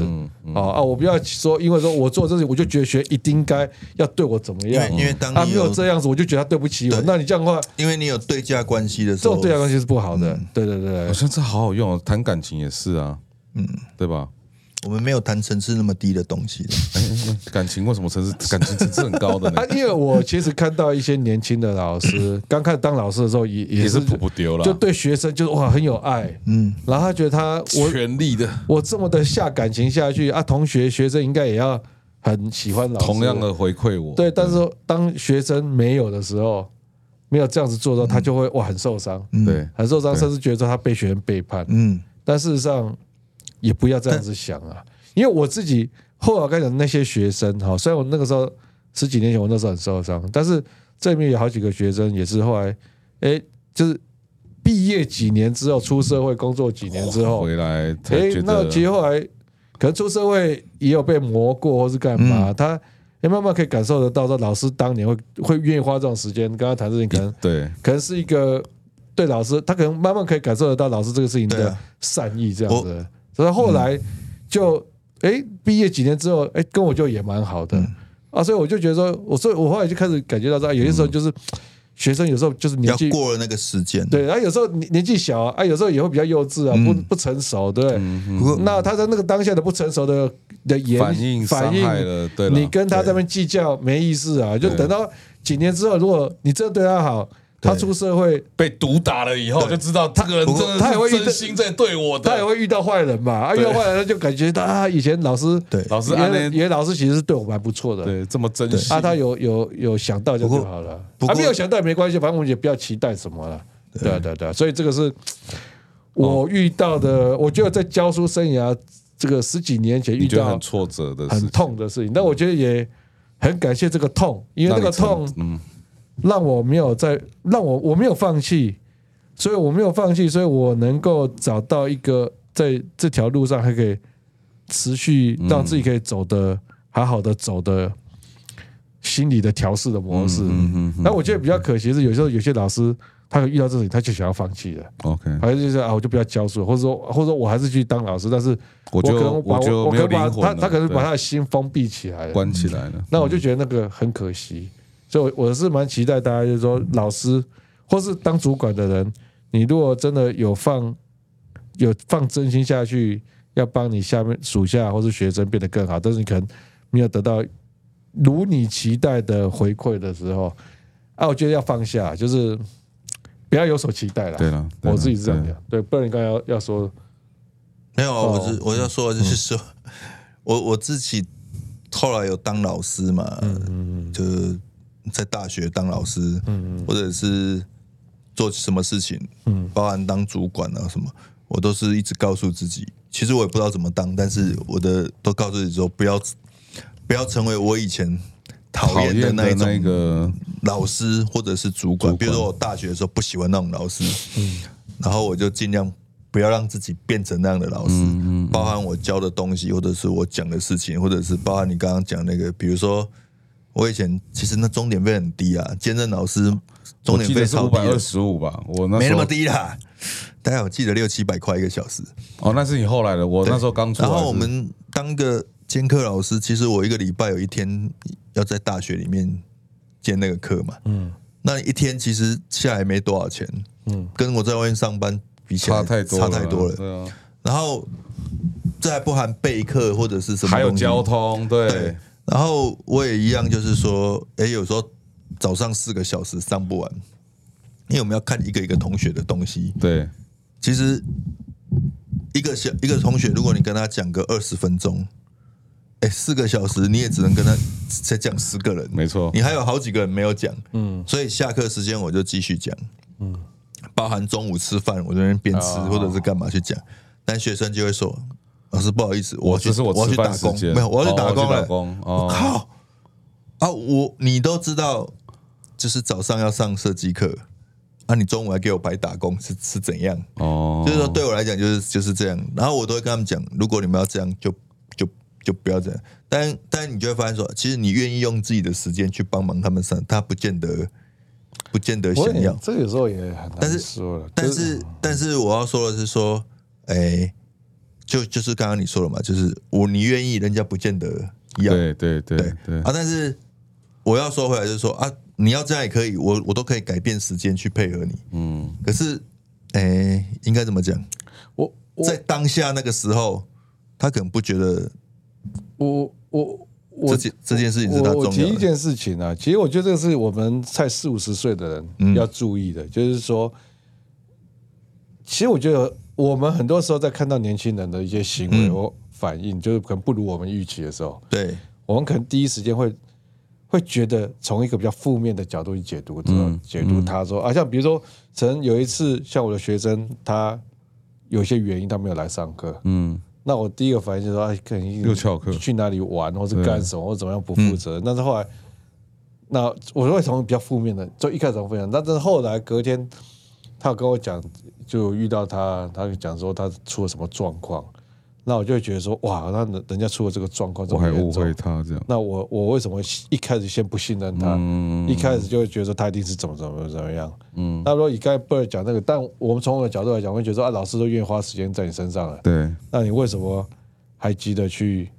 Speaker 2: 啊
Speaker 3: 啊啊，我不要说，因为说我做这事情，我就觉得学一定该要对我怎么
Speaker 2: 因
Speaker 3: 样
Speaker 2: 为因为当
Speaker 3: 啊，
Speaker 2: 你
Speaker 3: 没
Speaker 2: 有
Speaker 3: 有这样子，我就觉得他对不起我，
Speaker 2: 对
Speaker 3: 那你这样的话，
Speaker 2: 因为你有对价关系的时
Speaker 3: 这
Speaker 2: 候
Speaker 3: 种，对他关系是不好的，对对对
Speaker 1: 好像这好好用哦，谈感情也是啊，嗯，对吧？
Speaker 2: 我们没有谈层次那么低的东西的，
Speaker 1: 感情为什么层次感情层次很高的呢
Speaker 3: *laughs* 啊？，因为我其实看到一些年轻的
Speaker 1: *coughs*
Speaker 3: 老师，刚开始当老师的时候也也
Speaker 1: 也
Speaker 3: 是
Speaker 1: 是扑不丢了
Speaker 3: 就，对学生就是哇很有爱，嗯，然后他觉得他我
Speaker 1: 全力的
Speaker 3: 我这么的下感情下去啊，同学学生应该也要很喜欢老师，
Speaker 1: 同样的回馈我，
Speaker 3: 对。但是当学生没有的时候，没有这样子做的时候，他就会哇很受伤，
Speaker 1: 对
Speaker 3: 很受伤，
Speaker 1: 嗯对
Speaker 3: 甚至觉得他被学生背叛。
Speaker 2: 嗯，
Speaker 3: 但事实上也不要这样子想啊， *laughs* 因为我自己后来我跟你讲那些学生哈，虽然我那个时候十几年前我那时候很受伤，但是这里面有好几个学生也是后来，哎，就是毕业几年之后出社会工作几年之后
Speaker 1: 回来哦才
Speaker 3: 哦诶，
Speaker 1: 觉
Speaker 3: 那
Speaker 1: 得
Speaker 3: 其实后来可能出社会也有被磨过，或是干
Speaker 1: 嗯
Speaker 3: 嘛，他诶慢慢可以感受得到，说老师当年会会愿意花这种时间跟他谈事情，可能
Speaker 1: 对
Speaker 3: 可能是一个对老师，他可能慢慢可以感受得到老师这个事情
Speaker 2: 对
Speaker 3: 的
Speaker 2: 啊
Speaker 3: 善意这样子。所以后来就诶毕业几年之后，诶跟我就也蛮好的
Speaker 1: 嗯
Speaker 3: 啊，所以我就觉得说，我所以我后来就开始感觉到说，啊有些时候就是
Speaker 1: 嗯
Speaker 3: 学生有时候就是年
Speaker 2: 要
Speaker 3: 纪
Speaker 2: 过了那个时间，
Speaker 3: 对，然后有时候年年纪小啊，啊有时候也会比较幼
Speaker 1: 嗯
Speaker 3: 稚啊，不不成熟，对不对。
Speaker 2: 不过
Speaker 3: 那他在那个当下的不成熟的的言
Speaker 1: 反应
Speaker 3: 反
Speaker 1: 伤害
Speaker 3: 应，
Speaker 1: 了，对
Speaker 3: 你
Speaker 1: 了，
Speaker 3: 跟他这边计较没意思啊。就等到几年之后，如果你真的对他好，他出社会，
Speaker 1: 被毒打了以后就知道这个人真的
Speaker 3: 他也会
Speaker 1: 是
Speaker 3: 一直
Speaker 1: 真心在对我
Speaker 3: 他也
Speaker 1: 的。
Speaker 3: 会遇到坏人嘛。啊，遇到坏人他就感觉到啊，以前老师
Speaker 2: 对
Speaker 1: 老师
Speaker 3: 原
Speaker 1: 安
Speaker 3: 来
Speaker 1: 呢？
Speaker 3: 原来老师其实是对我蛮不错的。
Speaker 1: 对，这么真心
Speaker 3: 啊，他有有有想到就
Speaker 2: 不过
Speaker 3: 就好了，
Speaker 2: 不
Speaker 3: 啊
Speaker 2: 过
Speaker 3: 没有想到也没关系，反正我们也不要期待什么了。对啊对啊对啊，所以这个是我遇到的，我觉得在教书生涯这个十几年前遇
Speaker 1: 你觉得
Speaker 3: 到
Speaker 1: 很挫折的事
Speaker 3: 很
Speaker 1: 情，
Speaker 3: 痛的事情。但我觉得也很感谢这个痛，因为
Speaker 1: 让
Speaker 3: 那个
Speaker 1: 你成
Speaker 3: 痛
Speaker 1: 嗯，
Speaker 3: 让我没有在，让我我没有放弃，所以我没有放弃，所以我能够找到一个在这条路上还可以持续让自己可以走的好好的走的心理的调试的模式。
Speaker 1: 嗯嗯
Speaker 3: 那我觉得比较可惜是，有时候有些老师他遇到这种，他就想要放弃了。
Speaker 1: ，OK，
Speaker 3: 还是就是啊，我就不要教书，或者说，或者说我还是去当老师，但是
Speaker 1: 我就
Speaker 3: 可能把
Speaker 1: 我就
Speaker 3: 我可能
Speaker 1: 没有
Speaker 3: 把
Speaker 1: 灵魂
Speaker 3: 他
Speaker 1: 了
Speaker 3: 他可能
Speaker 1: 对
Speaker 3: 把嗯他的心封闭起来了，
Speaker 1: 关嗯起来了。
Speaker 3: 那我就觉得那个很可惜，所以我我是蛮期待大家就是说，
Speaker 1: 嗯
Speaker 3: 老师或是当主管的人，你如果真的有放有放真心下去，要帮你下面属下或是学生变得更好，但是你可能没有得到如你期待的回馈的时候，啊，我觉得要放下，就是不要有所期待了。
Speaker 1: 对啦对啦
Speaker 3: 我自己是这样讲。对，不然你刚才要要说，
Speaker 2: 没有啊，我是我要说的就是说， *laughs* 我我自己后来有当老师嘛，就是在大学当老师，或者是做什么事情，包含当主管啊什么，我都是一直告诉自己，其实我也不知道怎么当，但是我的都告诉自己说，不要不要成为我以前讨
Speaker 1: 讨
Speaker 2: 厌的
Speaker 1: 厌
Speaker 2: 那
Speaker 1: 的
Speaker 2: 一
Speaker 1: 那
Speaker 2: 种
Speaker 1: 个
Speaker 2: 老师或者是主管，比如说我大学的时候不喜欢那种老师，
Speaker 1: 嗯
Speaker 2: 然后我就尽量不要让自己变成那样的老
Speaker 1: 嗯
Speaker 2: 师，包含我教的东西，或者是我讲的事情，或者是包含你刚刚讲那个，比如说我以前其实那钟点费很低啊，兼任老师钟
Speaker 1: 我
Speaker 2: 点
Speaker 1: 记
Speaker 2: 费
Speaker 1: 得是
Speaker 2: 超
Speaker 1: 五
Speaker 2: 低
Speaker 1: 百
Speaker 2: 的
Speaker 1: 二，十五吧，我那时候
Speaker 2: 没那么低啦，大概我记得六七百块一个小时，
Speaker 1: 哦，那是你后来的，我
Speaker 2: 对
Speaker 1: 那时候刚出来
Speaker 2: 然
Speaker 1: 是。
Speaker 2: 后我们当个兼课老师，其实我一个礼拜有一天要在大学里面兼那个课嘛，嗯，那一天其实下来没多少钱，嗯，跟我在外面上班比起来
Speaker 1: 差太多
Speaker 2: 差
Speaker 1: 了，
Speaker 2: 太多了。
Speaker 1: 对啊，
Speaker 2: 然后这还不含备课或者是什么，
Speaker 1: 还有交，通，对
Speaker 2: 对，。然后我也一样，就是说，哎，有时候早上四个小时上不完，因为我们要看一个一个同学的东西，
Speaker 1: 对，
Speaker 2: 其实一个小一个同学，如果你跟他讲个二十分钟，哎、四个小时你也只能跟他再讲十个人，
Speaker 1: 没错
Speaker 2: 你还有好几个人没有讲，嗯，所以下课时间我就继续讲，嗯，包含中午吃饭，我这边边吃
Speaker 1: 哦
Speaker 2: 或者是干嘛去讲，但学生就会说。老师，不好意思，我要去
Speaker 1: 这是我
Speaker 2: 我要
Speaker 1: 吃
Speaker 2: 去
Speaker 1: 饭
Speaker 2: 打
Speaker 1: 时
Speaker 2: 工，
Speaker 1: 间
Speaker 2: 没有，我要去
Speaker 1: 哦
Speaker 2: 打
Speaker 1: 我去
Speaker 2: 工
Speaker 1: 打
Speaker 2: 了。
Speaker 1: 工哦
Speaker 2: 我靠！啊，我你都知道，就是早上要上设计课，啊，你中午还给我白打工，是是怎样？
Speaker 1: 哦，
Speaker 2: 就是说对我来讲就是就是这样，然后我都会跟他们讲，如果你们要这样，就就就不要这样。但但你就会发现说，其实你愿意用自己的时间去帮忙他们上，他不见得不见得
Speaker 3: 我
Speaker 2: 想
Speaker 3: 也
Speaker 2: 要。
Speaker 3: 这个时候也很难
Speaker 2: 但是
Speaker 3: 说了。
Speaker 2: 但
Speaker 3: 就是
Speaker 2: 但是我要说的是说，哎、就就是刚刚你说了嘛，就是我你愿意，人家不见得要。
Speaker 1: 对对对
Speaker 2: 对
Speaker 1: 对
Speaker 2: 啊，但是我要说回来就是说啊，你要这样也可以，我我都可以改变时间去配合你。嗯，可是哎、应该怎么讲？
Speaker 3: 我我
Speaker 2: 在当下那个时候，他可能不觉得
Speaker 3: 我我我
Speaker 2: 这件这件事情是他
Speaker 3: 我我
Speaker 2: 重
Speaker 3: 提一
Speaker 2: 要的。
Speaker 3: 件事情啊，其实我觉得这个是我们在四五十岁的
Speaker 2: 嗯
Speaker 3: 人要注意的，就是说，其实我觉得我们很多时候在看到年轻人的一些行
Speaker 2: 嗯
Speaker 3: 为或反应，就是可能不如我们预期的时候，
Speaker 2: 对
Speaker 3: 我们可能第一时间会会觉得从一个比较负面的角度去解读，知道、
Speaker 1: 嗯
Speaker 3: 解读他说啊，像比如说，曾有一次，像我的学生，他有一些原因他没有来上课，嗯，那我第一个反应就是说，哎，可能
Speaker 1: 又翘课嗯
Speaker 3: 去哪里玩，或是干什么，或怎么样不负责任。但是后来，那我就会从比较负面的，就一开始从负面的，但是后来隔天，他有跟我讲，就遇到他，他就讲说他出了什么状况。那我就会觉得说，哇，那人人家出了这个状况，这
Speaker 1: 我
Speaker 3: 么
Speaker 1: 还
Speaker 3: 严
Speaker 1: 误
Speaker 3: 重
Speaker 1: 会他这样，
Speaker 3: 那我我为什么一开始先不信任他？一开始就会觉得说他一定是怎么怎么怎么样。嗯，那如果以刚才贝尔讲那个，但我们从我的角度来讲，会觉得说啊，老师都愿意花时间在你身上了，
Speaker 1: 对，
Speaker 3: 那你为什么还急着去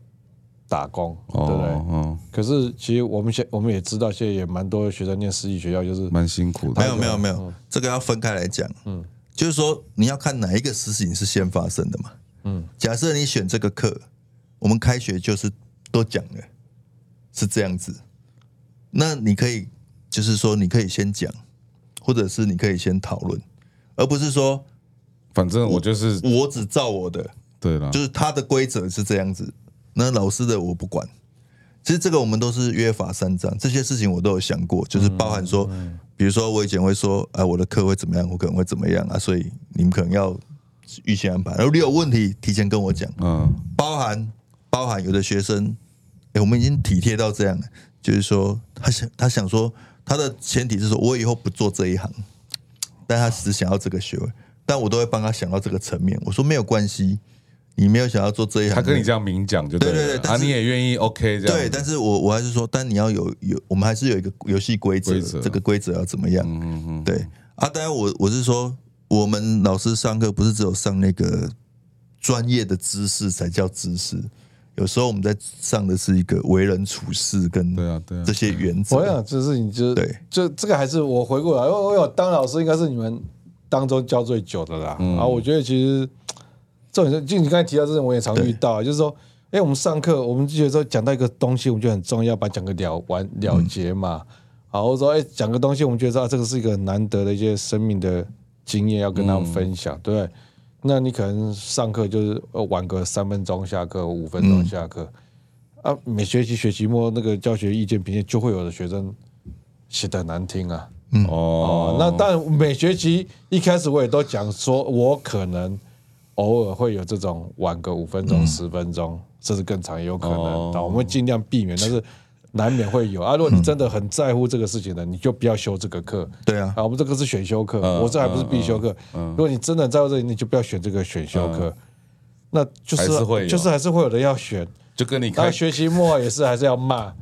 Speaker 3: 打工，
Speaker 1: 哦
Speaker 3: 对不对？
Speaker 1: 哦，
Speaker 3: 可是其实我们现我们也知道，现在也蛮多学生念私立学校，就是哦
Speaker 1: 蛮辛苦的，
Speaker 2: 没有没有没有，这个要分开来讲。嗯，就是说你要看哪一个事情是先发生的嘛。嗯，假设你选这个课，我们开学就是都讲了，是这样子。那你可以就是说，你可以先讲，或者是你可以先讨论，而不是说
Speaker 1: 反正我就是
Speaker 2: 我只照我的，
Speaker 1: 对啦，
Speaker 2: 就是它的规则是这样子，那老师的我不管。其实这个我们都是约法三章，这些事情我都有想过，就是包含说，比如说我以前会说，啊，我的课会怎么样，我可能会怎么样啊，所以你们可能要预先安排。然后你有问题提前跟我讲，
Speaker 1: 嗯，
Speaker 2: 包含包含有的学生，哎，我们已经体贴到这样了，就是说他想他想说他的前提是说我以后不做这一行，但他只想要这个学位，但我都会帮他想到这个层面。我说没有关系，你没有想要做这一行，
Speaker 1: 他跟你这样明讲就
Speaker 2: 对对
Speaker 1: 了
Speaker 2: 对
Speaker 1: 啊，
Speaker 2: 但是
Speaker 1: 你也愿意 OK 这样，
Speaker 2: 对，但是我我还是说，但你要有有，我们还是有一个游戏规则
Speaker 1: 规，则
Speaker 2: 这个规则要怎么样？嗯嗯对啊，当然我我是说，我们老师上课不是只有上那个专业的知识才叫知识，有时候我们在上的是一个为人处事跟
Speaker 1: 对啊对啊
Speaker 2: 这些原则。
Speaker 3: 我想就是你就是
Speaker 2: 对
Speaker 3: 就这个还是我回过来，因为我有当老师应该是你们当中教最久的啦。啊，我觉得其实这种就你刚才提到这种，我也常遇到啊，就是说，哎、我们上课我们就觉得说讲到一个东西，我们就很重要，把它讲个了完了结嘛。好，我说哎，讲个东西，我们觉得啊，这个是一个很难得的一些生命的经验，要跟他们分享，对不对？那你可能上课就是呃晚个三分钟下课，五分钟下课，啊，每学期学期末那个教学意见评鉴就会有的学生写的难听啊，哦
Speaker 1: 哦，，
Speaker 3: 那但每学期一开始我也都讲说，我可能偶尔会有这种晚个五分钟、十分钟，甚至更长也有可能。
Speaker 1: 嗯哦
Speaker 3: 啊，我们会尽量避免，但是难免会有啊。如果你真的很在乎这个事情呢，你就不要修这个课。
Speaker 2: 对啊
Speaker 3: 啊，我们这个是选修课，
Speaker 1: 嗯
Speaker 3: 我这还不是必修课。如果你真的很在乎这个，你就不要选这个选修课。那
Speaker 1: 嗯
Speaker 3: 就
Speaker 1: 还是会
Speaker 3: 是
Speaker 1: 有
Speaker 3: 就是还是会有人要选，
Speaker 1: 就跟你
Speaker 3: 然
Speaker 1: 开
Speaker 3: 后学期末也是还是
Speaker 1: *laughs*
Speaker 3: 要骂，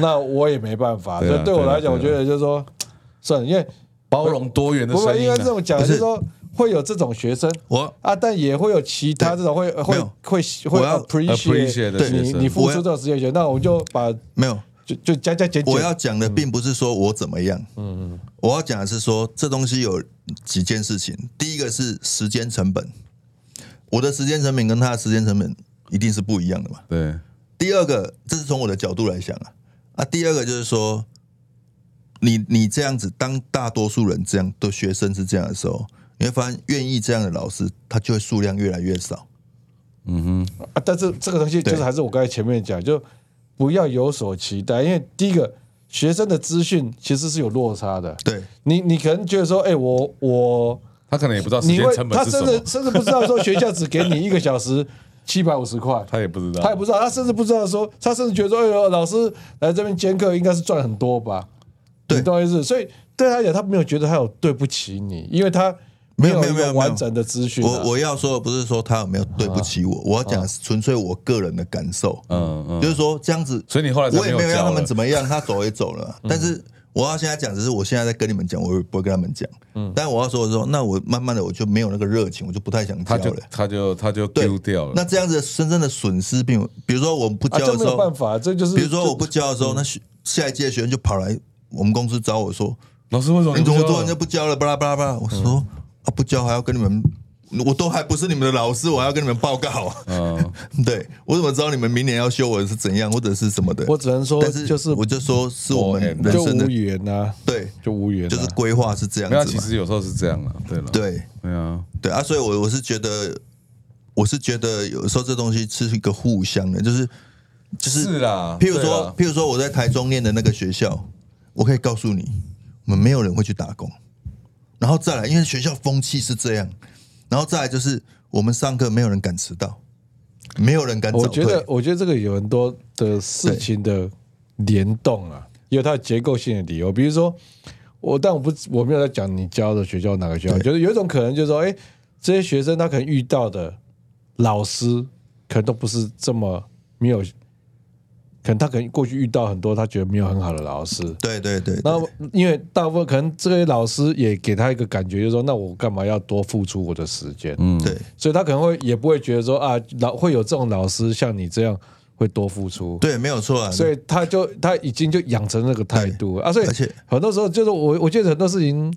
Speaker 3: 那我也没办法。
Speaker 1: 对啊
Speaker 3: 所以对我
Speaker 1: 对啊
Speaker 3: 来讲，我
Speaker 1: 对
Speaker 3: 觉
Speaker 1: 啊
Speaker 3: 得就是说，算了，因为
Speaker 1: 包容多元的
Speaker 3: 不
Speaker 1: 声
Speaker 3: 是
Speaker 1: 音
Speaker 3: 应
Speaker 1: 啊
Speaker 3: 该这么讲，就是说会有这种学生
Speaker 2: 我
Speaker 3: 啊，但也会有其他这种会会
Speaker 2: 有
Speaker 3: 会会
Speaker 2: 我要
Speaker 1: appreciate 的学
Speaker 3: 你
Speaker 1: 生
Speaker 3: 你付出
Speaker 2: 我要
Speaker 3: 这种时间学，那我们就把
Speaker 2: 没有，
Speaker 3: 就就加加减减。
Speaker 2: 我要讲的并不是说我怎么样，嗯嗯，我要讲的是说这东西有几件事情，第一个是时间成本，我的时间成本跟他的时间成本一定是不一样的嘛。
Speaker 1: 对，
Speaker 2: 第二个，这是从我的角度来想啊啊，第二个就是说，你你这样子，当大多数人这样的学生是这样的时候，你会发现愿意这样的老师，他就会数量越来越少。
Speaker 3: 啊，但是这个东西就
Speaker 2: 对
Speaker 3: 是还是我刚才前面讲，就不要有所期待，因为第一个学生的资讯其实是有落差的。
Speaker 2: 对，
Speaker 3: 你你可能觉得说，哎，我我
Speaker 1: 他可能也不知道时
Speaker 3: 你
Speaker 1: 间
Speaker 3: 会
Speaker 1: 成本
Speaker 3: 他
Speaker 1: 是什
Speaker 3: 甚
Speaker 1: 么
Speaker 3: 至，甚至不知道说学校只给你一个小时七百五十块，
Speaker 1: 他也不
Speaker 2: 啊
Speaker 1: 知道，
Speaker 3: 他也不知道，他甚至不知道说，他甚至觉得说，哎呦，老师来这边兼课应该是赚很多吧？
Speaker 2: 对
Speaker 3: 你懂我意思？所以对他来讲，他没有觉得他有对不起你，因为他没
Speaker 2: 有没
Speaker 3: 一
Speaker 2: 有没
Speaker 3: 个
Speaker 2: 有
Speaker 3: 完整的资讯啊、
Speaker 2: 我我要说的不是说他有没有对不起我，我要讲的是纯粹我个人的感受。
Speaker 1: 嗯哦嗯，
Speaker 2: 就是说这样子，
Speaker 1: 所以你后来才
Speaker 2: 我也
Speaker 1: 没有
Speaker 2: 没有
Speaker 1: 教
Speaker 2: 让他
Speaker 1: 了嗯
Speaker 2: 们怎么样，他走也走了。但是我要现在讲，只是我现在在跟你们讲，我也不会跟他们讲。
Speaker 1: 嗯
Speaker 2: 但我要说的时候，那我慢慢的我就没有那个热情，我就不太想教
Speaker 1: 他就
Speaker 2: 了。
Speaker 1: 他就他就
Speaker 2: 对
Speaker 1: 丢掉了，
Speaker 2: 那这样子真正的损失并有，比如说我不
Speaker 3: 啊，
Speaker 2: 教的
Speaker 3: 这
Speaker 2: 时
Speaker 3: 没有
Speaker 2: 候，
Speaker 3: 办法，这就是
Speaker 2: 比如说我不教的时候，那学下一届学生就跑来我们公司找我说
Speaker 1: 老师
Speaker 3: 哦
Speaker 1: 为什：“么
Speaker 2: 你
Speaker 1: 不
Speaker 2: 怎么
Speaker 1: 教
Speaker 2: 突然
Speaker 1: 了
Speaker 2: 就不教了？”巴拉巴拉巴拉。我说：“
Speaker 3: 嗯
Speaker 2: 啊，不教还要跟你们，我都还不是你们的老师，我还要跟你们报告。啊
Speaker 1: 嗯，
Speaker 2: *laughs* 对我怎么知道你们明年要修我是怎样，或者是什么的？
Speaker 3: 我只能说
Speaker 2: 但是
Speaker 3: 就是
Speaker 2: 我就说是我们
Speaker 1: Oh, and-
Speaker 2: 人
Speaker 3: 就
Speaker 2: 生的
Speaker 3: 无缘呐、
Speaker 2: 对，
Speaker 3: 就无缘、啊，
Speaker 2: 就是规划是这样
Speaker 1: 没有啊，
Speaker 2: 子
Speaker 1: 其
Speaker 2: 嘛。
Speaker 1: 实有时候是这样啊，对了，
Speaker 2: 对
Speaker 1: 对啊，
Speaker 2: 对啊，所以我我是觉得，我是觉得有时候这东西是一个互相的，就是就是
Speaker 1: 是啦，
Speaker 2: 譬如
Speaker 1: 对
Speaker 2: 说
Speaker 3: 啊
Speaker 1: 啦，
Speaker 2: 譬如说我在台中念的那个学校，我可以告诉你，我们没有人会去打工。然后再来，因为学校风气是这样，然后再来就是我们上课没有人敢迟到，没有人敢早
Speaker 3: 我觉得
Speaker 2: 退。，
Speaker 3: 我觉得这个有很多的事情的联动啊，也有它的结构性的理由。比如说，我但我不我没有在讲你教的学校哪个学校，
Speaker 2: 对
Speaker 3: 就是有一种可能就是说，哎，这些学生他可能遇到的老师可能都不是这么没有，可能他可能过去遇到很多他觉得没有很好的老师，
Speaker 2: 对对对，对
Speaker 3: 那因为大部分可能这些老师也给他一个感觉，就是说，那我干嘛要多付出我的时间？嗯，
Speaker 2: 对
Speaker 3: 所以他可能会也不会觉得说啊，老会有这种老师像你这样会多付出，
Speaker 2: 对，没有错啊。
Speaker 3: 所以他就他已经就养成那个态度啊，所以
Speaker 2: 而且
Speaker 3: 很多时候就是我我觉得很多事情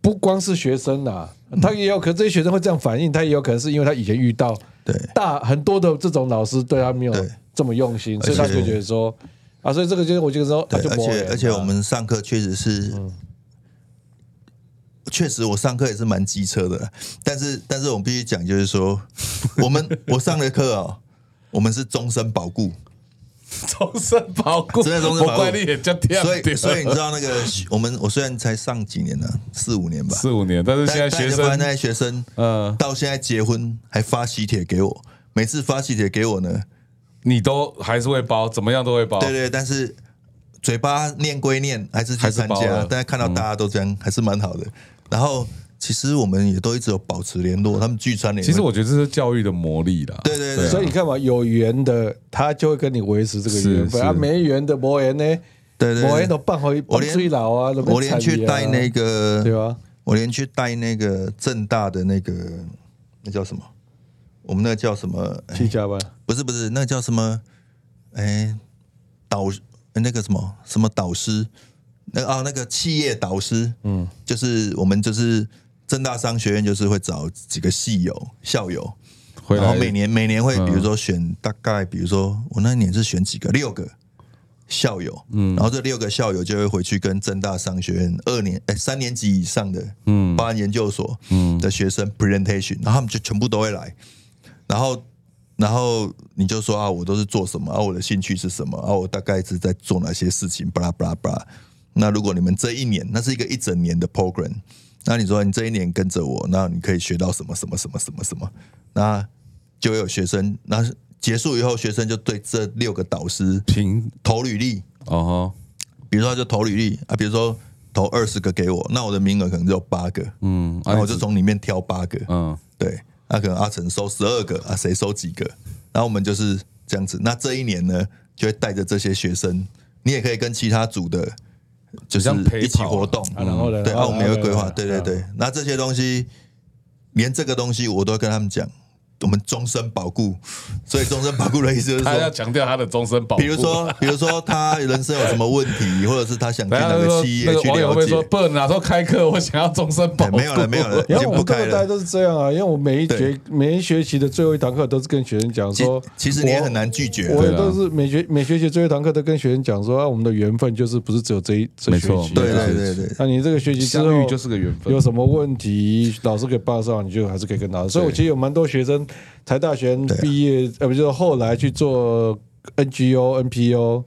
Speaker 3: 不光是学生呐、
Speaker 2: 嗯
Speaker 3: 他也有可能这些学生会这样反应，他也有可能是因为他以前遇到
Speaker 2: 对
Speaker 3: 大很多的这种老师对他没有
Speaker 2: 对
Speaker 3: 这么用心，所以
Speaker 2: 而
Speaker 3: 他
Speaker 2: 且
Speaker 3: 就觉得说啊，所以这个就是我就说他
Speaker 2: 对
Speaker 3: 就，
Speaker 2: 而
Speaker 3: 磨
Speaker 2: 且
Speaker 3: 人
Speaker 2: 而且
Speaker 3: 嘛
Speaker 2: 我们上课确实是，
Speaker 3: 嗯
Speaker 2: 确实我上课也是蛮机车的，但是但是我们必须讲，就是说， *laughs* 我们我上的课哦，我们是终身保固，
Speaker 1: 终身保护，
Speaker 2: 真的终身保
Speaker 1: 我
Speaker 2: 护
Speaker 1: 怪你也叫跳
Speaker 2: 所以
Speaker 1: 掉，
Speaker 2: 所以你知道那个我们我虽然才上几年呢、四五年吧，
Speaker 1: 四五年，但是
Speaker 2: 但
Speaker 1: 现在
Speaker 2: 但
Speaker 1: 学
Speaker 2: 你就发现那
Speaker 1: 生
Speaker 2: 些学生
Speaker 1: 呃，
Speaker 2: 到现在结婚还发喜帖给我，每次发喜帖给我呢，
Speaker 1: 你都还是会包，怎么样都会包，
Speaker 2: 对对，但是嘴巴念归念，还是去
Speaker 1: 还是
Speaker 2: 参
Speaker 1: 包了嗯
Speaker 2: 加。但是看到大家都这样，还是蛮好的。然后其实我们也都一直有保持联络，他们聚餐联
Speaker 1: 嗯
Speaker 2: 络。
Speaker 1: 其实我觉得这是教育的魔力啦，
Speaker 2: 对对
Speaker 1: 啊
Speaker 2: 对
Speaker 3: 所以你看嘛，有缘的他就会跟你维持这个缘
Speaker 1: 是
Speaker 3: 分
Speaker 1: 是
Speaker 3: 啊，没缘的没缘呢，
Speaker 2: 对对对
Speaker 3: 没缘都办回
Speaker 2: 我
Speaker 3: 办
Speaker 2: 连
Speaker 3: 最老啊，
Speaker 2: 我连去带那
Speaker 3: 个
Speaker 2: 个
Speaker 1: 啊
Speaker 3: 对吧？
Speaker 2: 我连去带那个正大的那个那叫什么？我们那个叫什么？哎
Speaker 3: 去加
Speaker 5: 啊
Speaker 3: 班，
Speaker 2: 不是不是，那个叫什么？哎，导哎那个什么什么导师，那啊那个企业导师，嗯，就是我们就是正大商学院，就是会找几个系友校友，
Speaker 1: 回
Speaker 2: 然
Speaker 1: 来
Speaker 2: 嗯后每年每年会比如说选大概，比如说我那一年是选几个六个，校友，嗯，然后这六个校友就会回去跟正大商学院二年哎三年级以上的，嗯，八研究所，嗯的学生 presentation，然后他们就全部都会来，然后然后你就说啊，我都是做什么啊，我的兴趣是什么啊，我大概是在做哪些事情，巴拉巴拉巴拉。那如果你们这一年，那是一个一整年的 program，那你说你这一年跟着我，那你可以学到什么什么什么什么什么，那就有学生，那结束以后，学生就对这六个导师
Speaker 5: 评
Speaker 2: 投履历，
Speaker 1: 哦
Speaker 2: 比如说他就投履历啊，比如说投二十个给我，那我的名额可能只有八个，嗯，然后我就从里面挑八个，
Speaker 1: 嗯
Speaker 2: 嗯，对，那、可能阿成收十二个啊，谁收几个？然后我们就是这样子。那这一年呢，就会带着这些学生，你也可以跟其他组的，就
Speaker 1: 像陪跑
Speaker 2: 是一起活动，
Speaker 3: 啊然后呢
Speaker 2: 对，
Speaker 3: 然
Speaker 2: 啊，
Speaker 3: 后
Speaker 2: 我们也会
Speaker 3: 呢
Speaker 2: 规划，
Speaker 3: 然后
Speaker 2: 对
Speaker 3: 呢
Speaker 2: 对对。那这些东西，连这个东西我都会跟他们讲，我们终身保固。所以终身保固的意思就
Speaker 1: *laughs*
Speaker 2: 是
Speaker 1: 他要
Speaker 2: 说。
Speaker 1: 强调他的终身保护。
Speaker 2: 比如说，比如说他人生有什么问题，或者是他想去
Speaker 1: 等一下，*laughs*
Speaker 2: 哪
Speaker 1: 然后
Speaker 2: 个
Speaker 1: 说
Speaker 2: 企业
Speaker 1: 那个
Speaker 2: 去
Speaker 1: 网友
Speaker 2: 了
Speaker 1: 会
Speaker 2: 解
Speaker 1: 说，，笨，哪时候开课？我想要终身保
Speaker 2: 哎
Speaker 1: 护。
Speaker 2: 没有了，没有了，已
Speaker 3: 然后
Speaker 2: 经
Speaker 3: 我
Speaker 2: 不
Speaker 3: 们
Speaker 2: 开
Speaker 3: 各个大家
Speaker 2: 了。
Speaker 3: 都是这样啊，因为我每一学
Speaker 2: 对
Speaker 3: 每一学期的最后一堂课都是跟学生讲
Speaker 2: 其
Speaker 3: 说，
Speaker 2: 其实你也
Speaker 3: 我
Speaker 2: 很难拒绝啊，
Speaker 3: 我也
Speaker 1: 对啊
Speaker 3: 都是每学每学期最后一堂课都跟学生讲说，啊，我们的缘分就是不是只有这一这
Speaker 1: 没
Speaker 3: 学
Speaker 1: 错
Speaker 3: 期，啊
Speaker 2: 对对对对，
Speaker 3: 那你这个学期之
Speaker 5: 相
Speaker 3: 后
Speaker 5: 遇就是个缘分啊
Speaker 3: 有。什么问题，老师给报上，你就还是可以跟老师。所以我其实有蛮多学生，台大学生
Speaker 1: 啊
Speaker 3: 毕业，呃，不就是后来去做 NGO、NPO，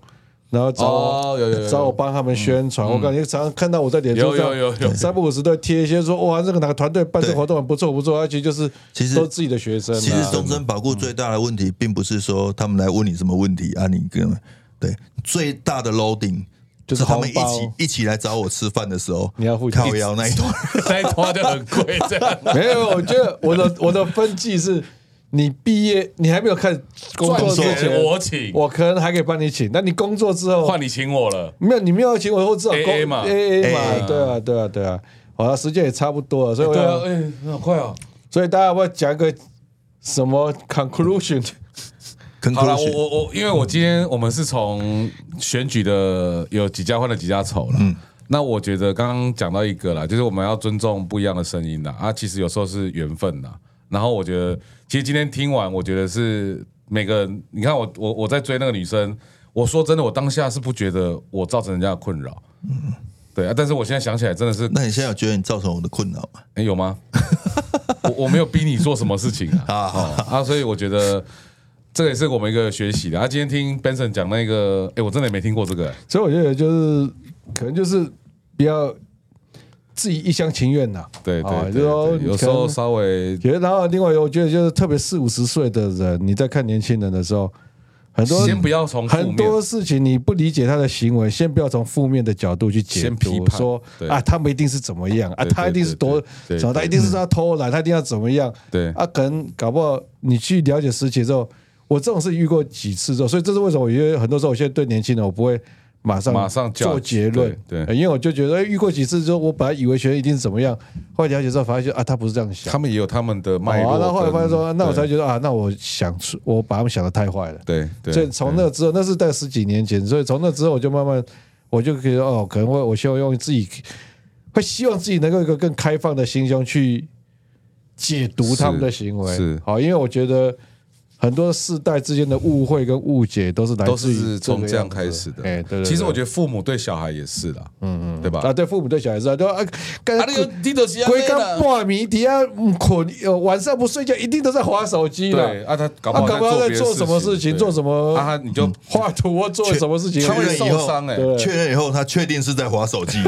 Speaker 3: 然后找
Speaker 1: 哦有有有
Speaker 3: 我
Speaker 1: 有
Speaker 3: 找我帮他们宣传。我感觉常常看到我在脸书
Speaker 1: 有
Speaker 3: 上
Speaker 1: 有有有
Speaker 3: 三不五时都贴一些说，哇，这个哪个团队办这个
Speaker 2: 对
Speaker 3: 活动很不错很不错，而且就是
Speaker 2: 其实
Speaker 3: 都自己的学生啊，
Speaker 2: 其实终身保固最大的问题，并不是说他们来问你什么问题啊，你跟对最大的 loading
Speaker 3: 就是
Speaker 2: 他们一
Speaker 3: 红包
Speaker 2: 起一起来找我吃饭的时候，
Speaker 3: 你要付钱
Speaker 2: 靠腰那一段，
Speaker 1: 那一拖就很贵，这样
Speaker 3: 没有，我觉得我的我的分际是，你毕业你还没有开始工
Speaker 1: 赚
Speaker 3: 作之前，
Speaker 1: 钱我请，
Speaker 3: 我可能还可以帮你请，那你工作之后
Speaker 1: 换你请我了。
Speaker 3: 没有你没有请我，或至少
Speaker 1: AA
Speaker 3: 工
Speaker 1: 嘛
Speaker 3: A A 嘛，
Speaker 2: AA
Speaker 3: 对啊对啊对啊，好了，时间也差不多了，所以我
Speaker 1: 对啊，
Speaker 3: 要
Speaker 1: 哎，好快哦。
Speaker 3: 所以大家要不要讲一个什么 conclusion？ *laughs*
Speaker 2: 很
Speaker 1: 好
Speaker 2: 可
Speaker 1: 了，
Speaker 2: 惜
Speaker 1: 我。我我，因为我今天我们是从选举的有几家欢乐几家愁了。那我觉得刚刚讲到一个啦，就是我们要尊重不一样的声音啦。啊，其实有时候是缘分啦。然后我觉得，其实今天听完，我觉得是每个人，你看我我我在追那个女生，我说真的，我当下是不觉得我造成人家的困扰。对啊，但是我现在想起来，真的是
Speaker 2: 那你现在有觉得你造成我的困扰吗？
Speaker 1: 哎、有
Speaker 3: *laughs*
Speaker 1: 吗？我我没有逼你做什么事情啊，哦、啊，所以我觉得这个也是我们一个学习的。啊，今天听 Benson 讲那个，哎、我真的也没听过这个、哎
Speaker 3: 所以我觉得就是可能就是比较自己一厢情愿呐、
Speaker 1: 对对
Speaker 3: 啊
Speaker 1: 对
Speaker 3: 就是说
Speaker 1: 对有时候
Speaker 3: 可能
Speaker 1: 稍微
Speaker 3: 觉得，然后另外我觉得就是特别四五十岁的人，你在看年轻人的时候，很多
Speaker 1: 先不要从负面
Speaker 3: 很多事情你不理解他的行为，先不要从负面的角度去解
Speaker 1: 先批
Speaker 3: 读，
Speaker 1: 判
Speaker 3: 说
Speaker 1: 对
Speaker 3: 啊他们一定是怎么样啊，
Speaker 1: 对对
Speaker 3: 他一定是
Speaker 1: 对
Speaker 3: 多
Speaker 1: 对对嗯
Speaker 3: 怎么，他一定是他偷懒，他一定要怎么样，
Speaker 1: 对
Speaker 3: 啊，可能搞不好你去了解实情之后，我这种事遇过几次之后，所以这是为什么我觉得很多时候我现在对年轻人我不会。马上
Speaker 1: 马上
Speaker 3: 做
Speaker 1: judge，
Speaker 3: 结论，
Speaker 1: 对对
Speaker 3: 呃因为我就觉得哎遇过几次之后，我本来以为学生一定是怎么样，后来了解之后发现啊，他不是这样想的，
Speaker 1: 他们也有他们的脉
Speaker 3: 哦
Speaker 1: 络
Speaker 3: 啊
Speaker 1: 跟。
Speaker 3: 那后来发现说，那我才觉得啊，那我想出，我把他们想的太坏了。
Speaker 1: 对对，
Speaker 3: 所以从那之后，那是在十几年前，所以从那之后我就慢慢，我就可以说哦，可能会我希望用自己，会希望自己能够有一个更开放的心胸去解读他们的行为。
Speaker 1: 是是
Speaker 3: 好，因为我觉得很多世代之间的误会跟误解都是来
Speaker 1: 都
Speaker 3: 自于
Speaker 1: 是从
Speaker 3: 个
Speaker 1: 这样
Speaker 3: 样子
Speaker 1: 开始的。
Speaker 3: 哎，对对
Speaker 1: 其实我
Speaker 3: 觉
Speaker 1: 觉得父母对小孩也是啦，嗯嗯，对吧？
Speaker 3: 啊，对父母对小孩子啊，都啊，干
Speaker 1: 啊，你有你都是这样
Speaker 3: 归
Speaker 1: 啦
Speaker 3: 根半暝底下嗯困，呃晚上不睡觉一定都在划手机了。
Speaker 1: 对啊，他搞不
Speaker 3: 啊，
Speaker 1: 好
Speaker 3: 搞不好
Speaker 1: 别
Speaker 3: 在
Speaker 1: 的
Speaker 3: 做什么事情，
Speaker 1: 对
Speaker 3: 做什么嗯
Speaker 1: 啊，他你就
Speaker 3: 画图或做什么事情，
Speaker 1: 他会
Speaker 2: 确认以
Speaker 1: 受
Speaker 2: 后
Speaker 1: 伤哎、
Speaker 3: 对
Speaker 2: 确认以后，他确定是在划手
Speaker 3: *laughs*
Speaker 2: 机，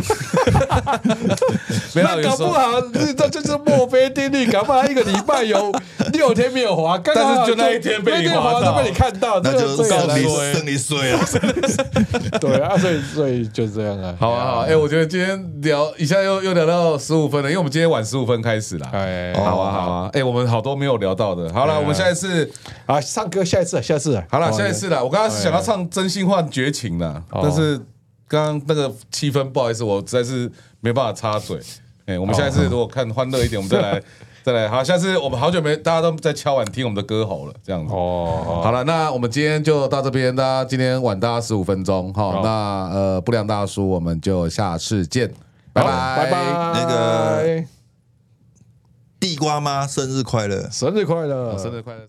Speaker 1: 没有
Speaker 3: 那搞不好这这就是墨菲定律，搞不好一个礼拜有六天没有滑，刚刚好
Speaker 1: 但是就那一天被你
Speaker 3: 那天
Speaker 1: 滑
Speaker 3: 滑
Speaker 1: 到
Speaker 3: 都被你看到，
Speaker 2: 那
Speaker 3: 这
Speaker 2: 就
Speaker 3: 个
Speaker 2: 剩
Speaker 3: 这
Speaker 2: 你
Speaker 1: 高衰
Speaker 2: 剩你衰了。
Speaker 3: 个对啊，所以所以就这样啊。
Speaker 1: 好啊，好啊，哎、我觉得今天聊一下又又聊到十五分了，因为我们今天晚十五分开始啦。
Speaker 3: 哎，
Speaker 1: 好啊，好啊，哎、我们好多没有聊到的。好了，我们下一次，
Speaker 3: 啊，唱歌下一次，下一次
Speaker 1: 好了，下一次啦。我刚刚想要唱《真心换绝情》啦，但是刚刚那个气氛，不好意思，我实在是没办法插 *laughs* 嘴。哎、我们下一次如果看欢乐一点，我们再 *laughs* 来，再来。好，下次我们好久没大家都在敲碗听我们的歌喉了，这样子。
Speaker 3: 哦，
Speaker 1: 好了，那我们今天就到这边，大家今天晚大家十五分钟哈。那呃，不良大叔，我们就下次见，拜拜
Speaker 3: 拜拜，
Speaker 2: 那个地瓜妈生日快乐！
Speaker 3: 生日快乐，
Speaker 1: 生日快乐。